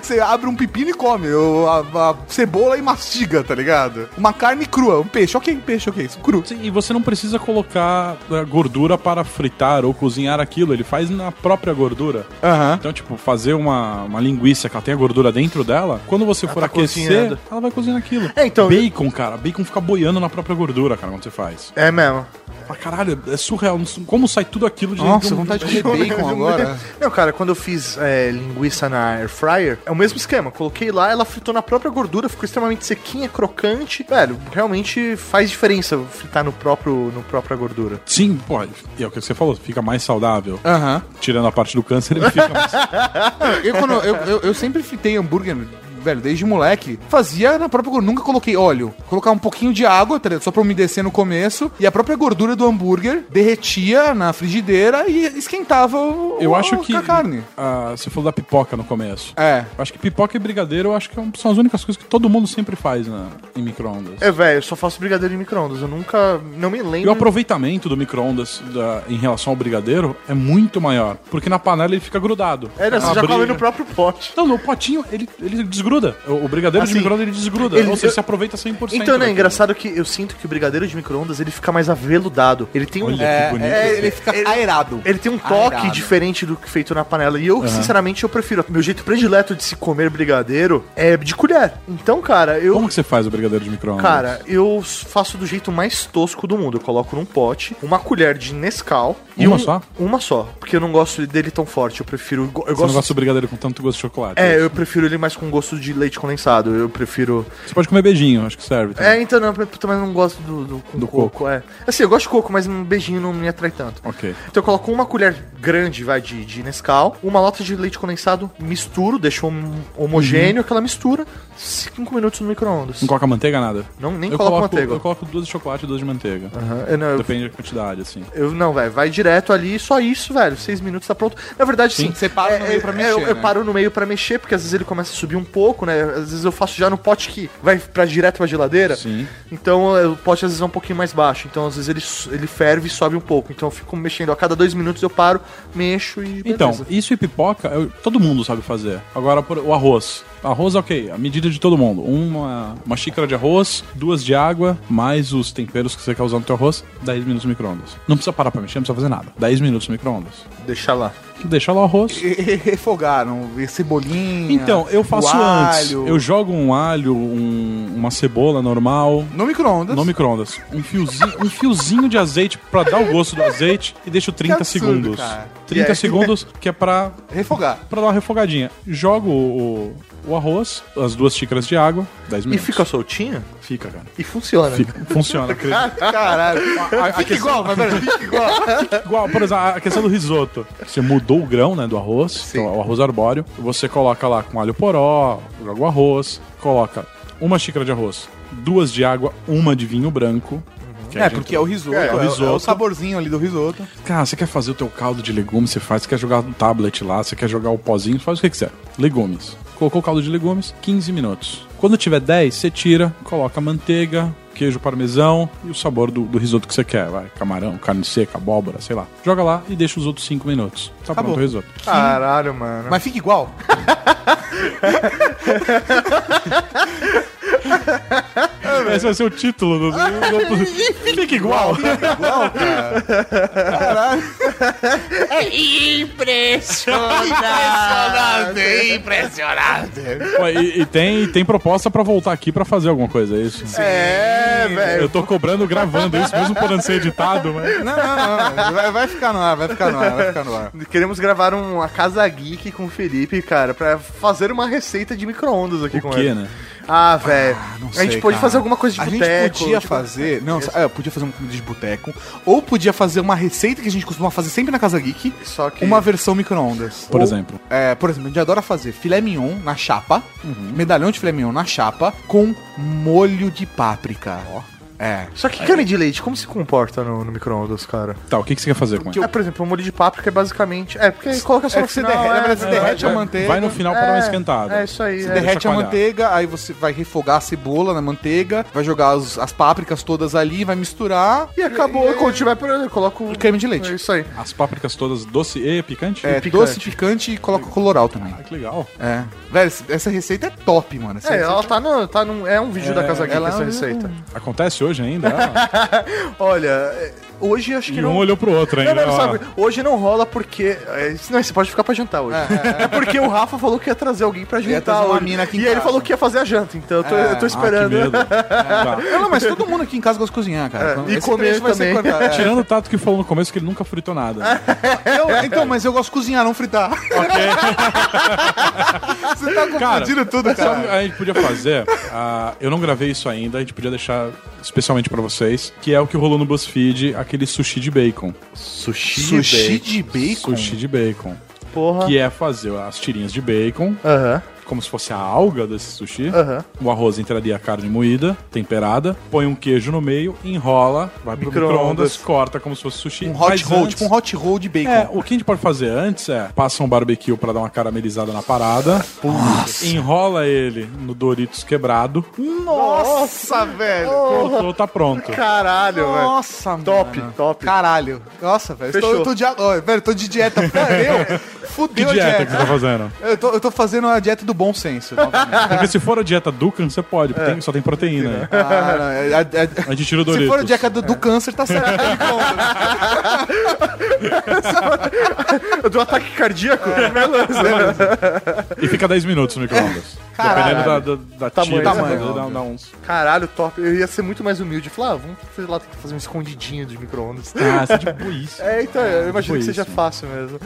Speaker 1: Você abre um pepino e come, ou a, a cebola e mastiga, tá ligado? Uma carne crua, um peixe, ok, peixe, ok, isso, cru.
Speaker 3: Sim, E você não precisa colocar eh, gordura para fritar ou cozinhar aquilo, ele faz na própria gordura.
Speaker 1: Aham.
Speaker 3: Então, tipo, fazer uma, uma linguiça que ela tenha gordura dentro dela, quando você for
Speaker 2: tá
Speaker 3: aquecer,
Speaker 2: cozinhando.
Speaker 3: ela vai cozinhar aquilo.
Speaker 2: É, então-
Speaker 3: Bacon, cara, bacon fica boiando na própria gordura, cara, quando você faz.
Speaker 2: É mesmo.
Speaker 3: Fala, caralho, é surreal, não- como sai tudo aquilo de
Speaker 1: Nossa,
Speaker 3: de um-
Speaker 1: vontade de comer bacon agora.
Speaker 2: Não, cara, quando eu fiz é, linguiça na air fryer, é o mesmo esquema. Coloquei lá, ela fritou na própria gordura, ficou extremamente sequinha, crocante. Velho, realmente faz diferença fritar no próprio, no própria gordura.
Speaker 3: Sim, pode. E é o que você falou, fica mais saudável.
Speaker 1: Aham.
Speaker 3: Tirando a parte do câncer, ele fica mais...
Speaker 1: Eu, quando- eu, eu- eu sempre fritei hambúrguer, velho, desde moleque. Fazia na própria gordura. Nunca coloquei óleo. Colocar um pouquinho de água, tá ligado? só pra umedecer no começo. E a própria gordura do hambúrguer derretia na frigideira e esquentava o,
Speaker 3: Eu
Speaker 1: o-
Speaker 3: acho que.
Speaker 1: a carne.
Speaker 3: ah, você falou da pipoca no começo.
Speaker 1: É.
Speaker 3: Eu acho que pipoca e brigadeiro eu acho que é um- são as únicas coisas que todo mundo sempre faz né, em micro-ondas.
Speaker 2: É, velho, eu só faço brigadeiro em micro-ondas. Eu nunca. Não me
Speaker 3: E o
Speaker 2: lembro.
Speaker 3: aproveitamento do micro-ondas da- em relação ao brigadeiro é muito maior. Porque na panela ele fica grudado.
Speaker 2: É, não, você já
Speaker 3: Abrir-
Speaker 2: come no próprio pote.
Speaker 3: Não, no potinho ele, ele desgruda. O o brigadeiro
Speaker 2: Assim,
Speaker 3: de micro-ondas ele desgruda.
Speaker 2: ele-
Speaker 3: Ou seja,
Speaker 2: eu-
Speaker 3: você aproveita 100%.
Speaker 2: Então, né,
Speaker 3: daquilo.
Speaker 2: engraçado que eu sinto que o brigadeiro de micro-ondas ele fica mais aveludado. Ele tem um.
Speaker 3: Olha que bonito.
Speaker 1: É, ele fica
Speaker 2: Ele-
Speaker 1: aerado.
Speaker 2: Ele tem um toque
Speaker 1: Airado.
Speaker 2: diferente do que feito na panela. E eu, sinceramente, eu prefiro. Meu jeito predileto de se comer brigadeiro é de colher. Então, cara, eu.
Speaker 3: Como que é você faz o brigadeiro de micro-ondas?
Speaker 2: Cara, eu faço do jeito mais tosco do mundo. Eu coloco num pote uma colher de Nescau.
Speaker 3: Uma
Speaker 2: um-
Speaker 3: só?
Speaker 2: Uma só. Porque eu não gosto dele tão forte. Eu prefiro. Eu
Speaker 3: Você
Speaker 2: gosto.
Speaker 3: não gosta do brigadeiro com tanto gosto de chocolate.
Speaker 2: É, eu prefiro ele mais com gosto de leite condensado. Eu prefiro.
Speaker 3: Você pode comer beijinho, acho que serve. também.
Speaker 2: É, então não, eu também não gosto do, do, com
Speaker 3: Do
Speaker 2: coco, É. Assim, eu gosto de coco, mas um beijinho não me atrai tanto.
Speaker 3: Ok.
Speaker 2: Então eu coloco uma colher grande, vai, de, de Nescau, uma lata de leite condensado, misturo, deixo hom-
Speaker 3: Uhum.
Speaker 2: homogêneo aquela mistura, cinco minutos no micro-ondas.
Speaker 3: Não coloca manteiga, nada?
Speaker 2: Não, nem
Speaker 3: eu
Speaker 2: coloco
Speaker 3: coloco
Speaker 2: manteiga.
Speaker 3: Eu coloco duas de chocolate e duas de manteiga.
Speaker 2: Aham, eu não, eu-
Speaker 3: Depende da quantidade, assim.
Speaker 2: eu não, velho, vai direto ali, só isso, velho, seis minutos tá pronto. Na verdade, sim.
Speaker 1: Você para no meio pra mexer,
Speaker 2: eu, eu
Speaker 1: né?
Speaker 2: paro no meio pra mexer, porque às vezes ele começa a subir um pouco, né? Às vezes eu faço já no pote que vai pra, direto pra geladeira.
Speaker 3: Sim.
Speaker 2: Então eh, o pote às vezes é um pouquinho mais baixo. Então às vezes ele, su- ele ferve e sobe um pouco. Então eu fico mexendo. A cada dois minutos eu paro, mexo e.
Speaker 3: Então,
Speaker 2: beleza.
Speaker 3: isso e pipoca, eu- todo mundo sabe fazer. Agora, por- o arroz. Arroz, ok, a medida de todo mundo. Uma, uma xícara de arroz, duas de água, mais os temperos que você quer usar no teu arroz, 10 minutos no micro-ondas. Não precisa parar pra mexer, não precisa fazer nada. 10 minutos no micro-ondas.
Speaker 2: deixa lá.
Speaker 3: Deixa lá o arroz.
Speaker 1: Refogaram, cebolinha.
Speaker 3: Então, eu faço
Speaker 1: o
Speaker 3: antes.
Speaker 1: alho.
Speaker 3: Eu jogo um alho, um- uma cebola normal.
Speaker 1: No micro-ondas.
Speaker 3: No micro-ondas. Um fiozinho, um fiozinho de azeite pra dar o gosto do azeite e deixo 30
Speaker 1: absurdo,
Speaker 3: segundos.
Speaker 1: cara.
Speaker 3: 30 segundos que é pra
Speaker 1: Refogar.
Speaker 3: Pra dar uma refogadinha. Jogo o, o arroz, as duas xícaras de água, 10
Speaker 2: E
Speaker 3: minutos.
Speaker 2: fica soltinho
Speaker 3: Fica, cara.
Speaker 2: e funciona.
Speaker 3: Fica. Funciona. acredito.
Speaker 1: Caralho.
Speaker 3: A, a questão,
Speaker 1: igual, mas peraí, fica igual.
Speaker 3: igual, por exemplo, a questão do risoto. Você mudou o grão, né, do arroz, então, o arroz arbóreo. Você coloca lá com alho poró, joga o arroz, coloca uma xícara de arroz, duas de água, uma de vinho branco. que aí
Speaker 1: É,
Speaker 3: já
Speaker 1: porque é
Speaker 3: entrou.
Speaker 1: o risoto.
Speaker 3: É,
Speaker 1: É,
Speaker 3: é o
Speaker 1: o É o
Speaker 3: risoto.
Speaker 1: saborzinho ali do risoto.
Speaker 3: Cara, você quer fazer o teu caldo de legumes, você faz. Você quer jogar um tablet lá, você quer jogar o pozinho, faz o que quiser. Legumes. Colocou o caldo de legumes, 15 minutos. Quando tiver 10, você tira, coloca manteiga, queijo parmesão e o sabor do, do risoto que você quer. Vai, camarão, carne seca, abóbora, sei lá. Joga lá e deixa os outros 5 minutos. Tá
Speaker 1: Acabou. Ah,
Speaker 3: pronto o risoto.
Speaker 2: Caralho, mano.
Speaker 1: Mas fica igual.
Speaker 3: Esse vai ser o título do.
Speaker 1: Ah,
Speaker 3: Fica igual. Ué, E, e tem, e tem proposta pra voltar aqui pra fazer alguma coisa, é isso?
Speaker 1: É, velho.
Speaker 3: Eu tô cobrando gravando isso, mesmo por não ser editado, mas.
Speaker 1: Não, não, não. Vai, vai ficar no ar, vai ficar no ar, vai ficar no ar.
Speaker 2: Queremos gravar uma casa geek com o Felipe, cara, pra fazer uma receita de micro-ondas aqui
Speaker 3: O
Speaker 2: com
Speaker 3: quê,
Speaker 2: ele.
Speaker 3: né?
Speaker 2: Ah, velho. a gente pode fazer alguma coisa de
Speaker 1: A
Speaker 2: boteco.
Speaker 1: gente podia
Speaker 2: tipo-
Speaker 1: fazer. Não, é, podia fazer uma comida de boteco. Ou podia fazer uma receita que a gente costuma fazer sempre na Casa Geek.
Speaker 2: Só que-
Speaker 1: Uma versão micro-ondas.
Speaker 3: Por
Speaker 1: Ou,
Speaker 3: exemplo.
Speaker 1: É, por exemplo, a gente adora fazer filé mignon na chapa.
Speaker 2: Uhum.
Speaker 1: Medalhão de filé mignon na chapa. Com molho de páprica. Ó. É.
Speaker 2: Só que creme de leite, como se comporta no, no micro-ondas, cara?
Speaker 3: Tá, o que, que você quer fazer com ele?
Speaker 2: É, por exemplo, o molho de páprica é basicamente. É, porque coloca só
Speaker 1: É
Speaker 2: no
Speaker 1: que você
Speaker 2: final,
Speaker 1: derrete, na
Speaker 2: é,
Speaker 1: verdade, você
Speaker 2: é,
Speaker 1: derrete
Speaker 2: é,
Speaker 1: a manteiga.
Speaker 3: Vai no final pra dar uma esquentada.
Speaker 2: É isso aí.
Speaker 1: Você
Speaker 2: é.
Speaker 1: derrete a
Speaker 3: chacoalhar.
Speaker 1: manteiga, aí você vai refogar a cebola na manteiga, vai jogar os- as pápricas todas ali, vai misturar
Speaker 2: E acabou, quando tiver por eu coloco
Speaker 1: e creme de leite.
Speaker 2: É isso aí.
Speaker 3: As pápricas todas doce e picante?
Speaker 1: É,
Speaker 2: picante.
Speaker 1: doce, picante e coloca coloral também.
Speaker 3: Ah, que legal.
Speaker 1: É. Velho, esse- essa receita é top, mano. Essa
Speaker 2: É,
Speaker 1: receita-
Speaker 2: ela tá no, tá num, é um vídeo da Casa Geek
Speaker 1: ela-
Speaker 2: essa receita.
Speaker 3: Acontece hoje ainda? Ah,
Speaker 2: Olha, é, hoje acho que
Speaker 3: e
Speaker 2: não.
Speaker 3: um olhou pro outro
Speaker 2: Não,
Speaker 3: ainda.
Speaker 2: não,
Speaker 3: ó.
Speaker 2: sabe, hoje não rola porque. é, Não, você pode ficar pra jantar hoje. É, porque o Rafa falou que ia trazer alguém pra jantar
Speaker 1: trazer uma
Speaker 2: hoje.
Speaker 1: mina aqui em
Speaker 2: e ele
Speaker 1: casa.
Speaker 2: falou que ia fazer a janta, então eu tô, eu tô
Speaker 3: Ah, que medo.
Speaker 2: esperando.
Speaker 3: Tá.
Speaker 1: Não, não, mas todo mundo aqui em casa gosta de cozinhar, cara.
Speaker 2: É,
Speaker 1: Então,
Speaker 2: e
Speaker 1: esse
Speaker 2: comer
Speaker 1: trecho vai ser
Speaker 2: também.
Speaker 1: cortado, é.
Speaker 3: Tá. Tirando o Tato que falou no começo que ele nunca fritou nada.
Speaker 1: Eu- então, mas eu gosto de cozinhar, não fritar.
Speaker 2: É,
Speaker 1: Você tá confundindo tudo,
Speaker 3: Sabe,
Speaker 1: cara.
Speaker 3: a gente podia fazer. ah, eu não gravei isso ainda, a gente podia deixar especialmente pra vocês, que é o que rolou no BuzzFeed, aquele sushi de bacon.
Speaker 2: Sushi.
Speaker 1: Sushi de bacon?
Speaker 3: Sushi de bacon.
Speaker 2: Porra.
Speaker 3: Que é fazer as tirinhas de bacon,
Speaker 2: Aham.
Speaker 3: como se fosse a alga desse sushi.
Speaker 2: Aham.
Speaker 3: O arroz entraria a carne moída, temperada, põe um queijo no meio, enrola, vai pro
Speaker 2: Micro-ondas.
Speaker 3: micro-ondas, corta como se fosse sushi.
Speaker 1: Um hot
Speaker 3: mas
Speaker 1: roll,
Speaker 3: antes-
Speaker 1: tipo um hot roll de bacon.
Speaker 3: É, o que a gente pode fazer antes é passa um barbecue pra dar uma caramelizada na parada, enrola ele no Doritos quebrado,
Speaker 1: Nossa, velho.
Speaker 3: cortou, tá pronto.
Speaker 2: Caralho, velho.
Speaker 1: Nossa, mano.
Speaker 2: Top, top.
Speaker 1: Caralho. Nossa, velho.
Speaker 2: Fechou.
Speaker 1: Tô, tô de, ó, velho, tô de dieta. Fudeu.
Speaker 3: Que
Speaker 1: Fudeu a
Speaker 3: dieta que você tá
Speaker 1: dieta.
Speaker 3: fazendo?
Speaker 1: Eu tô, eu tô fazendo a dieta do bom senso. novamente.
Speaker 3: Porque se for a dieta Dukan, você pode,
Speaker 1: É.
Speaker 3: porque tem- só tem proteína. né?
Speaker 1: Ah, não, é- é- é-
Speaker 3: A gente tira o
Speaker 1: Se
Speaker 3: Doritos.
Speaker 1: for a dieta do, do câncer, tá certo. Tá de conta.
Speaker 2: Do um ataque cardíaco? né,
Speaker 3: E fica 10 minutos no micro-ondas. Dependendo da, da, da
Speaker 2: Tamanho,
Speaker 3: tira, né?
Speaker 1: tamanho.
Speaker 3: dá- um, dá- dá uns.
Speaker 2: Caralho, top. Eu ia ser muito mais humilde. Falar, ah, vamos sei lá, tem que fazer um escondidinho de micro-ondas.
Speaker 3: Ah, isso é de boice.
Speaker 2: É, então, eu imagino
Speaker 3: Foi
Speaker 2: que seja
Speaker 3: isso.
Speaker 2: fácil mesmo.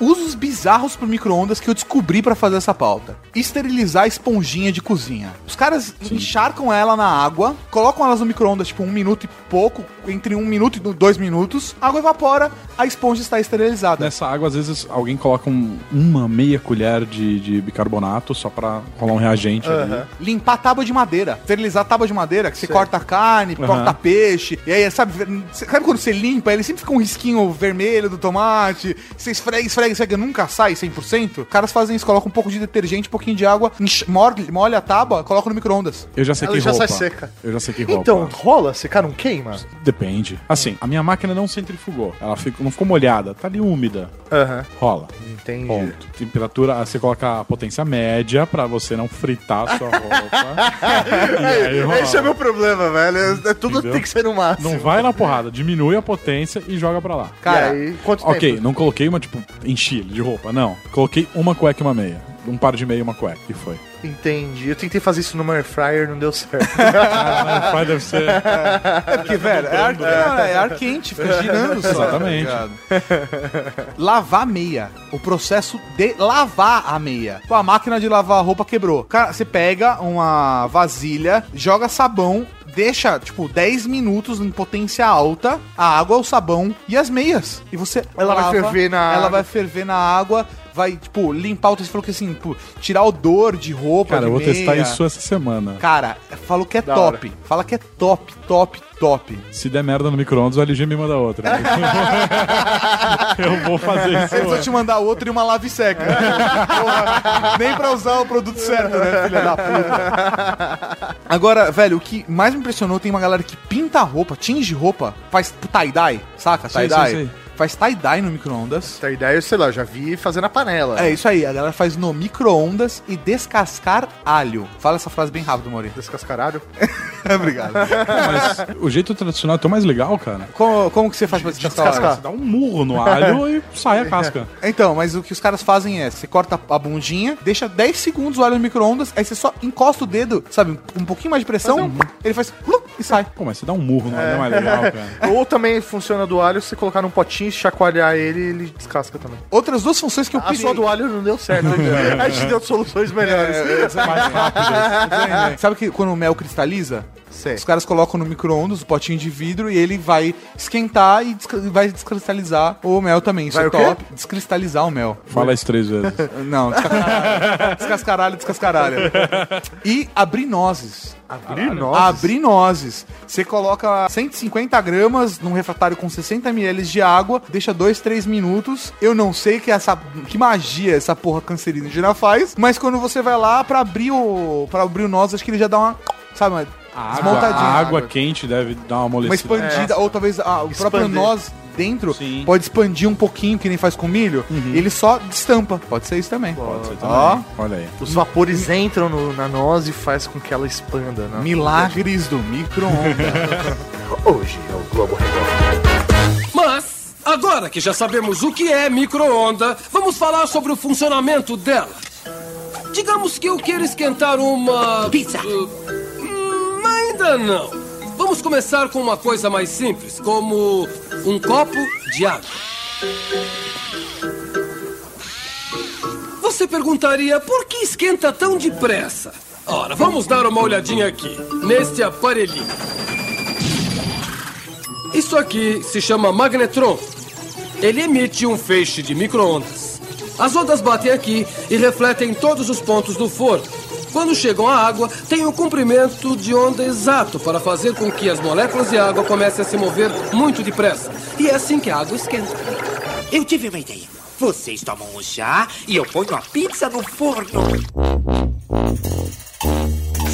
Speaker 1: Usos bizarros pro micro-ondas que eu descobri pra fazer essa pauta. Esterilizar a esponjinha de cozinha. Os caras encharcam ela na água, colocam elas no micro-ondas, tipo, um minuto e pouco, entre um minuto e dois minutos, a água evapora, a esponja está esterilizada.
Speaker 3: Nessa água, às vezes, alguém coloca um- uma meia colher de, de bicarbonato, só pra rolar um reagente ali.
Speaker 1: Limpar tábua de madeira. Esterilizar tábua de madeira, que você corta carne,
Speaker 3: Aham.
Speaker 1: corta peixe. E aí, sabe, ver- sabe quando você limpa, ele sempre fica um risquinho vermelho do tomate. Você esfrega, esfrega, esfrega, nunca sai 100%. Os caras fazem isso, colocam um pouco de detergente, um pouquinho de água, enche- molha molha a tábua, coloca no micro-ondas.
Speaker 3: Eu já sequei
Speaker 2: Ela já
Speaker 3: roupa.
Speaker 2: sai seca.
Speaker 3: Eu já sequei roupa.
Speaker 2: Então, rola secar, não queima?
Speaker 3: Depende. Assim, a minha máquina não centrifugou. Ela ficou- não ficou molhada. Tá ali úmida.
Speaker 2: Aham,
Speaker 3: Rola.
Speaker 2: entendi.
Speaker 3: Ponto. Temperatura, você coloca a potência média pra você não fritar a sua roupa. E aí rola.
Speaker 2: Esse é meu problema, velho. É- é Tudo
Speaker 3: Entendeu?
Speaker 2: tem que ser no máximo.
Speaker 3: Não vai na porrada, diminui a potência e joga pra lá.
Speaker 2: Cara,
Speaker 1: Cara,
Speaker 2: aí, quanto
Speaker 3: Ok,
Speaker 2: tempo?
Speaker 3: não coloquei uma, tipo, enchi ele de roupa, não. Coloquei uma cueca e uma meia. Um par de meia e uma cueca. E foi.
Speaker 2: Entendi. Eu tentei fazer isso no air fryer, não deu certo.
Speaker 3: Cara, pai deve ser.
Speaker 1: é porque,
Speaker 2: Tá
Speaker 1: velho, é ar,
Speaker 2: né?
Speaker 1: não, é ar quente, fica girando só.
Speaker 3: Exatamente.
Speaker 1: tá ligado? lavar a meia. O processo de lavar a meia. Pô, a máquina de lavar a roupa quebrou. Cara, você pega uma vasilha, joga sabão, deixa, tipo, 10 minutos em potência alta, a água, o sabão e as meias. E você
Speaker 2: Ela vai ferver na
Speaker 1: Ela
Speaker 2: água.
Speaker 1: vai ferver na água, vai, tipo, limpar o... Você falou que, assim, pô, tirar odor de roupa,
Speaker 3: Cara,
Speaker 1: de
Speaker 3: eu vou testar
Speaker 1: meia.
Speaker 3: isso essa semana.
Speaker 1: Cara, falou que é
Speaker 2: Da
Speaker 1: top. Fala que é top, top, top.
Speaker 3: Se der merda no micro-ondas, o LG me manda outra. eu vou fazer isso.
Speaker 1: Eu vou te mandar outro e uma lave seca. Porra, nem pra usar o produto certo, né, filha da puta. Agora, velho, o que mais me impressionou, tem uma galera que pinta roupa, tinge roupa, faz tie-dye, saca?
Speaker 3: Sei, sei,
Speaker 1: Tie-dye.
Speaker 3: sei.
Speaker 1: Faz tie-dye no micro-ondas.
Speaker 2: Essa ideia, eu sei lá, eu já vi fazer na panela.
Speaker 1: É isso aí, a galera faz no micro-ondas e descascar alho. Fala essa frase bem rápido, Mori.
Speaker 2: Descascaralho.
Speaker 1: Obrigado.
Speaker 3: Mas o jeito tradicional é tão mais legal, cara.
Speaker 1: Como, como que você faz pra descascar, alho?
Speaker 2: Descascar.
Speaker 3: Dá um murro no alho e sai a casca.
Speaker 1: Então, mas o que os caras fazem é, você corta a bundinha, deixa 10 segundos o alho no micro-ondas, aí você só encosta o dedo, sabe, um pouquinho mais de pressão, ele faz plup, e sai.
Speaker 3: Pô, mas você dá um murro no alho é mais legal, cara.
Speaker 2: Ou também funciona do alho, se você colocar num potinho e chacoalhar ele, ele descasca também.
Speaker 1: Outras duas funções que eu
Speaker 2: A
Speaker 1: pirei.
Speaker 2: sua Ah, do alho não deu certo. né? A gente deu soluções melhores.
Speaker 3: Mais rápido.
Speaker 1: É, Sabe que quando o mel cristaliza,
Speaker 2: Sei.
Speaker 1: os caras colocam no micro-ondas o potinho de vidro e ele vai esquentar e desca- vai descristalizar o mel também. Isso
Speaker 2: Vai
Speaker 1: é
Speaker 2: o quê?
Speaker 1: top. Descristalizar o mel.
Speaker 3: Fala isso três vezes.
Speaker 1: Não, descascaralho, descascaralho, descascaralho. E abrir nozes.
Speaker 2: Abrir
Speaker 1: Abrir nozes. Você coloca 150 gramas num refratário com 60 ml de água, deixa 2, 3 minutos. Eu não sei que essa que magia essa porra cancerígena faz, mas quando você vai lá pra abrir o para abrir o noz, acho que ele já dá uma, sabe, uma
Speaker 3: A água,
Speaker 1: desmontadinha.
Speaker 3: a água quente deve dar uma
Speaker 1: uma
Speaker 3: amolecida.
Speaker 1: expandida ou talvez ah, o próprio
Speaker 2: Expander.
Speaker 1: noz dentro
Speaker 3: Sim. Uhum.
Speaker 1: pode expandir um pouquinho, que nem faz com milho, e ele só destampa. Pode ser isso também.
Speaker 3: Pode ser também.
Speaker 1: Ó.
Speaker 3: Olha aí.
Speaker 2: Os vapores entram no- na noz e faz com que ela expanda, né?
Speaker 1: Milagres do micro-ondas.
Speaker 2: Hoje é o Globo Record.
Speaker 7: Mas, agora que já sabemos o que é micro-onda, vamos falar sobre o funcionamento dela. Digamos que eu queira esquentar uma.
Speaker 8: Pizza.
Speaker 7: Uh, hum, ainda não. Vamos começar com uma coisa mais simples, como um copo de água. Você perguntaria por que esquenta tão depressa? Ora, vamos dar uma olhadinha aqui, neste aparelhinho. Isso aqui se chama magnetron. Ele emite um feixe de micro-ondas. As ondas batem aqui e refletem em todos os pontos do forno. Quando chegam à água, tem o comprimento de onda exato para fazer com que as moléculas de água comecem a se mover muito depressa. E é assim que a água esquenta.
Speaker 8: Eu tive uma ideia. Vocês tomam um chá e eu ponho a pizza no forno.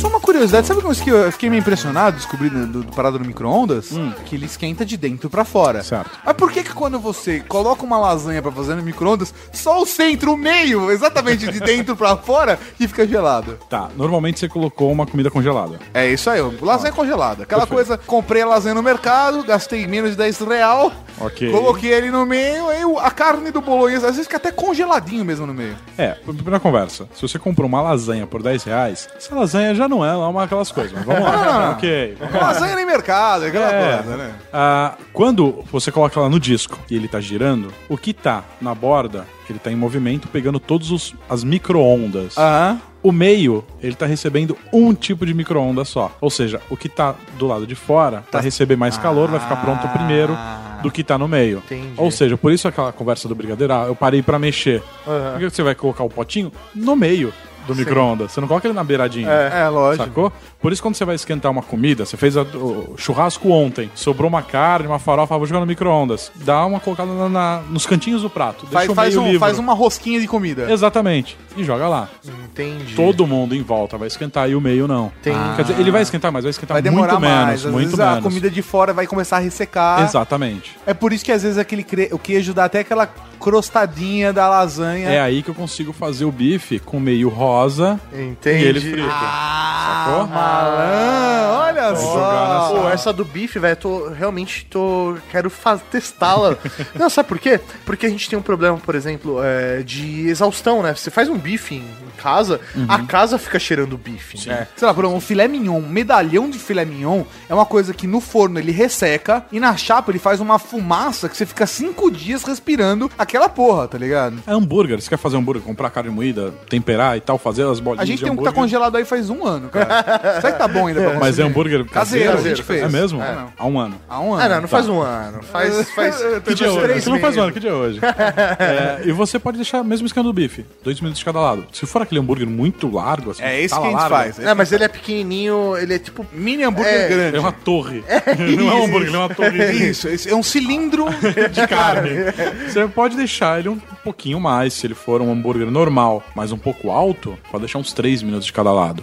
Speaker 1: Só uma curiosidade, sabe como isso que eu fiquei meio impressionado descobrindo do, do parado no micro-ondas? Que ele esquenta de dentro pra fora.
Speaker 3: Hum. Certo.
Speaker 1: Mas por que que quando você coloca uma lasanha pra fazer no micro-ondas, só o centro, o meio, exatamente de dentro pra fora, e fica gelado?
Speaker 3: Tá, normalmente você colocou uma comida congelada.
Speaker 1: É isso aí, ó, lasanha congelada. Aquela
Speaker 3: Ah, Perfeito.
Speaker 1: coisa, comprei a lasanha no mercado, gastei menos de 10 real,
Speaker 3: Ok.
Speaker 1: coloquei ele no meio, aí o- a carne do bolonhês, às vezes fica até congeladinho mesmo no meio.
Speaker 3: É, primeira conversa. Se você comprou uma lasanha por 10 reais, essa lasanha já não é lá uma aquelas coisas. Mas vamos
Speaker 1: Não, não, não.
Speaker 3: lá. ok. vamos lá.
Speaker 1: Lasanha no mercado, aquela
Speaker 3: É.
Speaker 1: coisa, né?
Speaker 3: Ah, quando você coloca ela no disco e ele tá girando, o que tá na borda, ele tá em movimento, pegando todas os- as micro-ondas.
Speaker 1: Aham.
Speaker 3: O meio, ele tá recebendo um tipo de micro-onda só. Ou seja, o que tá do lado de fora
Speaker 1: Tá-
Speaker 3: vai receber mais calor, vai ficar
Speaker 1: Ah.
Speaker 3: pronto primeiro do que tá no meio.
Speaker 2: Entendi.
Speaker 3: Ou seja, por isso aquela conversa do brigadeiro, ah, eu parei pra mexer. Por que você vai colocar o potinho? No meio. do micro-ondas. Você não coloca ele na beiradinha.
Speaker 1: É, é, lógico.
Speaker 3: Sacou? Por isso, quando você vai esquentar uma comida, você fez a- o churrasco ontem, sobrou uma carne, uma farofa, vou jogar no micro-ondas. Dá uma colocada na- na- nos cantinhos do prato. Deixa
Speaker 1: Faz,
Speaker 3: o
Speaker 1: faz,
Speaker 3: meio
Speaker 1: um,
Speaker 3: livre.
Speaker 1: faz uma rosquinha de comida.
Speaker 3: Exatamente. E joga lá.
Speaker 2: Entendi.
Speaker 3: Todo mundo em volta vai esquentar e o meio não. Ah.
Speaker 2: Tem-
Speaker 3: Quer dizer, ele vai esquentar, mas vai esquentar
Speaker 1: Vai demorar
Speaker 3: muito
Speaker 1: mais.
Speaker 3: menos.
Speaker 1: às
Speaker 3: Muito
Speaker 1: vezes
Speaker 3: menos.
Speaker 1: a comida de fora vai começar a ressecar.
Speaker 3: Exatamente.
Speaker 1: É por isso que às vezes aquele cre- o queijo dá até aquela crostadinha da lasanha.
Speaker 3: É aí que eu consigo fazer o bife com meio rosa
Speaker 2: Entendi.
Speaker 3: E ele frita. Sacou?
Speaker 1: Ah, olha
Speaker 3: jogar
Speaker 1: só.
Speaker 2: Pô, essa do bife, velho, eu tô realmente tô quero fa- testá-la. Não, sabe por quê? Porque a gente tem um problema, por exemplo, é, de exaustão, né? Você faz um bife em em casa, a casa fica cheirando bife.
Speaker 3: é.
Speaker 2: né?
Speaker 1: Sei lá, por exemplo, um filé mignon, um medalhão de filé mignon é uma coisa que no forno ele resseca e na chapa ele faz uma fumaça que você fica cinco dias respirando aquela porra, tá ligado?
Speaker 3: É hambúrguer. Você quer fazer hambúrguer, comprar carne moída, temperar e tal, fazer as bolinhas
Speaker 1: A gente
Speaker 3: de
Speaker 1: tem um que tá
Speaker 3: hambúrguer.
Speaker 1: congelado aí faz um ano, cara. Será que tá bom ainda pra
Speaker 3: Mas é
Speaker 1: consumir?
Speaker 3: hambúrguer
Speaker 1: Caseiro,
Speaker 3: caseiro?
Speaker 1: a gente fez.
Speaker 3: É mesmo?
Speaker 1: É, não.
Speaker 3: Há um ano.
Speaker 1: Há um ano.
Speaker 2: Ah, não, não
Speaker 1: Tá.
Speaker 2: faz um ano. Faz. faz tipo
Speaker 3: Que dia é
Speaker 2: uns
Speaker 3: hoje?
Speaker 2: três
Speaker 3: Você não faz um
Speaker 2: meses.
Speaker 3: ano, que dia é hoje? É, e você pode deixar mesmo esquema do bife. Dois minutos de cada lado. Se for aquele hambúrguer muito largo, assim...
Speaker 1: É esse
Speaker 2: Tá
Speaker 3: tala
Speaker 1: que a gente
Speaker 3: larga,
Speaker 1: faz.
Speaker 2: Não, mas ele é pequenininho, ele é tipo.
Speaker 1: Mini hambúrguer
Speaker 2: É.
Speaker 1: grande.
Speaker 3: É uma torre. não é um hambúrguer, ele é uma torre
Speaker 1: Isso, esse é um cilindro
Speaker 3: de carne. Você pode deixar ele um pouquinho mais, se ele for um hambúrguer normal, mas um pouco alto, pode deixar uns 3 minutos de cada lado.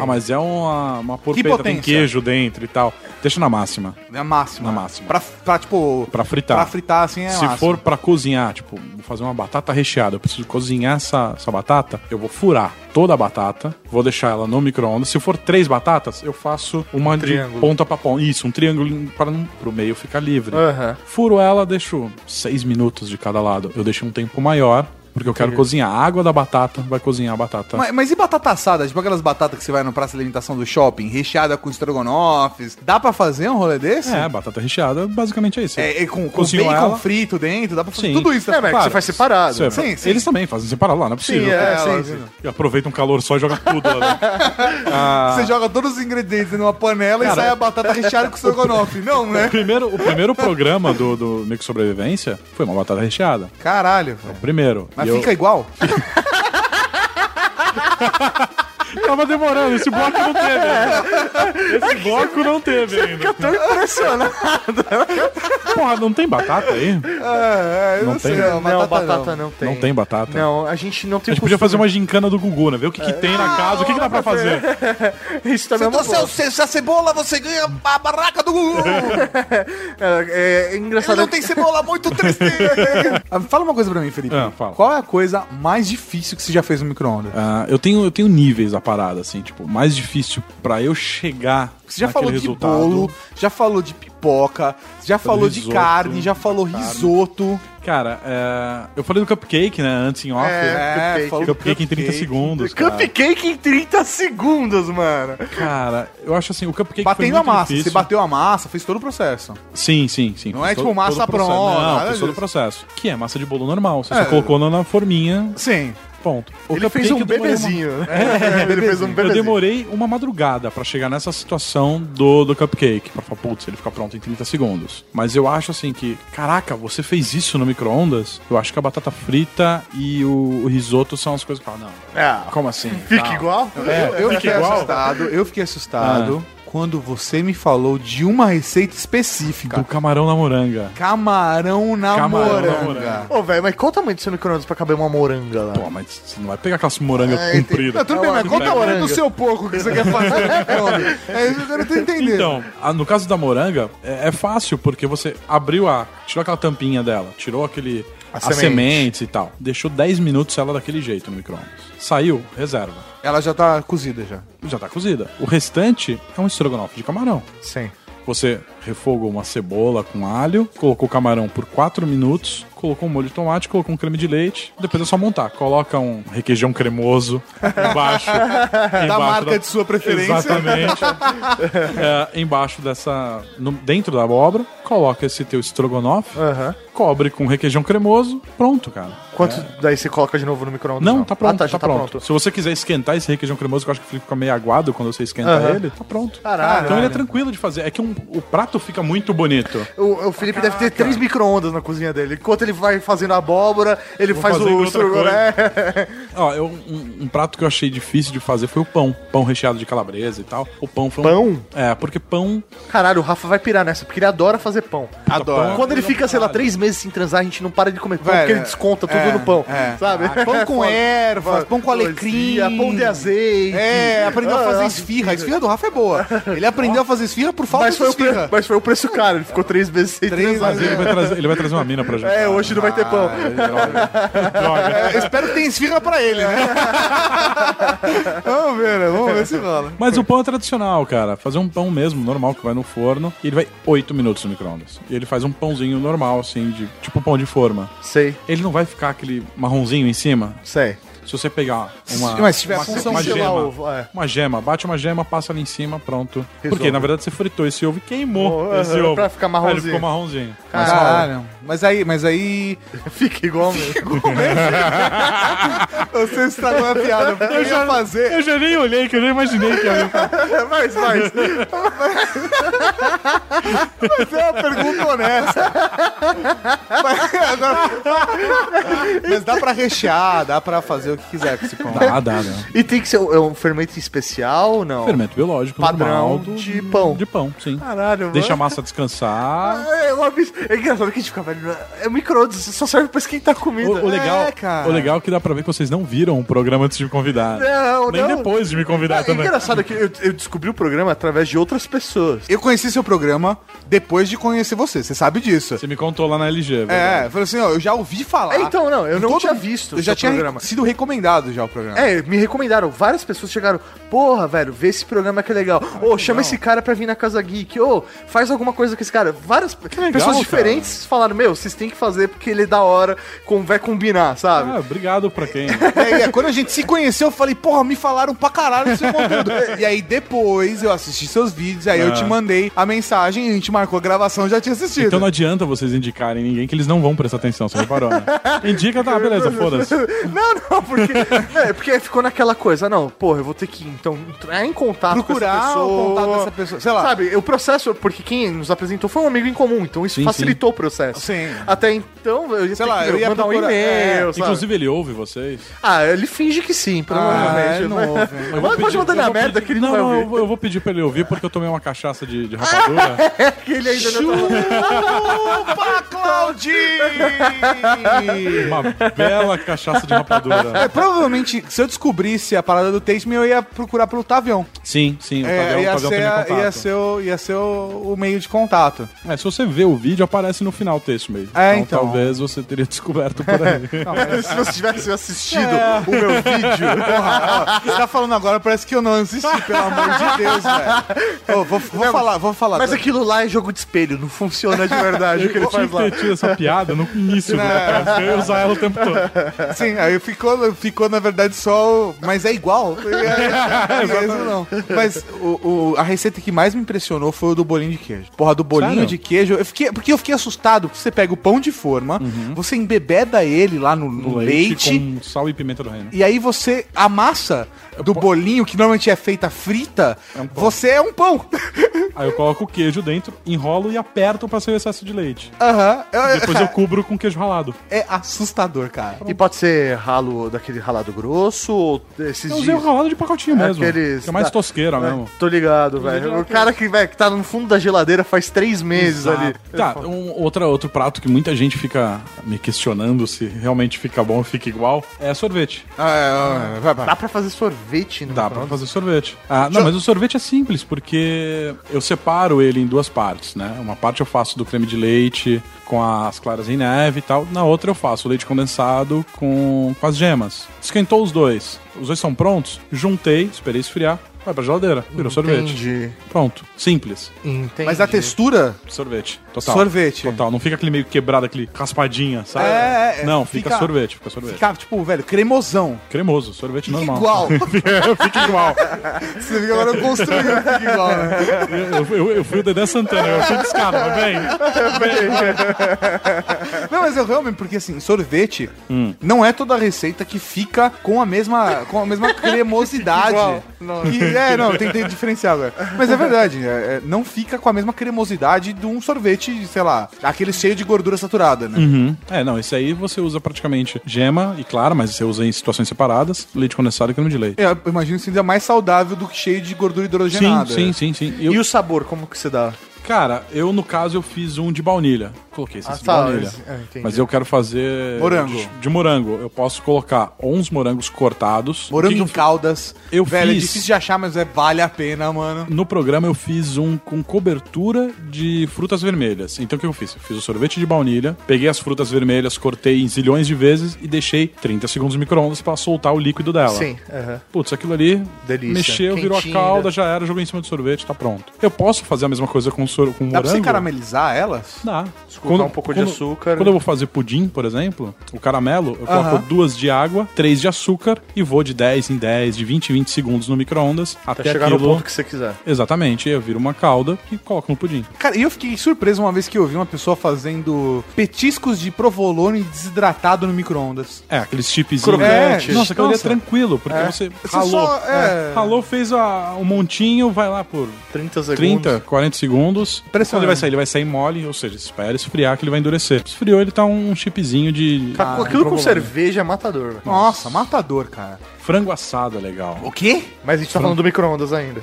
Speaker 3: Ah, mas é uma, uma porpeta, tem
Speaker 1: potência.
Speaker 3: queijo dentro e tal. Deixa na máxima.
Speaker 1: na máxima.
Speaker 3: Na máxima.
Speaker 1: Pra, pra, tipo...
Speaker 3: Pra fritar.
Speaker 1: Pra fritar, assim, é
Speaker 3: Se
Speaker 1: máximo.
Speaker 3: for pra cozinhar, tipo, vou fazer uma batata recheada, eu preciso cozinhar essa, essa batata, eu vou furar toda a batata, vou deixar ela no micro-ondas. Se for três batatas, eu faço uma de
Speaker 2: triângulo.
Speaker 3: ponta pra ponta. Isso, um triângulo para não, pro meio ficar livre.
Speaker 2: Aham.
Speaker 3: Furo ela, deixo seis minutos de cada lado. Eu deixo um tempo maior, porque eu quero cozinhar. A água da batata vai cozinhar a batata.
Speaker 1: Mas, mas e batata assada? Tipo aquelas batatas que você vai no praça de alimentação do shopping, recheada com estrogonofes. Dá pra fazer um rolê desse?
Speaker 3: É, batata recheada, basicamente é isso.
Speaker 1: É, e com, com
Speaker 3: Cozinho
Speaker 1: bacon
Speaker 3: ela.
Speaker 1: frito dentro, dá pra fazer
Speaker 3: Sim.
Speaker 1: tudo isso.
Speaker 2: Não, mas é que você faz separado.
Speaker 3: Isso é-
Speaker 1: Sim, sim.
Speaker 3: Eles também fazem separado lá, não é possível.
Speaker 2: Sim, é,
Speaker 1: ela-
Speaker 2: sim, sim.
Speaker 3: E aproveita um calor só e joga tudo lá dentro.
Speaker 1: Você joga todos os ingredientes numa panela e
Speaker 3: Cara,
Speaker 1: sai a batata recheada com estrogonofe. Não,
Speaker 3: O
Speaker 1: né?
Speaker 3: primeiro, o primeiro programa do, do Mix Sobrevivência foi uma batata recheada.
Speaker 1: Caralho, velho.
Speaker 3: Primeiro.
Speaker 1: Mas
Speaker 3: E eu-
Speaker 1: fica igual?
Speaker 3: Tava demorando, esse bloco não teve. ainda. Esse bloco não teve ainda.
Speaker 2: Tô impressionado.
Speaker 3: Porra, não tem batata aí?
Speaker 1: É, eu
Speaker 3: Não tem.
Speaker 2: Não, batata, não. tem.
Speaker 3: Não tem batata.
Speaker 2: Não, a gente não
Speaker 3: A
Speaker 2: tem
Speaker 3: gente podia fazer uma gincana do Gugu, né? Ver o que, que tem na casa, o que, que dá pra fazer.
Speaker 2: Isso também é uma boa.
Speaker 1: se a tá cebola, você ganha a barraca do Gugu.
Speaker 2: É, é engraçado.
Speaker 1: cebola, muito triste. Ah, Fala uma coisa pra mim, Felipe.
Speaker 3: Ah, fala.
Speaker 1: Qual é a coisa mais difícil que você já fez no micro-ondas?
Speaker 3: Ah, eu, tenho, eu tenho níveis da parada, assim, tipo, mais difícil pra eu chegar
Speaker 1: Você já
Speaker 3: naquele
Speaker 1: falou
Speaker 3: resultado.
Speaker 1: de bolo, já falou de pipoca, já falou de
Speaker 3: risoto.
Speaker 1: carne, já falou risoto.
Speaker 3: Cara, é, eu falei do cupcake, né, antes em off.
Speaker 2: É,
Speaker 1: falou
Speaker 3: Cupcake, em 30
Speaker 1: cupcake.
Speaker 3: segundos. Cara.
Speaker 2: Cupcake em 30 segundos, mano.
Speaker 3: Cara, eu acho assim, o cupcake foi
Speaker 1: Batendo
Speaker 3: muito
Speaker 1: a massa,
Speaker 3: difícil.
Speaker 1: você bateu a massa, fez todo o processo.
Speaker 3: Sim, sim, sim.
Speaker 1: Não
Speaker 3: Fez
Speaker 1: é tipo massa
Speaker 3: o processo.
Speaker 1: pronta,
Speaker 3: Não,
Speaker 1: nada
Speaker 3: fez todo o
Speaker 1: disso.
Speaker 3: processo. Que é massa de bolo normal. Você
Speaker 1: É.
Speaker 3: só colocou na, na forminha,
Speaker 1: Sim.
Speaker 3: ponto. O
Speaker 2: Ele fez
Speaker 3: cupcake
Speaker 2: um
Speaker 3: eu demorei uma- É,
Speaker 2: bebezinho. ele fez um
Speaker 3: Eu
Speaker 2: bebezinho.
Speaker 3: demorei uma madrugada pra chegar nessa situação do, do cupcake. Pra falar, putz, ele fica pronto em 30 segundos. Mas eu acho assim que, caraca, você fez isso no micro-ondas? Eu acho que a batata frita e o, o risoto são as coisas que eu falo, não,
Speaker 2: Ah,
Speaker 3: como assim?
Speaker 2: fica
Speaker 3: Não.
Speaker 2: igual?
Speaker 3: É,
Speaker 1: Eu
Speaker 3: fica
Speaker 1: fiquei
Speaker 3: igual?
Speaker 1: assustado, eu fiquei assustado quando você me falou de uma receita específica.
Speaker 3: Do camarão na moranga.
Speaker 1: Camarão na
Speaker 3: Camarão na
Speaker 1: moranga.
Speaker 3: moranga.
Speaker 2: Ô, velho, mas qual o tamanho do seu micro-ondas pra caber uma moranga lá?
Speaker 3: Pô, mas você não vai pegar aquelas morangas
Speaker 2: Ah, entendi.
Speaker 3: compridas.
Speaker 1: Não, tudo bem, mas
Speaker 3: Não,
Speaker 1: qual que é o
Speaker 2: Moranga.
Speaker 1: horário do seu porco que você quer fazer no micro-ondas? É isso que eu não tô entendendo.
Speaker 3: Então, a- no caso da moranga, é, é fácil, porque você abriu a. tirou aquela tampinha dela, tirou aquele.
Speaker 2: A
Speaker 3: A
Speaker 2: semente.
Speaker 3: semente e tal. Deixou 10 minutos ela daquele jeito no micro-ondas. Saiu, reserva.
Speaker 1: Ela já tá cozida já.
Speaker 3: Já tá cozida. O restante é um estrogonofe de camarão.
Speaker 2: Sim.
Speaker 3: Você refogou uma cebola com alho, colocou o camarão por 4 minutos, colocou um molho de tomate, colocou um creme de leite. Depois é só montar. Coloca um requeijão cremoso embaixo.
Speaker 1: Da
Speaker 3: embaixo
Speaker 1: marca de sua preferência.
Speaker 3: Exatamente. É, embaixo dessa. no- dentro da abóbora, coloca esse teu estrogonofe,
Speaker 2: Aham.
Speaker 3: cobre com requeijão cremoso, pronto, cara.
Speaker 2: Quanto daí você coloca de novo no micro-ondas?
Speaker 3: Não, tá pronto,
Speaker 2: Ah, É. tá, já
Speaker 3: tá, pronto. Se você quiser esquentar esse requeijão cremoso, que eu acho que fica meio aguado quando você esquenta
Speaker 2: Aham.
Speaker 3: ele, tá pronto.
Speaker 2: Caralho.
Speaker 3: Então ele é tranquilo de fazer. É que um- o prato fica muito bonito.
Speaker 2: O, o Felipe deve ter três micro-ondas na cozinha dele. Enquanto ele vai fazendo a abóbora, ele faz
Speaker 3: fazendo
Speaker 2: o é.
Speaker 3: outra
Speaker 2: estrogonofe.
Speaker 3: Ó, eu, um, um prato que eu achei difícil de fazer foi o pão. Pão recheado de calabresa e tal. O pão foi um...
Speaker 2: Pão?
Speaker 3: É, porque pão...
Speaker 2: Caralho, o Rafa vai pirar nessa, porque ele adora fazer pão.
Speaker 1: Adoro.
Speaker 3: pão-
Speaker 2: Quando ele fica, sei lá, três meses sem transar, a gente não para de comer pão, porque ele desconta tudo
Speaker 1: é,
Speaker 2: no pão,
Speaker 1: é.
Speaker 2: sabe?
Speaker 1: Ah, pão com
Speaker 2: Foda.
Speaker 1: ervas, pão com alecrim.
Speaker 2: Poesia, pão de azeite.
Speaker 1: É, aprendeu a
Speaker 2: Ah,
Speaker 1: fazer
Speaker 2: ah,
Speaker 1: esfirra. A esfirra do Rafa é boa. Ele aprendeu a fazer esfirra por falta
Speaker 2: Mas
Speaker 1: de
Speaker 2: foi, o pre-
Speaker 1: esfirra.
Speaker 2: mas foi o preço caro, ele ficou três meses sem
Speaker 1: Três
Speaker 2: transar.
Speaker 3: Mas ele vai trazer, ele vai trazer uma mina pra gente.
Speaker 2: É, hoje não vai ter pão.
Speaker 1: É, espero que tenha esfirra pra ele, né? vamos ver, né? Vamos ver se rola.
Speaker 3: Mas o pão é tradicional, cara. Fazer um pão mesmo, normal, que vai no forno. E ele vai 8 minutos no micro-ondas. E ele faz um pãozinho normal, assim, de tipo pão de forma.
Speaker 2: Sei,
Speaker 3: Ele não vai ficar aquele marronzinho em cima.
Speaker 2: sei.
Speaker 3: Se você pegar uma.
Speaker 1: Mas se tiver
Speaker 3: uma,
Speaker 1: função,
Speaker 3: uma
Speaker 2: sei lá,
Speaker 3: gema.
Speaker 2: ovo, é.
Speaker 3: Uma gema. Bate uma gema, passa ali em cima, pronto. Porque
Speaker 2: Resolve.
Speaker 3: na verdade você fritou esse ovo e queimou
Speaker 2: Oh,
Speaker 3: esse
Speaker 2: aham,
Speaker 3: ovo.
Speaker 2: pra ficar
Speaker 3: Aí
Speaker 2: marronzinho.
Speaker 3: Ele ficou marronzinho.
Speaker 1: Caralho. Mas aí, mas aí.
Speaker 2: Fica igual mesmo.
Speaker 1: Você estragou a piada, porque eu ia fazer.
Speaker 3: Eu já nem olhei, que eu nem imaginei que um ia
Speaker 2: É, Mas, mas,
Speaker 1: Isso é uma pergunta honesta. Mas, agora- mas dá pra rechear, dá pra fazer o que quiser com esse pão.
Speaker 3: Dá, dá, né?
Speaker 2: E tem que ser um é um fermento especial ou não?
Speaker 3: Fermento biológico,
Speaker 2: Padrão
Speaker 3: normal, do-
Speaker 2: de pão. Ah,
Speaker 3: De pão, sim.
Speaker 2: Caralho, mano.
Speaker 3: Deixa a massa descansar.
Speaker 2: É, uma bis- é engraçado que a gente fica, velho, é micro-ondas, só serve pra esquentar comida.
Speaker 3: O, o legal,
Speaker 1: É, cara.
Speaker 3: o legal é que dá pra ver que vocês não viram o programa antes de me convidar.
Speaker 2: Ah. Não,
Speaker 3: Nem
Speaker 2: não.
Speaker 3: depois de me convidar
Speaker 2: É
Speaker 3: também.
Speaker 2: engraçado que eu, eu descobri o programa através de outras pessoas.
Speaker 1: Eu conheci seu programa depois de conhecer você, você sabe disso.
Speaker 3: Você me contou lá na LG, velho.
Speaker 1: É, falou assim, ó, eu já ouvi falar.
Speaker 2: É, então, não, eu não
Speaker 1: Todo-
Speaker 2: tinha visto
Speaker 1: Eu já
Speaker 2: seu
Speaker 1: tinha
Speaker 2: programa.
Speaker 1: sido recomendado já o programa.
Speaker 2: É, me recomendaram, várias pessoas chegaram, porra, velho, vê esse programa que é legal.
Speaker 1: Ah,
Speaker 2: Ô, chama esse cara pra vir na Casa Geek. Ô, faz alguma coisa com esse cara. Várias pe-
Speaker 3: legal,
Speaker 2: pessoas
Speaker 3: cara.
Speaker 2: diferentes falaram, meu, vocês têm que fazer porque ele é da hora, com, vai combinar, sabe?
Speaker 3: Ah, obrigado pra quem.
Speaker 1: É, e é, quando a gente se conheceu, eu falei, porra, me falaram pra caralho do seu conteúdo. e aí depois eu assisti seus vídeos, aí eu
Speaker 3: Ah.
Speaker 1: te mandei a mensagem, a gente marcou a gravação, já tinha assistido.
Speaker 3: Então não adianta vocês indicarem ninguém que eles não vão prestar atenção, você reparou, né? Indica, tá, beleza, foda-se.
Speaker 2: Não, não, porque. é, porque ficou naquela coisa, não, porra, eu vou ter que então entrar em contato com essa
Speaker 1: Procurar
Speaker 2: pessoa.
Speaker 1: o contato dessa pessoa, sei lá.
Speaker 2: Sabe, o processo, porque quem nos apresentou foi um amigo em comum, então isso
Speaker 3: Sim,
Speaker 2: facilitou o processo.
Speaker 1: Sim.
Speaker 2: Até então, eu ia,
Speaker 1: Sei
Speaker 2: ter
Speaker 1: lá,
Speaker 2: que,
Speaker 1: eu
Speaker 2: meu,
Speaker 1: ia
Speaker 2: mandar um
Speaker 1: procurar-
Speaker 2: e-mail.
Speaker 1: é,
Speaker 2: sabe?
Speaker 3: Inclusive, ele ouve vocês.
Speaker 2: Ah, ele finge que sim,
Speaker 1: Ah,
Speaker 2: provavelmente.
Speaker 1: é
Speaker 2: né?
Speaker 1: novo, hein?
Speaker 3: Eu
Speaker 2: Mas
Speaker 3: vou
Speaker 2: pode
Speaker 3: pedir-
Speaker 2: mandar
Speaker 3: eu
Speaker 2: na
Speaker 3: vou
Speaker 2: merda
Speaker 3: pedir-
Speaker 2: que ele não,
Speaker 3: não, não,
Speaker 2: vai
Speaker 3: eu
Speaker 2: ouvir.
Speaker 3: vou- eu vou pedir pra ele ouvir porque eu tomei uma cachaça de, de rapadura.
Speaker 2: Que ele ainda não-
Speaker 1: Chupa, Claudinho!
Speaker 3: uma bela cachaça de
Speaker 1: É,
Speaker 3: rapadura.
Speaker 1: provavelmente, se eu descobrisse a parada do Taste Me, eu ia procurar pelo Tavião.
Speaker 3: Sim, sim, o
Speaker 1: É,
Speaker 3: Tavião, o
Speaker 1: ia,
Speaker 3: Tavião
Speaker 1: ser,
Speaker 3: tem meu
Speaker 1: a-
Speaker 3: contato.
Speaker 1: ia ser, o, ia ser o, o meio de contato.
Speaker 3: É, se você vê o vídeo, aparece no final o texto mesmo.
Speaker 1: É, então.
Speaker 3: Talvez você teria descoberto por aí.
Speaker 2: Se você tivesse assistido o meu vídeo.
Speaker 1: Porra, ó, você tá falando agora, parece que eu não assisti, pelo amor de Deus, velho. Ô, vou, vou falar, vou falar.
Speaker 2: Mas aquilo lá é jogo de espelho, não funciona de verdade o que ele
Speaker 3: Eu tinha
Speaker 2: faz
Speaker 3: que
Speaker 2: lá.
Speaker 3: ter tido essa piada no início, né? cara? Eu ia usar ela o tempo todo.
Speaker 1: Sim, aí ficou, ficou na verdade só. o- Mas é igual. É, mesmo, não. Mas o, o- a receita que mais me impressionou foi o do bolinho de queijo. Porra, do bolinho
Speaker 3: Sério?
Speaker 1: de queijo. Eu fiquei, porque eu fiquei assustado. Porque você pega o pão de forma, você embebeda ele lá no, no leite.
Speaker 3: com sal e pimenta do reino.
Speaker 1: E aí você, a massa do bolinho, que normalmente é feita frita, você é um pão.
Speaker 3: Aí eu coloco o queijo dentro, enrolo e aperto pra sair o excesso de leite.
Speaker 1: Aham. Eu-
Speaker 3: Depois eu cubro com queijo ralado.
Speaker 1: É assustador, cara.
Speaker 2: E pode ser ralo daquele ralado grosso ou esses
Speaker 3: Eu usei o
Speaker 2: dias.
Speaker 3: ralado de pacotinho mesmo.
Speaker 2: Aqueles-
Speaker 3: Que é mais
Speaker 2: tá.
Speaker 3: tosqueira
Speaker 2: É,
Speaker 3: mesmo.
Speaker 2: Tô ligado, velho. O cara que, vai que tá no fundo da geladeira faz três meses ali.
Speaker 3: Tá, um, outra, outro prato que muita gente fica me questionando se realmente fica bom ou fica igual é sorvete.
Speaker 1: Ah, é, vai,
Speaker 3: Tá
Speaker 1: vai.
Speaker 2: Dá pra fazer sorvete, né?
Speaker 3: Dá pra fazer sorvete. Ah, não, mas o sorvete é simples, porque eu separo ele em duas partes, né? Uma parte eu faço do creme de leite com as claras em neve e tal. Na outra eu faço o leite condensado com, com as gemas. Esquentou os dois. Os dois são prontos. Juntei, esperei esfriar. Vai pra geladeira. Virou sorvete.
Speaker 2: Entendi.
Speaker 3: Pronto. Simples.
Speaker 2: Entendi.
Speaker 1: Mas a textura
Speaker 3: Sorvete. Total.
Speaker 1: Sorvete.
Speaker 3: Total. Não fica aquele meio quebrado, aquele raspadinha, sabe?
Speaker 1: É, é, é.
Speaker 3: Não, fica,
Speaker 1: Fica-
Speaker 3: sorvete. Fica sorvete.
Speaker 1: fica, tipo, velho, cremosão.
Speaker 3: Cremoso. Sorvete normal.
Speaker 1: Igual.
Speaker 3: fica igual.
Speaker 1: Você fica agora construindo, fica igual, né?
Speaker 3: Eu, eu- eu fui o Dedé Santana, eu fui discado, mas bem.
Speaker 1: Não, mas eu realmente, porque assim, sorvete
Speaker 3: Hum.
Speaker 1: não é toda receita que fica com a mesma, com a mesma cremosidade.
Speaker 2: Igual.
Speaker 1: Que- é, não, eu tentei diferenciar agora. Mas é verdade, é, é, não fica com a mesma cremosidade de um sorvete somente, sei lá, aquele cheio de gordura saturada, né?
Speaker 3: Uhum. É, não, esse aí você usa praticamente gema e clara, mas você usa em situações separadas, leite condensado e creme de leite.
Speaker 1: Eu imagino que seja mais saudável do que cheio de gordura hidrogenada.
Speaker 3: Sim, sim, sim, sim.
Speaker 2: E
Speaker 3: Eu,
Speaker 2: o sabor, como que você dá?
Speaker 3: Cara, eu no caso eu fiz um de baunilha. Coloquei esse
Speaker 2: Ah,
Speaker 3: de
Speaker 2: tá,
Speaker 3: baunilha.
Speaker 2: mas- é, entendi.
Speaker 3: mas eu quero fazer.
Speaker 1: Morango.
Speaker 3: De, de morango. Eu posso colocar uns morangos cortados.
Speaker 1: Morango
Speaker 3: Que
Speaker 1: em caldas.
Speaker 3: eu
Speaker 1: Velho, é
Speaker 3: fiz-
Speaker 1: difícil de achar, mas é, vale a pena, mano.
Speaker 3: No programa eu fiz um com cobertura de frutas vermelhas. Então o que eu fiz? Eu fiz o sorvete de baunilha, peguei as frutas vermelhas, cortei em zilhões de vezes e deixei 30 segundos no micro-ondas pra soltar o líquido dela.
Speaker 2: Sim, aham.
Speaker 3: Putz, aquilo ali
Speaker 2: Delícia.
Speaker 3: mexeu, virou a
Speaker 2: Quentinho,
Speaker 3: calda,
Speaker 2: né?
Speaker 3: já era, jogou em cima do sorvete, tá pronto. Eu posso fazer a mesma coisa com, sor
Speaker 1: Dá
Speaker 3: com morango?
Speaker 1: pra você caramelizar elas?
Speaker 3: Dá.
Speaker 2: Escutar um pouco de açúcar.
Speaker 3: Quando eu vou fazer pudim, por exemplo, o caramelo, eu
Speaker 1: Aham.
Speaker 3: coloco duas de água, três de açúcar e vou de 10 em 10, de 20 em 20 segundos no micro-ondas até,
Speaker 2: Até chegar
Speaker 3: aquilo...
Speaker 2: no Tá ponto que você quiser.
Speaker 3: Exatamente, eu viro uma calda e coloco no pudim.
Speaker 1: Cara, e eu fiquei surpreso uma vez que eu vi uma pessoa fazendo petiscos de provolone desidratado no micro-ondas.
Speaker 3: É, aqueles chipzinhos.
Speaker 1: Crocante.
Speaker 3: É, nossa, aquilo ali é
Speaker 1: Nossa.
Speaker 3: tranquilo, porque você
Speaker 1: Você
Speaker 3: ralou.
Speaker 1: só- é.
Speaker 3: Ralou, fez a- um montinho, vai lá por
Speaker 2: 30 segundos.
Speaker 3: 30, 40 segundos.
Speaker 1: Impressionante.
Speaker 3: Quando ele vai sair? Ele vai sair mole, ou seja, espera esfriar que ele vai endurecer. Esfriou, ele tá um chipzinho de
Speaker 2: Tá, com aquilo com cerveja é matador, velho.
Speaker 1: Nossa, matador, cara.
Speaker 3: frango assado, é legal.
Speaker 1: O quê?
Speaker 2: Mas a gente tá falando do micro-ondas ainda.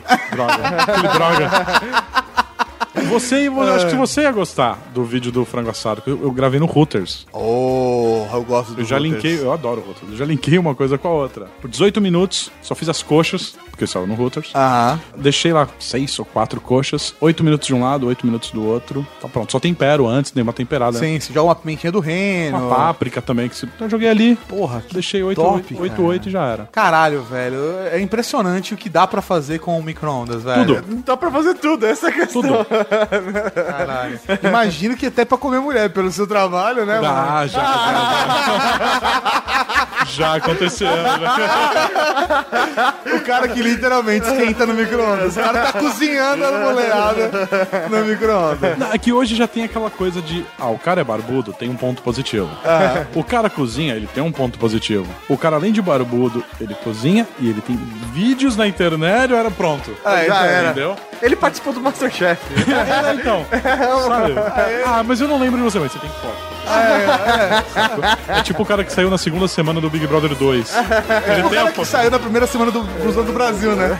Speaker 3: Você, eu
Speaker 1: É.
Speaker 3: acho que você ia gostar do vídeo do frango assado, que eu eu gravei no Hooters.
Speaker 1: Oh, eu gosto do
Speaker 3: Eu já linkei, eu adoro o Hooters, eu já linkei uma coisa com a outra. Por 18 minutos, só fiz as coxas, porque eu estava no Hooters.
Speaker 1: Aham.
Speaker 3: Deixei lá seis ou quatro coxas, oito minutos de um lado, oito minutos do outro. Tá pronto, só tempero antes, dei uma temperada.
Speaker 1: Sim, você joga uma pimentinha do reino.
Speaker 3: Uma páprica também, que se... então eu joguei ali,
Speaker 1: Porra, que
Speaker 3: deixei oito,
Speaker 1: top,
Speaker 3: oito, oito,
Speaker 1: cara.
Speaker 3: oito e já era.
Speaker 1: Caralho, velho. É impressionante o que dá pra fazer com o micro-ondas, velho.
Speaker 3: Tudo,
Speaker 2: Dá pra fazer tudo, essa é a questão.
Speaker 3: tudo.
Speaker 1: Caralho. Imagino que até pra comer mulher, pelo seu trabalho, né, mano?
Speaker 3: Ah, já. Já aconteceu, né?
Speaker 1: O cara que literalmente esquenta no micro-ondas. O cara tá cozinhando a mulherada no micro-ondas.
Speaker 3: Não, É que hoje já tem aquela coisa de. Ah, o cara é barbudo, tem um ponto positivo. O cara cozinha, ele tem um ponto positivo. O cara, além de barbudo, ele cozinha e ele tem vídeos na internet, era pronto.
Speaker 1: Ah,
Speaker 2: Já
Speaker 1: então,
Speaker 2: era.
Speaker 3: Entendeu?
Speaker 2: Ele participou do Masterchef.
Speaker 3: É, então. Sabe? Ah, mas eu não lembro de você, mas você tem foto. É, tipo o cara que saiu na segunda semana do Big Brother 2. Ele tem a
Speaker 1: Que
Speaker 3: foto.
Speaker 1: saiu na primeira semana do Cruzão do Brasil, né?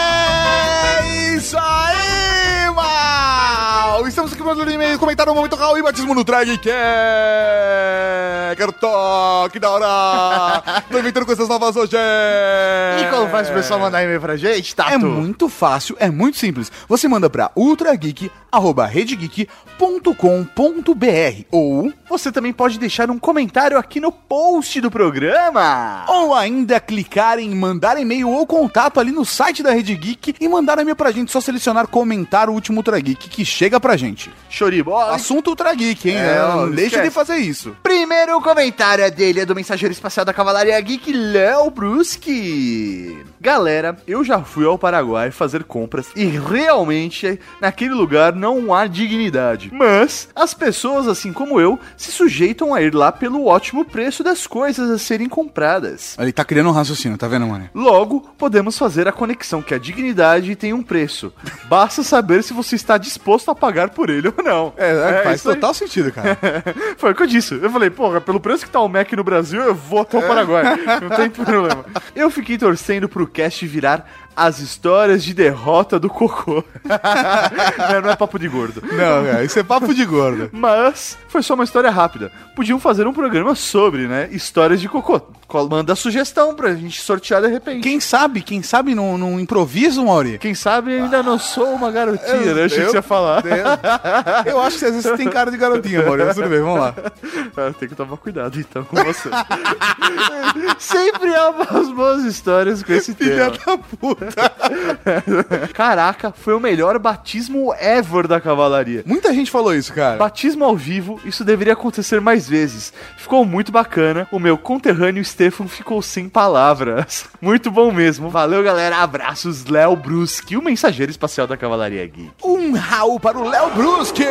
Speaker 1: É isso aí, mal! Estamos aqui mandando e-mail, comentaram muito Raul e batismo no drag que é... Quero toque da hora! Tô inventando coisas novas hoje!
Speaker 2: E como faz o pessoal mandar e-mail pra gente, Tato?
Speaker 1: É muito fácil, é muito simples. Você manda pra ultrageek.redegeek.com.br ou,
Speaker 2: Você também pode deixar um comentário aqui no post do programa.
Speaker 1: ou ainda clicar em mandar e-mail ou contato ali no site da Rede Geek e mandar e-mail pra gente. Só selecionar comentar o último Ultra Geek que chega pra gente.
Speaker 2: Show de bola.
Speaker 1: Assunto Ultra Geek, hein?
Speaker 2: É,
Speaker 1: É,
Speaker 2: ó,
Speaker 1: não deixa
Speaker 2: esquece.
Speaker 1: de fazer isso.
Speaker 2: Primeiro comentário é dele, é do mensageiro espacial da Cavalaria Geek, Léo Bruschi. Galera, eu já fui ao Paraguai fazer compras e realmente naquele lugar não há dignidade. Mas as pessoas, assim como eu, se sujeitam a ir lá pelo ótimo preço das coisas a serem compradas.
Speaker 1: Ele tá criando um raciocínio, tá vendo, mano?
Speaker 2: Logo, podemos fazer a conexão que a dignidade tem um preço. Basta saber se você está disposto a pagar por ele ou não. isso aí.
Speaker 1: sentido, cara.
Speaker 2: é, Foi o que eu disse. Eu falei, porra, pelo preço que tá o Mac no Brasil, eu vou até o Paraguai. Não tem problema. É. Eu fiquei torcendo pro cast virar as histórias de derrota do cocô. não, não é papo de gordo.
Speaker 1: não, cara, isso é papo de gordo.
Speaker 2: Mas foi só uma história rápida. Podiam fazer um programa sobre, né? Histórias de cocô. Qual- Manda sugestão pra gente sortear de repente.
Speaker 1: Quem sabe, quem sabe não, não improvisa, Mauri?
Speaker 2: Quem sabe ainda não sou uma garotinha, né? Achei que
Speaker 1: eu-
Speaker 2: você ia falar.
Speaker 1: Eu acho que às vezes tem cara de garotinha, Mauri, mas tudo bem, vamos lá.
Speaker 2: Ah, Tem que tomar cuidado então com você. Sempre há umas boas histórias com esse tema.
Speaker 1: da puta.
Speaker 2: Caraca, foi o melhor batismo ever da cavalaria.
Speaker 1: Muita gente falou isso, cara.
Speaker 2: Batismo ao vivo, isso deveria acontecer mais vezes. Ficou muito bacana. O meu conterrâneo Stefan ficou sem palavras. Muito bom mesmo. Valeu, galera. Abraços, Léo Brusque, o mensageiro espacial da Cavalaria Geek.
Speaker 1: Um Raul para o Léo Brusque,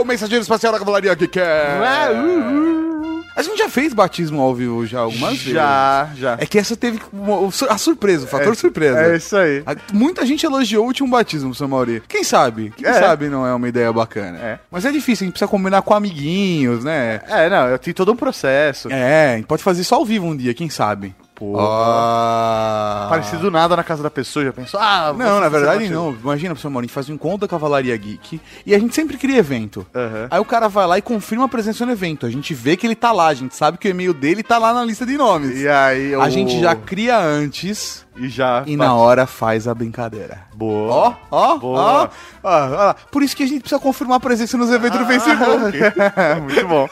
Speaker 1: o mensageiro espacial da Cavalaria Geek.
Speaker 2: É. uhum.
Speaker 1: A gente já fez batismo ao vivo já algumas vezes.
Speaker 2: já, já.
Speaker 1: É que essa teve uma- a surpresa, o fator surpresa.
Speaker 2: É isso aí.
Speaker 1: A- Muita gente elogiou o último batismo, seu Mauri. Quem sabe? Quem
Speaker 2: É.
Speaker 1: sabe não é uma ideia bacana.
Speaker 2: É.
Speaker 1: Mas é difícil, a gente precisa combinar com amiguinhos, né?
Speaker 2: É, não, eu tenho todo um processo.
Speaker 1: É, pode fazer só ao vivo um dia, quem sabe?
Speaker 2: Pô.
Speaker 1: Ah.
Speaker 2: Apareci do nada na casa da pessoa, já pensou, ah, vou
Speaker 1: Não, na
Speaker 2: fazer
Speaker 1: verdade
Speaker 2: batismo.
Speaker 1: não. Imagina, professor Maurinho, a gente faz um encontro da Cavalaria Geek e a gente sempre cria evento.
Speaker 2: Aham.
Speaker 1: Aí o cara vai lá e confirma a presença no evento. A gente vê que ele tá lá, a gente sabe que o e-mail dele tá lá na lista de nomes.
Speaker 2: E aí,
Speaker 1: A
Speaker 2: o-
Speaker 1: gente já cria antes
Speaker 2: E já.
Speaker 1: e na hora faz a brincadeira. Ó,
Speaker 2: Boa.
Speaker 1: ó, ó,
Speaker 2: Boa.
Speaker 1: ó, ó. Por isso que a gente precisa confirmar a presença nos eventos
Speaker 2: Ah.
Speaker 1: do Facebook.
Speaker 2: Muito bom.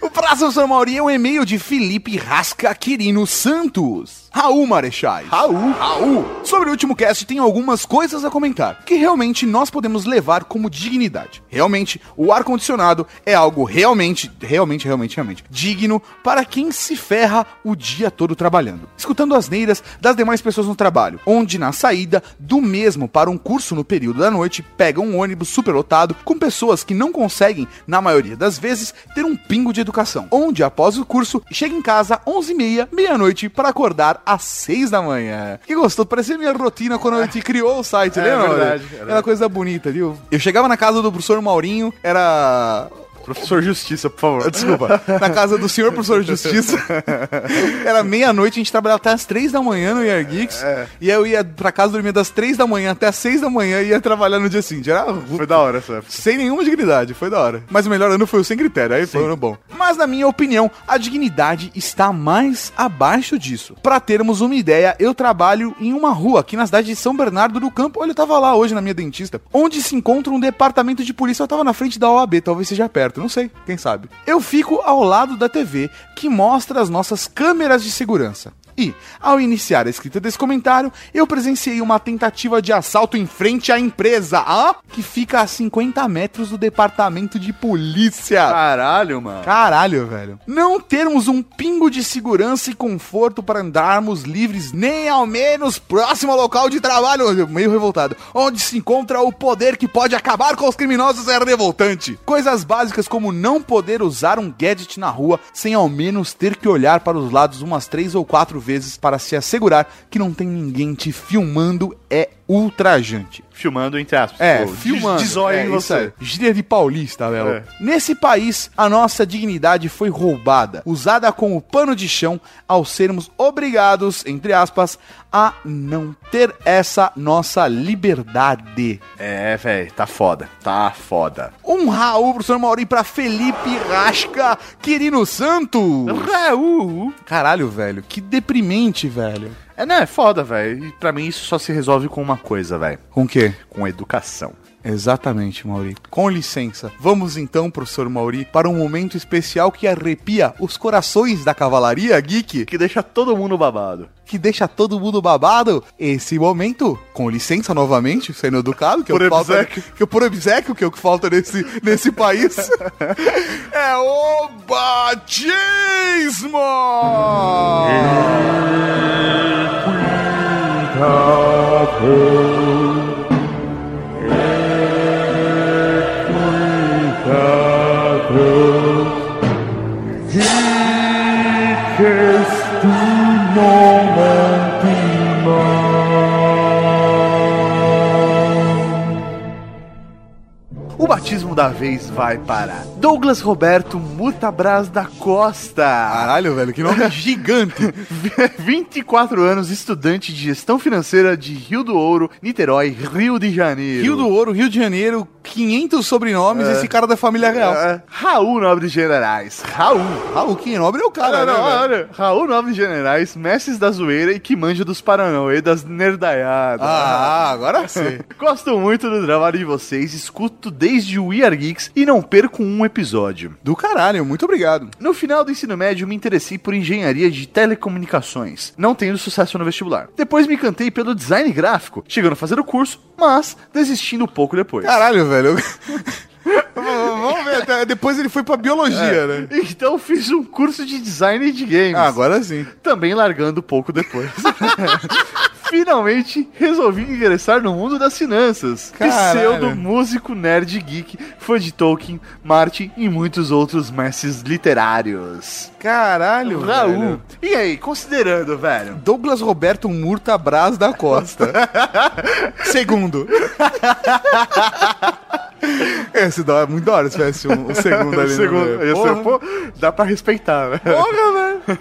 Speaker 1: O próximo, Sr. Mauri, é um e-mail de Felipe Rasca Quirino Santos. Raul Marechais.
Speaker 2: Raul.
Speaker 1: Raul. Sobre o último cast, tem algumas coisas a comentar que realmente nós podemos levar como dignidade. Realmente, o ar-condicionado é algo realmente, realmente, realmente, realmente digno para quem se ferra o dia todo trabalhando. Escutando as neiras das demais pessoas no trabalho, onde na saída do mesmo para um curso no período da noite, pega um ônibus superlotado com pessoas que não conseguem, na maioria das vezes, ter um pingo de educação. Onde, após o curso, chega em casa 11h30, meia-noite, para acordar às 6 da manhã. Que gostoso, parecia minha rotina quando a gente criou o site,
Speaker 2: É
Speaker 1: lembra?
Speaker 2: verdade,
Speaker 1: Mauri?
Speaker 2: é
Speaker 1: Era
Speaker 2: verdade.
Speaker 1: coisa bonita, viu? Eu chegava na casa do professor Maurinho, era
Speaker 2: Professor Justiça, por favor.
Speaker 1: Desculpa. Na casa do senhor professor de justiça. Era meia-noite, a gente trabalhava até as três da manhã no Year Geeks. E aí eu ia pra casa dormia das três da manhã até as seis da manhã e ia trabalhar no dia seguinte. Era
Speaker 2: Foi da hora essa época.
Speaker 1: sem nenhuma dignidade, foi da hora. Mas o melhor ano foi o sem critério, aí foi o ano bom. Mas na minha opinião, a dignidade está mais abaixo disso. Pra termos uma ideia, eu trabalho em uma rua aqui na cidade de São Bernardo do Campo. Olha, eu tava lá hoje na minha dentista, onde se encontra um departamento de polícia. Eu tava na frente da OAB, talvez seja perto, não sei, quem sabe. Eu fico ao lado da TV que mostra as nossas câmeras de segurança. E, ao iniciar a escrita desse comentário, eu presenciei uma tentativa de assalto em frente à empresa, ah, que fica a 50 metros do departamento de polícia.
Speaker 2: Caralho, mano.
Speaker 1: Caralho, velho. Não termos um pingo de segurança e conforto para andarmos livres, nem ao menos próximo ao local de trabalho, meio revoltado, onde se encontra o poder que pode acabar com os criminosos é revoltante. Coisas básicas como não poder usar um gadget na rua sem ao menos ter que olhar para os lados umas três ou quatro vezes para se assegurar que não tem ninguém te filmando é ultrajante.
Speaker 2: Filmando, entre aspas.
Speaker 1: É,
Speaker 2: Pô, de-
Speaker 1: filmando.
Speaker 2: De zóio
Speaker 1: é,
Speaker 2: em
Speaker 1: isso aí.
Speaker 2: você.
Speaker 1: Gíria de paulista, Léo.
Speaker 2: É.
Speaker 1: Nesse país, a nossa dignidade foi roubada, usada como pano de chão ao sermos obrigados, entre aspas, a não ter essa nossa liberdade.
Speaker 2: É, velho, tá foda. Tá foda.
Speaker 1: Um Raul pro Sr. Mauri pra Felipe Rasca, Quirino Santos.
Speaker 2: É, Raul.
Speaker 1: Caralho, velho, que deprimente, velho.
Speaker 2: uh, É, né? É foda, velho. E pra mim isso só se resolve com uma coisa, velho.
Speaker 1: Com o quê?
Speaker 2: Com educação.
Speaker 1: Exatamente, Mauri. Com licença, vamos então, professor Mauri, para um momento especial que arrepia os corações da Cavalaria Geek,
Speaker 2: Que deixa todo mundo babado.
Speaker 1: que deixa todo mundo babado. Esse momento, com licença novamente, sendo educado, que, é o
Speaker 2: Por
Speaker 1: que falta,
Speaker 2: obséquio.
Speaker 1: que é por obséquio, que é o que falta nesse, nesse país, é o batismo!
Speaker 2: O batismo da vez vai para Douglas Roberto Mutabras da Costa.
Speaker 1: Caralho, velho, que nome gigante!
Speaker 2: 24 anos, estudante de gestão financeira de Rio do Ouro, Niterói, Rio de Janeiro.
Speaker 1: Rio do Ouro, Rio de Janeiro, 500 sobrenomes, esse cara da família real.
Speaker 2: É, Raul Nobre Generais. Raul.
Speaker 1: Raul Quinobre é o cara,
Speaker 2: Cara,
Speaker 1: né,
Speaker 2: não,
Speaker 1: velho?
Speaker 2: olha. Raul Nobre Generais, mestres da zoeira e que manja dos Paranauê, das nerdaiadas.
Speaker 1: Ah, agora sim.
Speaker 2: Gosto muito do trabalho de vocês, escuto desde o We Are Geeks e não perco um episódio.
Speaker 1: Do caralho, muito obrigado.
Speaker 2: No final do ensino médio, me interessei por engenharia de telecomunicações, não tendo sucesso no vestibular. Depois me encantei pelo design gráfico, chegando a fazer o curso, mas desistindo um pouco depois.
Speaker 1: Caralho, velho. Vamos ver, até- depois ele foi pra biologia, né?
Speaker 2: Então fiz um curso de design de games.
Speaker 1: Ah, agora sim.
Speaker 2: Também largando um pouco depois. Finalmente resolvi ingressar no mundo das finanças.
Speaker 1: Caralho.
Speaker 2: Pseudo músico nerd geek, fã de Tolkien, Martin e muitos outros mestres literários.
Speaker 1: Caralho,
Speaker 2: É Raul,
Speaker 1: velho.
Speaker 2: e aí, considerando, velho,
Speaker 1: Douglas Roberto Murta Brás da Costa. segundo. Esse dó é muito da hora se tivesse um, um segundo ali. no
Speaker 2: Segundo,
Speaker 1: meio.
Speaker 2: ia ser,
Speaker 1: Porra.
Speaker 2: pô, dá pra respeitar, né?
Speaker 1: Porra,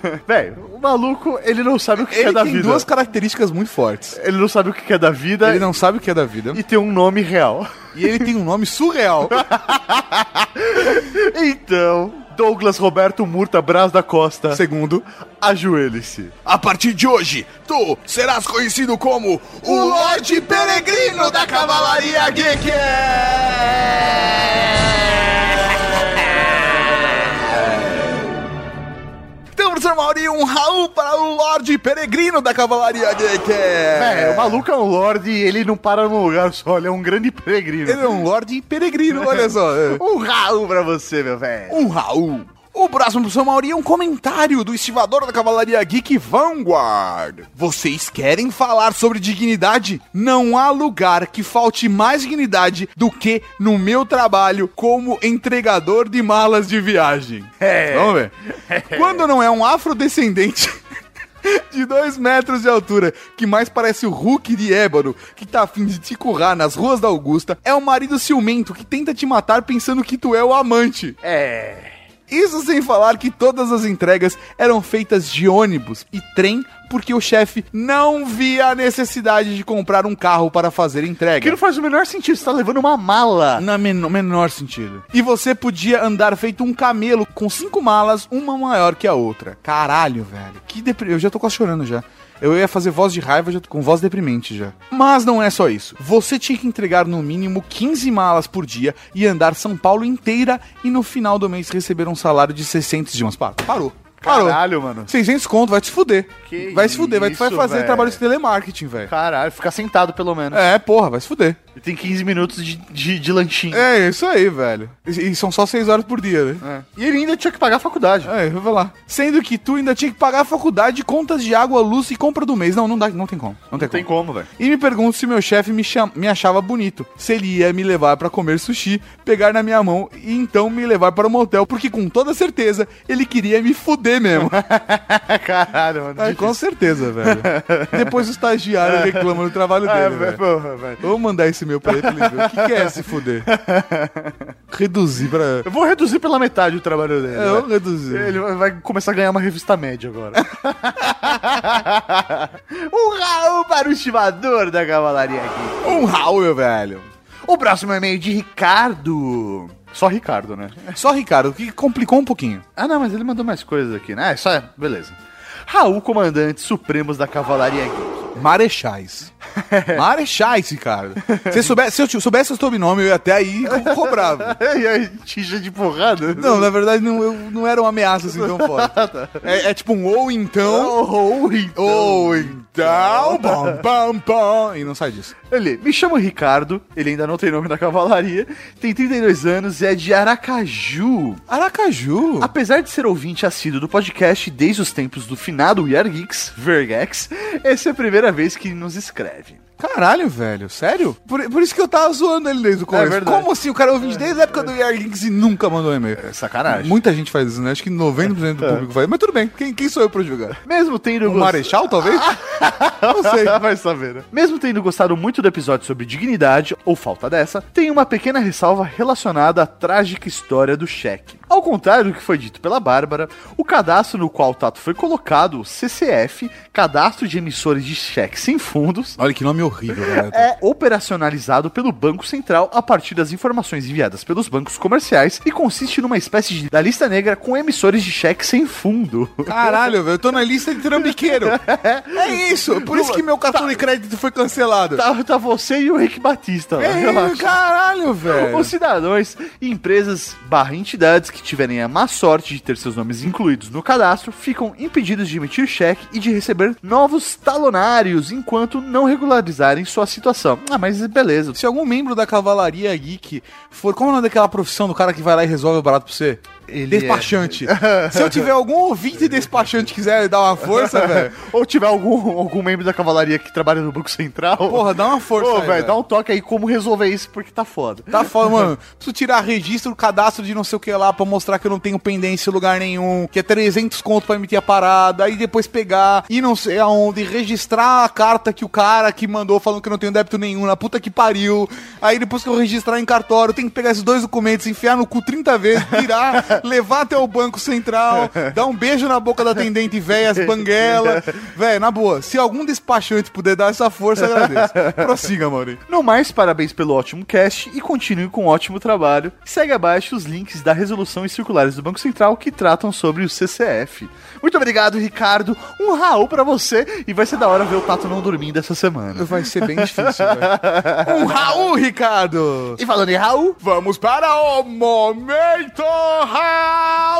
Speaker 1: né?
Speaker 2: Velho, o maluco, ele não sabe o que
Speaker 1: Ele
Speaker 2: é da
Speaker 1: tem
Speaker 2: vida.
Speaker 1: duas características muito fortes.
Speaker 2: Ele não sabe o que é da vida
Speaker 1: Ele não sabe o que é da vida.
Speaker 2: e tem um nome real.
Speaker 1: E ele tem um nome surreal.
Speaker 2: Então, Douglas Roberto Murta Brás da Costa,
Speaker 1: Segundo.
Speaker 2: ajoelhe-se.
Speaker 1: A partir de hoje, tu serás conhecido como o Lorde Peregrino da Cavalaria Geek! Então, professor Mauri, um Raul para o Lorde Peregrino da Cavalaria Geek!
Speaker 2: É, o maluco é um lorde e ele não para num lugar só, ele é um grande peregrino.
Speaker 1: Ele é um Lorde Peregrino, olha só.
Speaker 2: Um Raul pra você, meu velho.
Speaker 1: Um Raul. O próximo professor Mauri é um comentário do estivador da Cavalaria Geek Vanguard. Vocês querem falar sobre dignidade? Não há lugar que falte mais dignidade do que no meu trabalho como entregador de malas de viagem.
Speaker 2: É.
Speaker 1: Vamos ver. Quando não é um afrodescendente. De dois metros de altura, que mais parece o Hulk de Ébano, que tá afim de te currar nas ruas da Augusta, é o marido ciumento que tenta te matar pensando que tu é o amante.
Speaker 2: É.
Speaker 1: Isso sem falar que todas as entregas eram feitas de ônibus e trem, porque o chefe não via a necessidade de comprar um carro para fazer
Speaker 2: Que
Speaker 1: entrega.
Speaker 2: não faz o menor sentido, você tá levando uma mala.
Speaker 1: Na men- menor sentido. E você podia andar feito um camelo com cinco malas, uma maior que a outra. Caralho, velho. Que depre... Eu já tô quase chorando já. Eu ia fazer voz de raiva já tô com voz deprimente já. Mas não é só isso. Você tinha que entregar no mínimo 15 malas por dia e andar São Paulo inteira e no final do mês receber um salário de 600 dimas. Parou. Parou. Parou.
Speaker 2: Caralho, mano.
Speaker 1: 600 conto, vai te fuder.
Speaker 2: Que
Speaker 1: vai se fuder, vai, vai
Speaker 2: isso,
Speaker 1: fazer
Speaker 2: velho.
Speaker 1: trabalho de telemarketing, velho.
Speaker 2: Caralho, ficar sentado pelo menos.
Speaker 1: É, porra, vai se fuder.
Speaker 2: E tem 15 minutos de, de, de lanchinho.
Speaker 1: É, isso aí, velho. E, e são só 6 horas por dia, né?
Speaker 2: É. E ele ainda tinha que pagar a faculdade.
Speaker 1: É, vai lá. Sendo que tu ainda tinha que pagar a faculdade, contas de água, luz e compra do mês. Não, não dá, não tem como. Não tem,
Speaker 2: Não tem
Speaker 1: como.
Speaker 2: como, velho.
Speaker 1: E me pergunto se meu chefe me, cham- me achava bonito, se ele ia me levar pra comer sushi, pegar na minha mão e então me levar para um motel, porque com toda certeza ele queria me fuder mesmo.
Speaker 2: É, Caralho, mano.
Speaker 1: Ai, com
Speaker 2: difícil.
Speaker 1: certeza, velho. Depois o estagiário reclama do trabalho dele.
Speaker 2: É,
Speaker 1: velho.
Speaker 2: velho, porra, velho.
Speaker 1: Vou mandar esse meu pra ele, pra ele ver. O que, que é se fuder? Reduzir pra.
Speaker 2: Eu vou reduzir pela metade o trabalho dele.
Speaker 1: É, Eu
Speaker 2: velho.
Speaker 1: reduzir.
Speaker 2: Ele vai- vai começar a ganhar uma revista média agora. um Raul para o estimador da cavalaria aqui.
Speaker 1: Um Raul, meu velho.
Speaker 2: O próximo é meio de Ricardo. Só Ricardo, né?
Speaker 1: Só Ricardo, que complicou um pouquinho.
Speaker 2: Ah, não, mas ele mandou mais coisas aqui, né? É, só... Beleza. Raul, comandante supremos da cavalaria aqui.
Speaker 1: Marechais. Marechais, Ricardo. Se, soubesse, se eu t- soubesse o sobrenome, eu ia até aí e co- cobrava.
Speaker 2: E aí, tija de porrada?
Speaker 1: Não, na verdade, não, eu, não era uma ameaça assim tão forte. É, é tipo um ou então.
Speaker 2: Oh, então.
Speaker 1: Ou então. Bom, bom, bom. E não sai disso.
Speaker 2: Ele, me chamo Ricardo, ele ainda não tem nome na cavalaria, tem 32 anos e é de Aracaju.
Speaker 1: Aracaju.
Speaker 2: Apesar de ser ouvinte assíduo do podcast desde os tempos do finado We Are Geeks, Vergex, essa é a primeira vez que nos escreve.
Speaker 1: Caralho, velho, sério? Por, por isso que eu tava zoando ele desde o começo.
Speaker 2: verdade.
Speaker 1: Como assim? O cara ouviu desde a época do Yarlinks e nunca mandou um e-mail.
Speaker 2: É sacanagem.
Speaker 1: Muita gente faz isso, né? Acho que 90% do público faz. Mas tudo bem, quem, quem sou eu pra julgar?
Speaker 2: Mesmo tendo
Speaker 1: O
Speaker 2: gost-
Speaker 1: Marechal, talvez? Não sei.
Speaker 2: Vai saber, né? Mesmo tendo gostado muito do episódio sobre dignidade, ou falta dessa, tem uma pequena ressalva relacionada à trágica história do cheque. Ao contrário do que foi dito pela Bárbara, o cadastro no qual o Tato foi colocado, o CCF, Cadastro de Emissores de Cheques Sem Fundos,
Speaker 1: Olha que nome horrível, né? galera.
Speaker 2: é operacionalizado pelo Banco Central a partir das informações enviadas pelos bancos comerciais e consiste numa espécie de, da lista negra com emissores de cheque sem fundo.
Speaker 1: Caralho, velho, eu tô na lista de trambiqueiro. É isso, por isso que meu cartão de crédito foi cancelado.
Speaker 2: Tá, tá você e o Rick Batista lá,
Speaker 1: É,
Speaker 2: relaxa.
Speaker 1: caralho, velho.
Speaker 2: Os cidadãos e empresas barra entidades que tiverem a má sorte de ter seus nomes incluídos no cadastro ficam impedidos de emitir cheque e de receber novos talonários enquanto não regularizarem sua situação. Ah, mas beleza.
Speaker 1: Se algum membro da Cavalaria Geek for. Como é o nome daquela profissão do cara que vai lá e resolve o barato pra você?
Speaker 2: Ele é-
Speaker 1: despachante. Se eu tiver algum ouvinte despachante que quiser dar uma força, velho.
Speaker 2: Ou tiver algum, algum membro da cavalaria que trabalha no Banco Central.
Speaker 1: Porra, dá uma força.
Speaker 2: Ô,
Speaker 1: aí,
Speaker 2: velho, dá um toque aí como resolver isso, porque tá foda.
Speaker 1: Tá foda, mano. Preciso tirar registro, cadastro de não sei o que lá pra mostrar que eu não tenho pendência em lugar nenhum, que é 300 conto pra emitir a parada, aí depois pegar e não sei aonde, registrar a carta que o cara que mandou falando que eu não tenho débito nenhum, na puta que pariu. Aí depois que eu registrar em cartório, eu tenho que pegar esses dois documentos, enfiar no cu 30 vezes, tirar, levar até o Banco Central, dar um beijo na boca da atendente véia, as banguela. Véi, na boa, se algum despachante puder dar essa força, eu agradeço. Prossiga, Maurício.
Speaker 2: No mais, parabéns pelo ótimo cast e continue com o ótimo trabalho. Segue abaixo os links da resolução e circulares do Banco Central que tratam sobre o CCF. Muito obrigado, Ricardo. Um Raul pra você e vai ser da hora ver o Tato não dormindo essa semana.
Speaker 1: Vai ser bem difícil,
Speaker 3: né?
Speaker 1: velho. Um Raul, Ricardo!
Speaker 2: E falando em Raul,
Speaker 1: Vamos para o Momento Raul!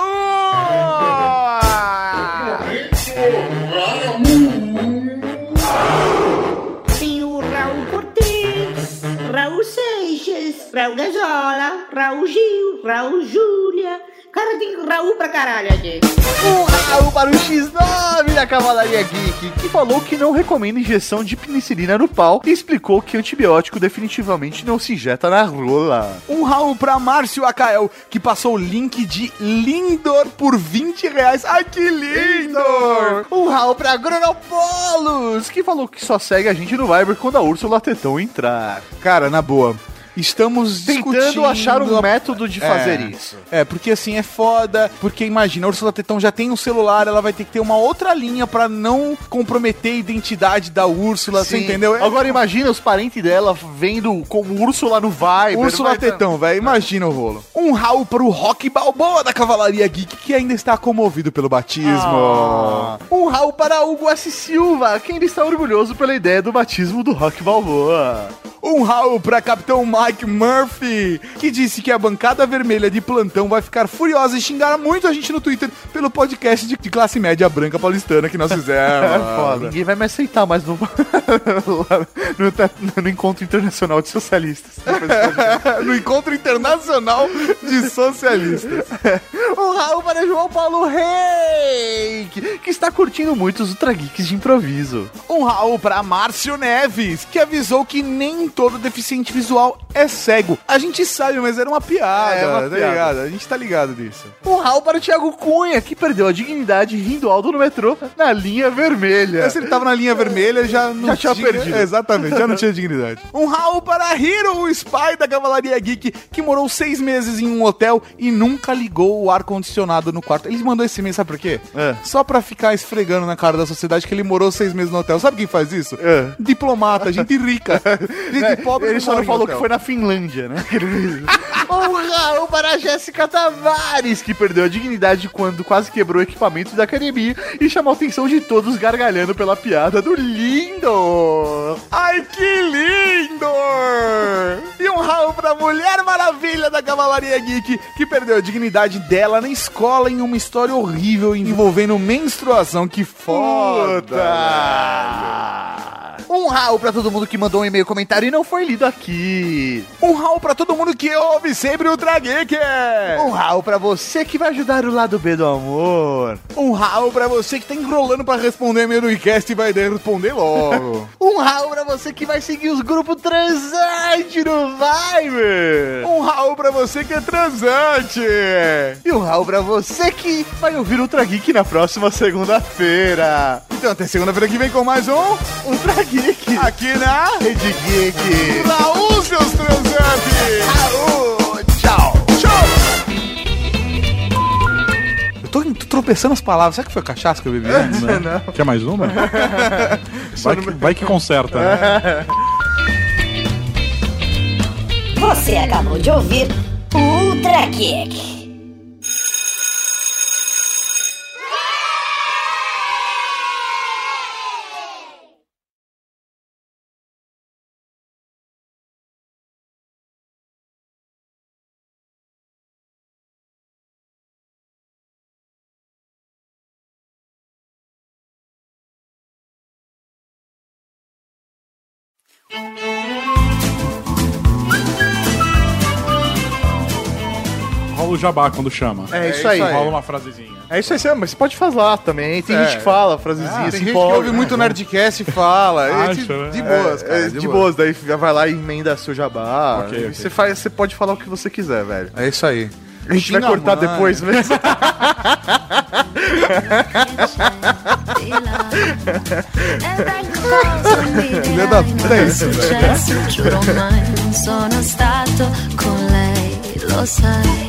Speaker 10: Tem o Raul Cortez, Raul Seixas, Raul Gazola, Raul Gil, Raul Júlia. Cara, tem Raul pra caralho, gente.
Speaker 2: um Raul para o X9 da Cavalaria Geek, que falou que não recomenda injeção de penicilina no pau e explicou que antibiótico definitivamente não se injeta na rola.
Speaker 1: Um Raul pra Márcio Acael, que passou o link de Lindor por 20 reais. Ai, que Lindor!
Speaker 2: Um Raul pra Gronopolos, que falou que só segue a gente no Viber quando a Úrsula Tetão entrar.
Speaker 1: Cara, na boa, estamos
Speaker 2: Tentando achar um
Speaker 1: a-
Speaker 2: método de fazer
Speaker 1: É.
Speaker 2: isso.
Speaker 1: É, porque assim é foda, porque imagina, a Ursula Tetão já tem um celular, ela vai ter que ter uma outra linha pra não comprometer a identidade da Úrsula, você
Speaker 2: Sim.
Speaker 1: entendeu? É-
Speaker 2: Agora imagina os parentes dela vendo como Úrsula no Viber. é
Speaker 1: Úrsula
Speaker 2: vai-
Speaker 1: Tetão, velho, imagina o rolo. Um Raul pro Rock Balboa da Cavalaria Geek, que ainda está comovido pelo batismo.
Speaker 2: Um Raul para Hugo S. Silva, quem está orgulhoso pela ideia do batismo do Rock Balboa.
Speaker 1: Um Raul pra Capitão Mike Murphy, que disse que a bancada vermelha de plantão vai ficar furiosa e xingar muito a gente no Twitter pelo podcast de, de classe média branca paulistana que nós fizemos.
Speaker 2: Ah, É Ninguém vai me aceitar mais no, no, te- no encontro internacional de socialistas.
Speaker 1: É, no encontro internacional de socialistas.
Speaker 2: Um Raul para João Paulo Rei, que- que está curtindo muito os Ultra Geeks de improviso.
Speaker 1: Um Raul pra Márcio Neves, que avisou que nem todo deficiente visual é cego. A gente sabe, mas era uma piada,
Speaker 2: É, uma
Speaker 1: tá
Speaker 2: piada.
Speaker 1: ligado? A gente tá ligado disso.
Speaker 2: Um Raul para o Thiago Cunha, que perdeu a dignidade rindo alto no metrô na linha vermelha.
Speaker 1: Mas se ele tava na linha vermelha, É. já não
Speaker 2: Já tinha perdido.
Speaker 1: Exatamente, já não tinha dignidade. Um Raul para Hero, o spy da Cavalaria Geek, que morou seis meses em um hotel e nunca ligou o ar-condicionado no quarto. Ele mandou esse e-mail, sabe por quê?
Speaker 2: É.
Speaker 1: Só pra ficar esfregando na cara da sociedade que ele morou seis meses no hotel. Sabe quem faz isso?
Speaker 2: É.
Speaker 1: Diplomata, gente rica. Gente
Speaker 2: É,
Speaker 1: pobre
Speaker 2: ele só não
Speaker 1: mora em
Speaker 2: falou que
Speaker 1: hotel.
Speaker 2: foi na Finlândia, né? um Raul para a Jéssica Tavares, que perdeu a dignidade quando quase quebrou o equipamento da academia e chamou a atenção de todos gargalhando pela piada do lindo.
Speaker 1: Ai, que lindo! E um Raul pra Mulher Maravilha da Cavalaria Geek, que perdeu a dignidade dela na escola em uma história horrível envolvendo menstruação. Que
Speaker 2: Foda! Um Raul pra todo mundo que mandou um e-mail comentário e não foi lido aqui.
Speaker 1: Um Raul pra todo mundo que ouve sempre o Geek! É.
Speaker 2: Um Raul pra você que vai ajudar o lado B do amor.
Speaker 1: Um Raul pra você que tá enrolando pra responder meu request e vai responder logo.
Speaker 2: Um Raul pra você que vai seguir os grupos transante no Viber.
Speaker 1: um Raul pra você que é transante!
Speaker 2: E um Raul pra você que vai ouvir Ultra Geek na próxima segunda-feira.
Speaker 1: Então, até segunda-feira que vem com mais um
Speaker 2: Ultra Geek.
Speaker 1: aqui na
Speaker 2: Rede Geek.
Speaker 1: Raul, seus transantes!
Speaker 2: Raul, tchau.
Speaker 1: Eu tô, tô
Speaker 11: tropeçando as palavras. Será que foi cachaça que eu bebi antes?
Speaker 3: Né? Quer mais uma? vai, que, vai que conserta. né?
Speaker 12: Você acabou de ouvir o Ultra Kick.
Speaker 3: Rola o jabá quando chama.
Speaker 2: É isso aí.
Speaker 3: Rola uma frasezinha.
Speaker 2: É isso aí, Sam, mas você pode falar também. Tem
Speaker 11: É.
Speaker 2: gente que fala, frasezinha,
Speaker 11: Ah, tem
Speaker 2: se
Speaker 11: gente que
Speaker 2: empolga.
Speaker 11: ouve muito Nerdcast e fala.
Speaker 3: Acho,
Speaker 11: Esse-
Speaker 3: né?
Speaker 11: de
Speaker 2: É,
Speaker 11: boas, cara.
Speaker 2: é, de, boas. daí vai lá e emenda seu jabá.
Speaker 3: Ok, ok.
Speaker 2: Você, faz, você pode falar o que você quiser, velho.
Speaker 11: É isso aí.
Speaker 2: A gente vai cortar depois, mesmo.
Speaker 11: Filha da puta é isso,
Speaker 6: successo, giuro mai non sono stato con lei, lo sai.